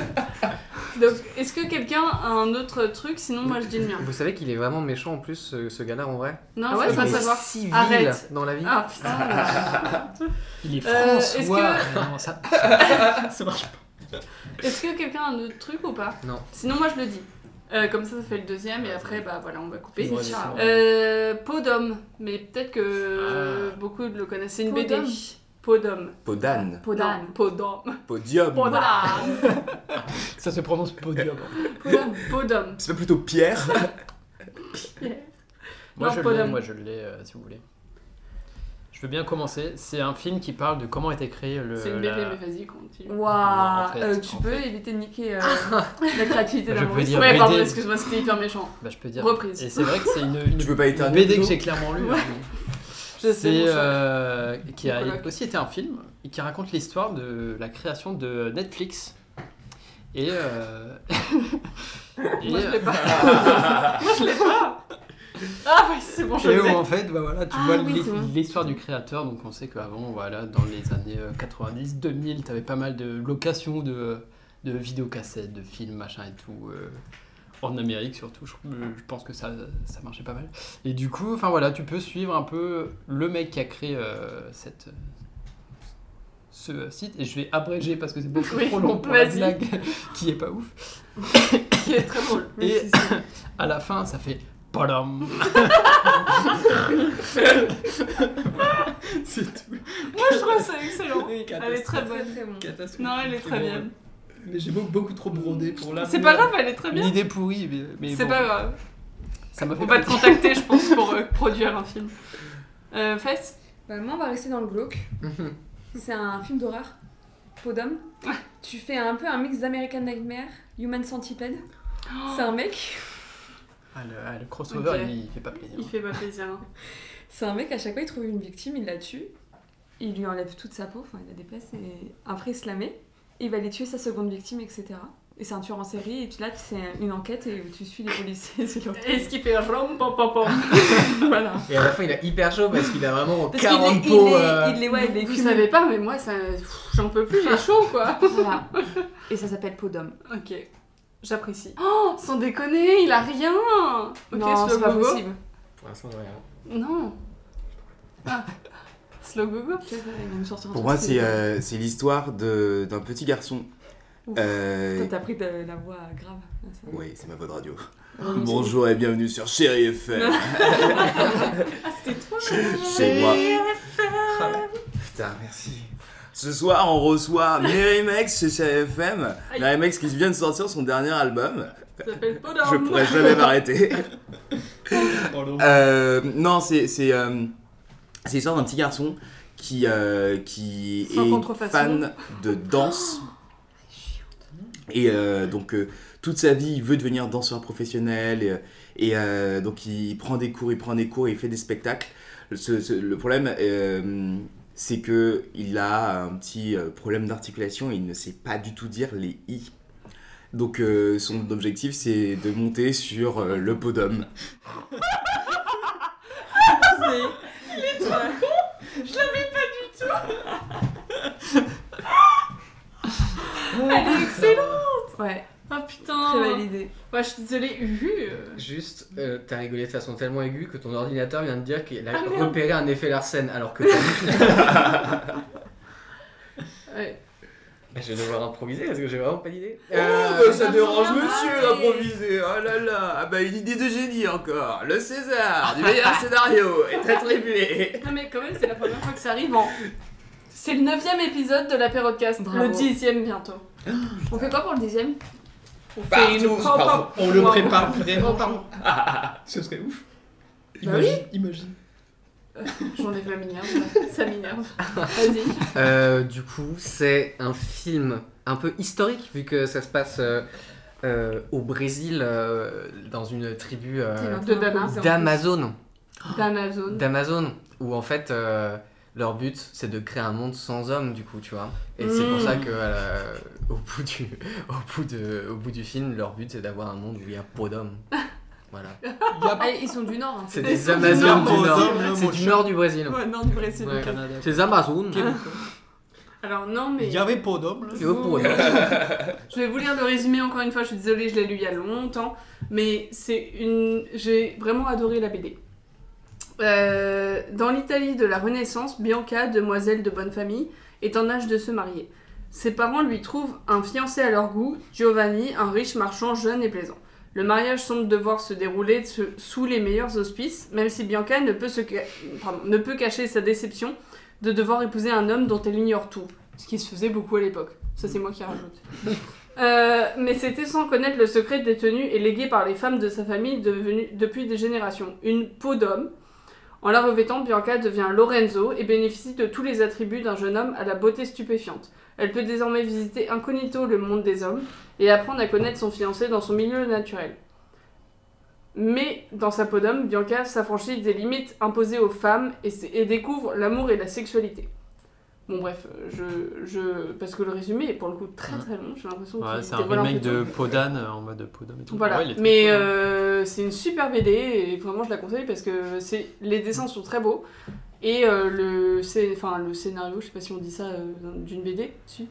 A: Donc, est-ce que quelqu'un a un autre truc Sinon, moi, je dis le mien.
D: Vous savez qu'il est vraiment méchant en plus ce, ce gars-là en vrai.
A: Non,
B: Ah
A: je
B: ouais,
A: veux pas
D: Il est
A: savoir.
D: si vil
A: Arrête.
D: dans la vie.
A: Ah putain.
C: Il est
A: Euh,
C: François.
A: est-ce que-
C: Ah non, ça-
A: Est-ce que quelqu'un a un autre truc ou pas
D: Non.
A: Sinon, moi, je le dis. Euh, comme ça, ça fait le deuxième, et après, bah voilà, on va couper.
D: Ouais,
B: différent.
A: Euh, Peau d'homme, mais peut-être que beaucoup le connaissent. C'est une
B: Peau
A: BD.
B: d'homme.
A: Peau d'homme.
L: Peau d'âne.
B: Peau
A: Non,
B: d'âne.
A: Peau d'homme.
L: Podium.
A: Peau d'âne.
C: ça se prononce podium.
B: Peau d'âne.
A: Peau d'homme.
L: C'est pas plutôt Pierre
C: Moi,
A: Non,
C: je l'ai,
A: podium.
C: moi je l'ai, euh, si vous voulez. Je veux bien commencer. C'est un film qui parle de comment était créé le.
A: C'est une
C: Euh, la-
A: BD, mais vas-y, continue.
B: Waouh,
C: en fait,
B: Euh, tu
C: en
B: peux éviter de niquer euh, la créativité
C: Je
B: d'un
C: peux
B: Maurice.
C: dire
A: Ouais,
C: BD.
A: pardon, excuse-moi, c'était hyper méchant.
C: Bah, je peux dire.
A: Reprise.
C: Et c'est vrai que c'est une, une-
L: Tu peux pas
C: une
L: éternuer
C: BD que
L: plutôt
C: j'ai clairement lu. hein.
A: Je sais,
C: C'est
A: mon chat.
C: euh, qui a
A: Mon coloc.
C: aussi été un film et qui raconte l'histoire de la création de Netflix. Et, euh, et,
A: Moi, je l'ai pas. Moi, je l'ai pas. Ah, ouais, c'est bon, je
C: et
A: l'ai.
C: où en fait, bah voilà, tu
B: Ah
C: vois
B: oui,
C: l'hi-
B: c'est bon.
C: l'histoire du créateur. Donc on sait qu'avant, voilà, dans les années euh, 90, 2000, t'avais pas mal de locations de, de vidéocassettes, de films, machin et tout. euh, en Amérique surtout, je, euh, je pense que ça, ça marchait pas mal. Et du coup, enfin voilà, tu peux suivre un peu le mec qui a créé euh, cette ce euh, site et je vais abréger parce que c'est beaucoup
A: Oui,
C: trop long pour la
A: vas-y.
C: blague qui est pas ouf.
A: Qui est très drôle.
C: Et à la fin, ça fait padam. c'est tout.
A: Moi, je trouve ça excellent. Elle est très bonne.
B: Très, très bon.
C: Catastrophe.
A: Non, elle est très bien.
C: Mais j'ai beaucoup, beaucoup trop brodé pour la.
A: C'est pas grave, elle est très
C: Une
A: bien.
C: idée pourrie, mais, mais
A: C'est
C: bon,
A: pas grave.
C: ça m'a fait
A: On va te
C: plaisir.
A: contacter, je pense, pour euh, produire un film. Euh, Fess
B: Bah, moi, on va rester dans le glauque.
D: Mhm.
B: C'est un film d'horreur. Peau d'homme. tu fais un peu un mix d'American Nightmare, Human Centipede. C'est un mec.
C: Ah, le, ah, le crossover,
A: Ok.
C: il fait pas plaisir.
A: Il fait pas plaisir. hein.
B: C'est un mec, à chaque fois, il trouve une victime, il la tue. Il lui enlève toute sa peau, enfin, il la déplace et après, il se la met. il va aller tuer sa seconde victime, etc. Et c'est un tueur en série, et tu- là, c'est une enquête et tu suis les policiers. c'est leur-
A: Et ce qui fait rom pom pom pom.
B: voilà.
D: Et à la fin, il a hyper chaud parce qu'il a vraiment
B: Parce qu'il
D: 40
B: est- il
D: pots.
B: est-
D: euh,
B: il est- ouais, il est
A: Vous
B: cumulé.
A: savez pas, mais moi, ça, pff, j'en peux plus, j'ai chaud, quoi.
B: Voilà. Et ça s'appelle Peau d'homme.
A: Ok, j'apprécie. Oh, sans déconner, il a rien. Ok,
B: non,
A: slow
B: c'est pas
A: gogo.
B: possible.
D: Pour l'instant, ouais, hein.
A: Non. Ah. Slow gogo.
B: Tu vois, il va nous sortir un
L: Pour
B: truc
L: moi,
B: stylé.
L: c'est euh, c'est l'histoire de- d'un petit garçon.
B: Ouf.
L: euh,
B: Toi, T'as pris de la voix grave. là, ça. Ah,
L: oui, c'est ma voix de radio.
B: Ouais, mais
L: Bonjour et bienvenue sur Chéri FM.
B: c'est- Ah, c'était toi
L: C'est
B: Ah,
L: moi. Putain, merci. Ce soir, on reçoit Merimex chez Chéri FM.
A: Aïe.
L: Merimex qui vient de sortir son dernier album.
A: Ça s'appelle peau
B: Oh
L: Je
A: d'homme.
L: pourrais jamais m'arrêter.
A: Oh,
L: Euh, non, c'est c'est euh, c'est l'histoire d'un petit garçon qui euh, qui
B: Sans
L: est
B: contrefaçon.
L: fan de danse. Et euh, donc euh, toute sa vie, il veut devenir danseur professionnel. Et, euh, et, euh, donc il prend des cours, il prend des cours, et il fait des spectacles. Ce- ce- le problème, euh, c'est que il a un petit euh, problème d'articulation. Il ne sait pas du tout dire les i. Donc euh, son objectif, c'est de monter sur euh, le podium.
A: Elle est excellente.
B: Ouais,
A: Ah
B: très belle
A: putain.
B: idée.
A: Moi, je suis désolée. Uhu. euh.
D: Juste, euh, t'as rigolé de façon tellement aiguë que ton ordinateur vient de dire qu'il a
A: Ah, merde.
D: repéré un effet Larsen alors que. Bah,
A: Ouais.
D: je vais devoir improviser parce que j'ai vraiment pas d'idée. Euh,
L: Oh, bah, ça
B: ça
L: dérange
B: me
L: monsieur
B: va, mais-
L: d'improviser. Oh là là, ah bah une idée de génie encore. Le César du meilleur scénario est attribué.
A: Non, mais quand même, c'est la première fois que ça arrive en. C'est le 9 épisode de l'apéro de casse.
B: Bravo.
A: Le 10 bientôt.
B: On fait quoi pour le dixième
A: On fait
L: Partout,
A: une pom pom.
L: partout.
D: Bah, On le
A: Wow.
D: prépare vraiment.
A: Oh, pardon.
D: Ce serait ouf.
A: Bah oui.
D: imagine.
A: J'enlève la minerve. Ça m'énerve. Vas-y.
D: Euh, du coup, c'est un film un peu historique vu que ça se passe euh, euh, au Brésil euh, dans une tribu euh,
B: T'es maintenant
A: de Dana.
B: improvisé en plus.
D: d'Amazon.
A: D'Amazon.
D: d'Amazon où en fait euh, leur but c'est de créer un monde sans hommes du coup tu vois et c'est pour
A: Mm.
D: ça que euh, au bout du au bout de au bout du film leur but c'est d'avoir un monde où il y a pas d'hommes voilà
B: Ah, ils sont du Nord. hein.
D: c'est
A: Ils
D: des
A: sont du
D: Amazones
A: nord,
D: du Nord
C: mon Dieu,
D: c'est
C: mon
D: du
C: Dieu.
D: nord du Brésil
B: Ouais, Nord du Brésil.
D: Ouais.
B: ok.
C: Canada.
D: c'est des Amazones
A: Alors, non, mais.
C: avait pas d'homme là.
D: Et au pot d'homme.
A: Je vais vous lire le résumé encore une fois, je suis désolée, je l'ai lu il y a longtemps, mais c'est une. J'ai vraiment adoré la BD. Euh, dans l'Italie de la Renaissance, Bianca, demoiselle de bonne famille, est en âge de se marier. Ses parents lui trouvent un fiancé à leur goût, Giovanni, un riche marchand jeune et plaisant. Le mariage semble devoir se dérouler de ce- sous les meilleurs auspices, même si Bianca ne peut, se ca- pardon, ne peut cacher sa déception de devoir épouser un homme dont elle ignore tout, ce qui se faisait beaucoup à l'époque. Ça, c'est moi qui rajoute. Euh, mais c'était sans connaître le secret détenu et légué par les femmes de sa famille devenues- depuis des générations. Une peau d'homme. En la revêtant, Bianca devient Lorenzo et bénéficie de tous les attributs d'un jeune homme à la beauté stupéfiante. Elle peut désormais visiter incognito le monde des hommes et apprendre à connaître son fiancé dans son milieu naturel. Mais dans sa peau d'homme, Bianca s'affranchit des limites imposées aux femmes et, s- et découvre l'amour et la sexualité. Bon bref, euh, je, je parce que le résumé est pour le coup très très long, j'ai l'impression
C: Ouais,
A: qu'il
C: c'est un
A: dévoile un
C: remake
A: peu tout.
C: de Podan euh, en mode Podan et tout.
A: Voilà,
C: Ouais, il est très
A: mais
C: cool, hein.
A: euh, c'est une super BD et vraiment je la conseille parce que c'est les dessins sont très beaux et euh, le scé- enfin le scénario, je sais pas si on dit ça euh, d'une BD, si.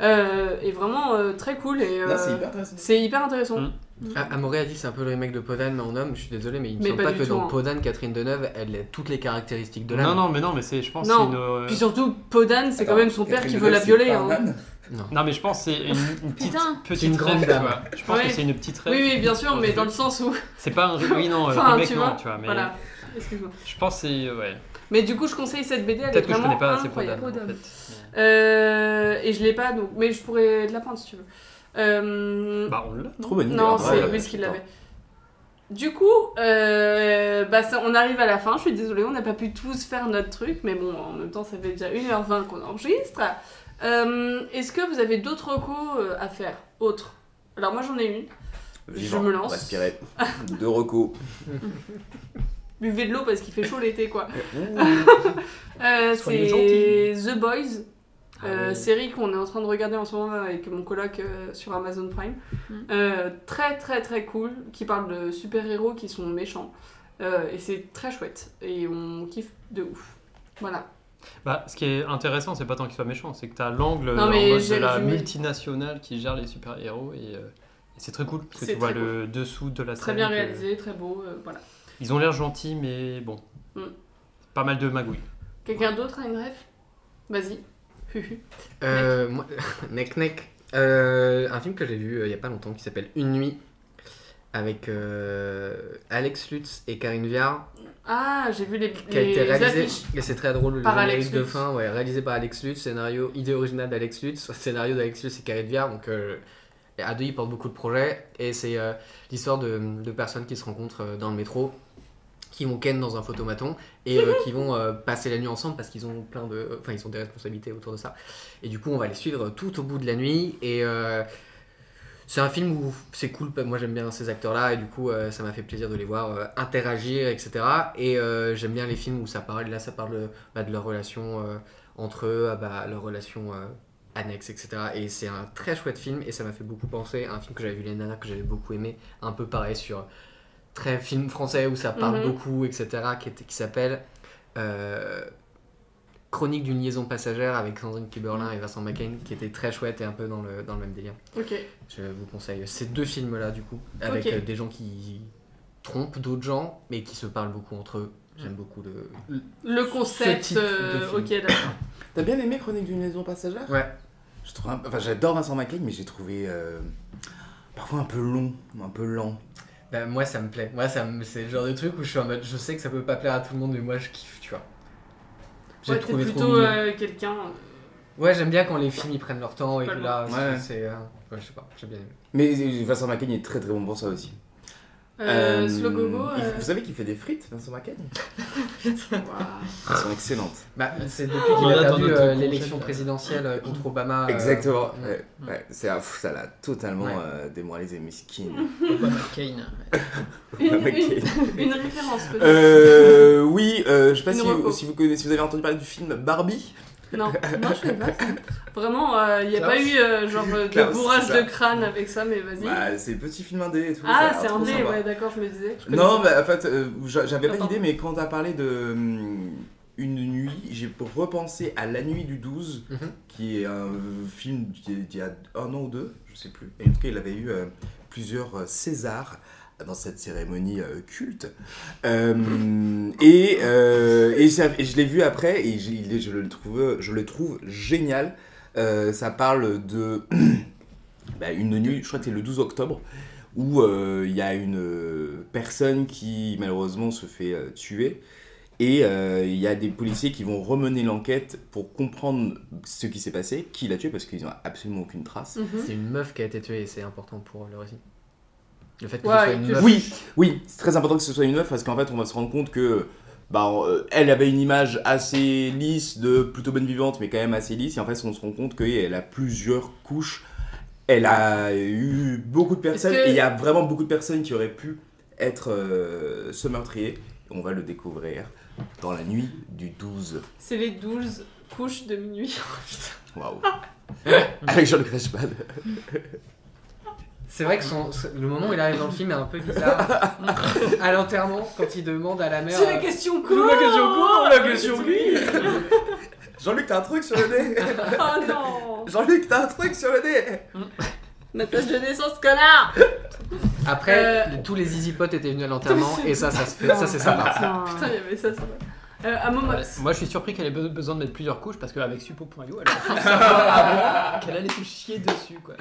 A: Euh, est vraiment euh, très cool et euh,
L: Non, c'est hyper intéressant.
A: c'est hyper intéressant.
C: Mm.
D: Ah, Amaury a dit que c'est un peu le remake de Podan mais en homme je suis désolé mais il me
A: Mais
D: semble
A: pas
D: pas
A: du
D: que
A: tout,
D: dans
A: hein.
D: Podan Catherine Deneuve elle a toutes les caractéristiques de l'âme
C: Non, non, mais non, mais c'est, je pense,
A: Non.
C: c'est une. euh,
A: Puis surtout Podan, c'est quand
L: Attends,
A: même son père qui
L: Catherine
A: veut la
L: Deneuve, c'est
A: violer.
L: pas un
A: hein.
L: âne
C: Non, mais je pense que c'est une, une petite,
B: Putain.
C: petite
D: C'est une
C: rêve,
D: grande
C: tu
D: dame.
C: vois. Je pense
A: Ouais.
C: que c'est une petite rêve.
A: Oui, oui, bien sûr, mais dans le sens où
C: C'est pas un. Oui, non, euh,
A: Enfin,
C: remake,
A: tu
C: non,
A: vois,
C: tu vois. Mais
A: voilà. Excuse-moi.
C: je pense que c'est. euh, Ouais.
A: Mais du coup, je conseille cette BD. Elle est
C: Peut-être que je
A: vraiment
C: connais pas assez
A: incroyable.
C: Podan. En
B: Podan.
C: fait.
A: Euh, et je l'ai pas donc, mais je pourrais te la prendre si tu veux. Euh,
C: Bah, on l'a.
L: Trop bonne idée.
A: Non,
L: en vrai,
A: c'est
L: euh,
A: Louis qui
L: putain.
A: l'avait. Du coup, euh, bah ça- on arrive à la fin. Je suis désolée, on n'a pas pu tous faire notre truc, mais bon, en même temps, ça fait déjà 1h20 qu'on enregistre. Euh, Est-ce que vous avez d'autres recos euh, à faire Autres Alors, moi, j'en ai une.
L: Vivant,
A: Je me lance.
L: Respirer. Deux recos.
A: Buvez de l'eau
D: Oh.
A: parce qu'il fait chaud l'été, quoi.
L: Ouh.
A: Euh,
C: Soyez
A: C'est The Boys.
D: Ah
A: Euh, série qu'on est en train de regarder en ce moment avec mon coloc euh, sur Amazon Prime. Euh, très très très cool, qui parle de super-héros qui sont méchants. Euh, et c'est très chouette. Et on kiffe de ouf. Voilà.
D: Ah,
C: Bah, ce qui est intéressant, c'est pas tant qu'il soit méchant, c'est que t'as l'angle
A: Non,
C: en
A: mais
C: mode de
A: j'ai
C: la
A: résumé.
C: multinationale qui gère les super-héros et, euh, et c'est très cool parce que
A: C'est
C: tu vois
A: très
C: le dessous de la
A: Très
C: série,
A: bien
C: que-
A: réalisé, très beau. euh, voilà.
C: Ils ont l'air gentils, mais bon.
A: Mm.
C: Pas mal de magouilles.
A: Quelqu'un d'autre a une ref Vas-y. Huhu.
D: Euh, moi- Nec Nec. Euh, un film que j'ai vu euh, il y a pas longtemps qui s'appelle Une nuit avec euh, Alex Lutz et Karine Viard
A: ah, j'ai vu les,
D: qui a été
A: les
D: réalisé
A: affiches.
D: et c'est très drôle le
A: Par
D: générique
A: Alex
D: de
A: Lutz.
D: fin ouais, réalisé par Alex Lutz scénario idée originale d'Alex Lutz scénario d'Alex Lutz et Karine Viard donc euh, et à deux ils portent beaucoup de projets et c'est euh, l'histoire de, de personnes qui se rencontrent euh, dans le métro qui vont ken dans un photomaton et euh, qui vont euh, passer la nuit ensemble parce qu'ils ont plein de enfin ils ont des responsabilités autour de ça et du coup on va les suivre tout au bout de la nuit et euh, c'est un film où c'est cool, bah, moi j'aime bien ces acteurs-là et du coup euh, ça m'a fait plaisir de les voir euh, interagir, etc. Et euh, j'aime bien les films où ça parle, là ça parle euh, bah, de leur relation euh, entre eux, ah, bah, leur relation euh, annexe, etc. Et c'est un très chouette film et ça m'a fait beaucoup penser à un film que j'avais vu l'année dernière que j'avais beaucoup aimé, un peu pareil sur très film français où ça parle
A: Mhm.
D: beaucoup, etc. qui, est- qui s'appelle euh, Chronique d'une liaison passagère avec Sandrine Kiberlin et Vincent McCain qui était très chouette et un peu dans le, dans le même délire.
A: Ok.
D: Je vous conseille ces deux films-là, du coup, avec
A: Ok.
D: euh, des gens qui trompent d'autres gens, mais qui se parlent beaucoup entre eux. J'aime beaucoup le.
A: Le
L: Ce
A: concept.
L: type de
A: euh,
L: film.
A: ok, d'accord.
L: T'as bien aimé Chronique d'une liaison passagère
D: Ouais.
L: Je trouve un- Enfin, j'adore Vincent McCain, mais j'ai trouvé euh, parfois un peu long, un peu lent.
D: Bah, moi, ça me plaît. Moi, ça me- c'est le genre de truc où je suis en mode, je sais que ça peut pas plaire à tout le monde, mais moi, je kiffe, tu vois. J'ai
A: Ouais, t'es
D: trouvé trop
A: plutôt
D: mignon.
A: euh, quelqu'un.
D: Ouais, j'aime bien quand les films ils prennent leur temps et que
A: Pas
D: là,
L: loin.
D: c'est-
L: Ouais.
D: c'est. euh, ouais, je sais pas, j'ai bien aimé.
L: Mais euh, Vincent McCain est très très bon pour ça aussi.
A: Euh,
L: Euh,
A: Slogogo.
L: il-
A: euh,
L: Vous savez qu'il fait des frites, Vincent McCain
A: waouh.
L: Elles sont excellentes.
D: Bah, c'est depuis
C: On
D: qu'il a
C: a
D: perdu
C: dans notre
D: euh,
C: concept,
D: l'élection
C: là.
D: présidentielle euh, contre Obama. euh,
L: Exactement.
D: mm.
L: ouais, ouais. C'est- ah, pff, ça l'a totalement
D: Ouais.
L: euh, démoralisé, miskin.
H: Obama Kane.
A: Une,
L: Ok.
A: une- une référence peut-être.
L: Euh, oui, euh, je sais pas
A: Une
L: si,
A: reco.
L: si vous connaissez, si vous avez entendu parler du film Barbie.
A: Non.
B: Non, je sais pas.
A: Vraiment, euh, il n'y a
H: Klaus.
A: pas eu euh, genre euh, de
L: Klaus,
A: bourrage
L: c'est ça.
A: de crâne avec ça, mais vas-y.
L: Bah, c'est le petit film indé et tout. ça a
A: ah,
L: l'air
A: c'est
L: trop
A: un dé,
L: sympa.
A: ouais, d'accord, je me disais. Je
L: Non,
A: connaissais
L: bah, en fait, euh, j'a- j'avais pas
A: Attends.
L: l'idée, mais quand t'as parlé de hum, Une nuit, j'ai repensé à La nuit du 12,
D: Mhm.
L: qui est un euh, film qui est- d'il y a un an ou deux, je sais plus. Et en tout cas, il avait eu euh, plusieurs euh, Césars dans cette cérémonie euh, culte. Euh, et, euh, et, ça- et je l'ai vu après, et j'ai- il est- je, le trouve, je le trouve génial. Euh, ça parle de bah, une nuit, je crois que c'est le 12 octobre, où euh, il y a une euh, personne qui malheureusement se fait euh, tuer. Et euh, il y a des policiers qui vont remener l'enquête pour comprendre ce qui s'est passé, qui l'a tué, parce qu'ils n'ont absolument aucune trace.
A: pas. Mhm.
D: C'est une meuf qui a été tuée et c'est important pour le récit. Le fait que
A: Ouais,
D: ce soit
A: et
D: une
A: que-
D: meuf.
L: Bah, Oui, oui, c'est très important que ce soit une meuf, parce qu'en fait, on va se rendre compte que. Bah, euh, elle avait une image assez lisse de plutôt bonne vivante, mais quand même assez lisse. Et en fait, on se rend compte qu'elle a plusieurs couches. Elle a eu beaucoup de personnes.
A: Est-ce que-
L: Et il y a vraiment beaucoup de personnes qui auraient pu être euh, ce meurtrier. On va le découvrir dans la nuit du 12.
A: C'est les 12 couches de minuit.
L: Waouh. Avec Jean-Luc Reichmann.
D: C'est vrai que son- ce- le moment où il arrive dans le film est un peu bizarre. à l'enterrement, quand il demande à la mère. euh,
A: question
D: D'où la question court, la question
L: Jean-Luc, t'as un truc sur le nez
A: Oh non
L: Jean-Luc, t'as un truc sur le nez
A: Ma tâche de naissance, connard
D: Après,
A: Euh,
D: les- tous les zizi potes étaient venus à l'enterrement et ça, ça se fait. Ça, c'est sympa.
B: Ah,
A: Putain, il y avait ça, ça va. Euh, à Momox.
C: Ouais, Moi, je suis surpris qu'elle ait be- besoin de mettre plusieurs couches parce qu'avec suppo.io, elle a qu'elle allait tout chier dessus, quoi.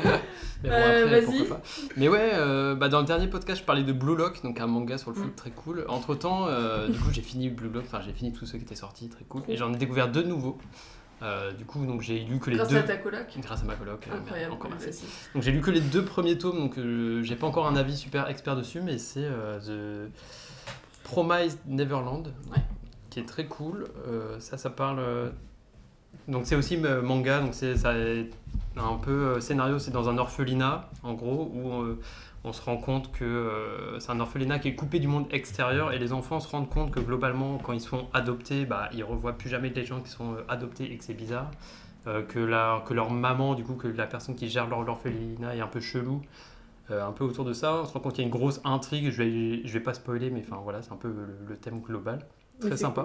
C: Mais
A: Ah
C: bon,
A: Euh,
C: après,
A: vas-y.
C: pourquoi pas. Mais ouais, euh, bah, dans le dernier podcast, je parlais de Blue Lock, donc un manga sur le
A: Mm.
C: foot très cool. Entre temps, du coup, j'ai fini Blue Lock, enfin, j'ai fini tous ceux qui étaient sortis, très cool. Et j'en ai découvert deux nouveaux. Euh, du coup, donc j'ai lu que les
A: Grâce
C: deux.
A: à ta coloc.
C: Grâce à ma coloc, euh,
A: Incroyable.
C: encore merci.
A: vas-y.
C: Donc j'ai lu que les deux premiers tomes, donc euh, j'ai pas encore un avis super expert dessus, mais c'est euh, The Promised Neverland,
A: Ouais.
C: qui est très cool. Euh, ça, ça parle. euh, Donc c'est aussi euh, manga, donc c'est ça est un peu euh, scénario, c'est dans un orphelinat en gros où euh, on se rend compte que euh, c'est un orphelinat qui est coupé du monde extérieur et les enfants se rendent compte que globalement quand ils sont adoptés, bah ils revoient plus jamais les gens qui sont euh, adoptés et que c'est bizarre. euh, que, la, que leur maman, du coup, que la personne qui gère leur l'orphelinat est un peu chelou, euh, un peu autour de ça. On se rend compte qu'il y a une grosse intrigue, je vais, je vais pas spoiler, mais enfin voilà, c'est un peu le, le thème global.
B: Mais
C: Très
B: c'est
C: sympa.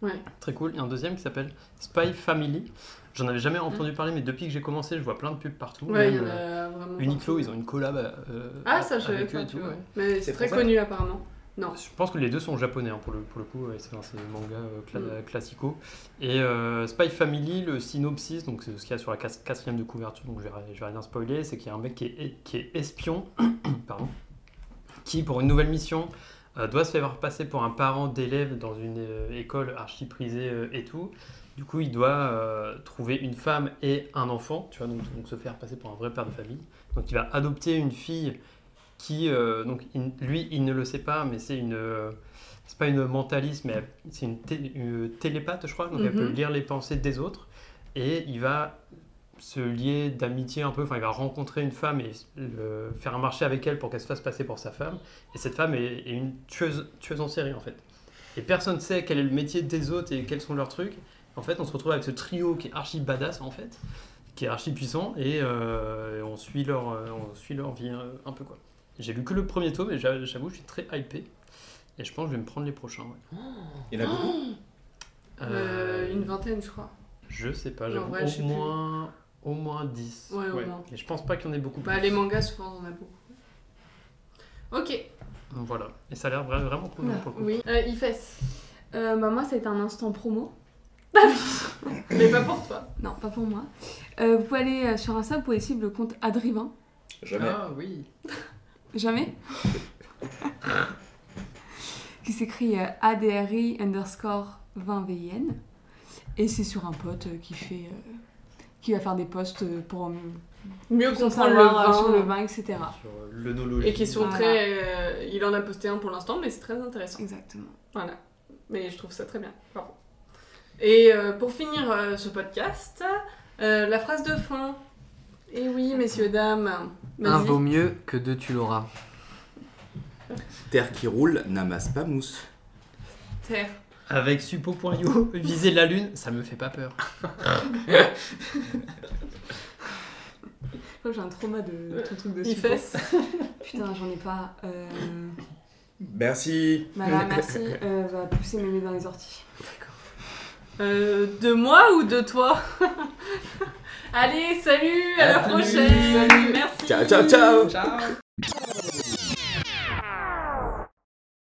B: cool. Ouais.
C: Très cool. Et un deuxième qui s'appelle Spy Family. J'en avais jamais entendu parler, mais depuis que j'ai commencé, je vois plein de pubs partout.
A: Mm. Ouais, il y
C: Même,
A: en
C: euh,
A: a vraiment.
C: Uniqlo,
A: partout.
C: ils ont une collab euh,
A: Ah, ça, je savais
C: avec eux
A: pas,
C: et
A: tu
C: tout.
A: vois.
C: ouais.
A: Mais
L: C'est
A: c'est très
L: pour ça.
A: connu apparemment. Non.
C: Je pense que les deux sont japonais hein, pour, le, pour le coup, ouais, c'est c'est des mangas euh, cla-
A: Mm.
C: classico. Et euh, Spy Family, le synopsis, donc c'est ce qu'il y a sur la quat- quatrième de couverture, donc je vais, je vais rien spoiler, c'est qu'il y a un mec qui est, qui est espion, pardon, qui pour une nouvelle mission euh, doit se faire passer pour un parent d'élève dans une euh, école archi prisée euh, et tout. Du coup, il doit euh, trouver une femme et un enfant, tu vois, donc, donc se faire passer pour un vrai père de famille. Donc il va adopter une fille qui, euh, donc il- lui, il ne le sait pas, mais c'est une, euh, c'est pas une mentaliste, mais elle- c'est une, té- une télépathe, je crois. Donc elle peut
A: Mhm.
C: lire les pensées des autres et il va se lier d'amitié un peu. Enfin, il va rencontrer une femme et euh, faire un marché avec elle pour qu'elle se fasse passer pour sa femme. Et cette femme est, est une tueuse, tueuse en série en fait. Et personne sait quel est le métier des autres et quels sont leurs trucs. En fait, on se retrouve avec ce trio qui est archi badass en fait, qui est archi puissant et euh, on suit leur, euh, on suit leur vie euh, un peu quoi. J'ai lu que le premier tome et j'a- j'avoue, je suis très hypé. Et je pense que je vais me prendre les prochains. ouais.
L: Il y en a beaucoup.
A: Euh,
C: Euh,
A: une vingtaine, je crois.
C: Je sais pas,
A: Non,
C: j'avoue.
A: en vrai, je sais
C: au, moins, au moins 10.
A: Ouais, au moins.
C: Et je pense pas qu'il y en ait beaucoup
A: Bah,
C: plus.
A: les mangas, souvent, on en a beaucoup. Ok,
C: Donc voilà. Et ça a l'air vra- vraiment cool.
B: Oula,
C: pour le coup.
A: oui. Euh, Ifes.
B: Euh, bah, moi, ça a été un instant promo.
A: Mais pas pour toi.
B: Non, pas pour moi. Euh, vous pouvez aller euh, sur Insta, vous pouvez suivre le compte Adrivin.
L: Jamais.
H: Ah oui.
B: Jamais Qui s'écrit euh, ADRI underscore 20VIN. Et c'est sur un pote euh, qui fait. euh, qui va faire des posts euh, pour euh,
A: Mieux
B: comprendre
A: comprendre
B: le vin, sur le
A: vin.
B: vin, etc.
C: Sur euh, l'œnologie.
A: Et qui sont
B: Voilà.
A: très. euh, il en a posté un pour l'instant, mais c'est très intéressant.
B: Exactement.
A: Voilà. Mais je trouve ça très bien. Bravo. Et euh, pour finir euh, ce podcast, euh, la phrase de fin. Eh oui, messieurs, dames.
D: Un
A: Vas-y.
D: vaut mieux que deux tu l'auras.
L: Terre qui roule n'amasse pas mousse.
A: Terre.
C: Avec suppo.io, viser la lune, ça me fait pas peur.
B: Je crois que j'ai un trauma de ton truc de support.
A: Ifes.
B: Putain, j'en ai pas. Euh,
L: Merci.
B: Mala, merci. Euh, va pousser mémé dans les orties.
A: Euh, de moi ou de toi Allez, salut, à la
H: Salut.
A: prochaine. Merci.
L: Ciao, ciao, ciao.
H: Ciao.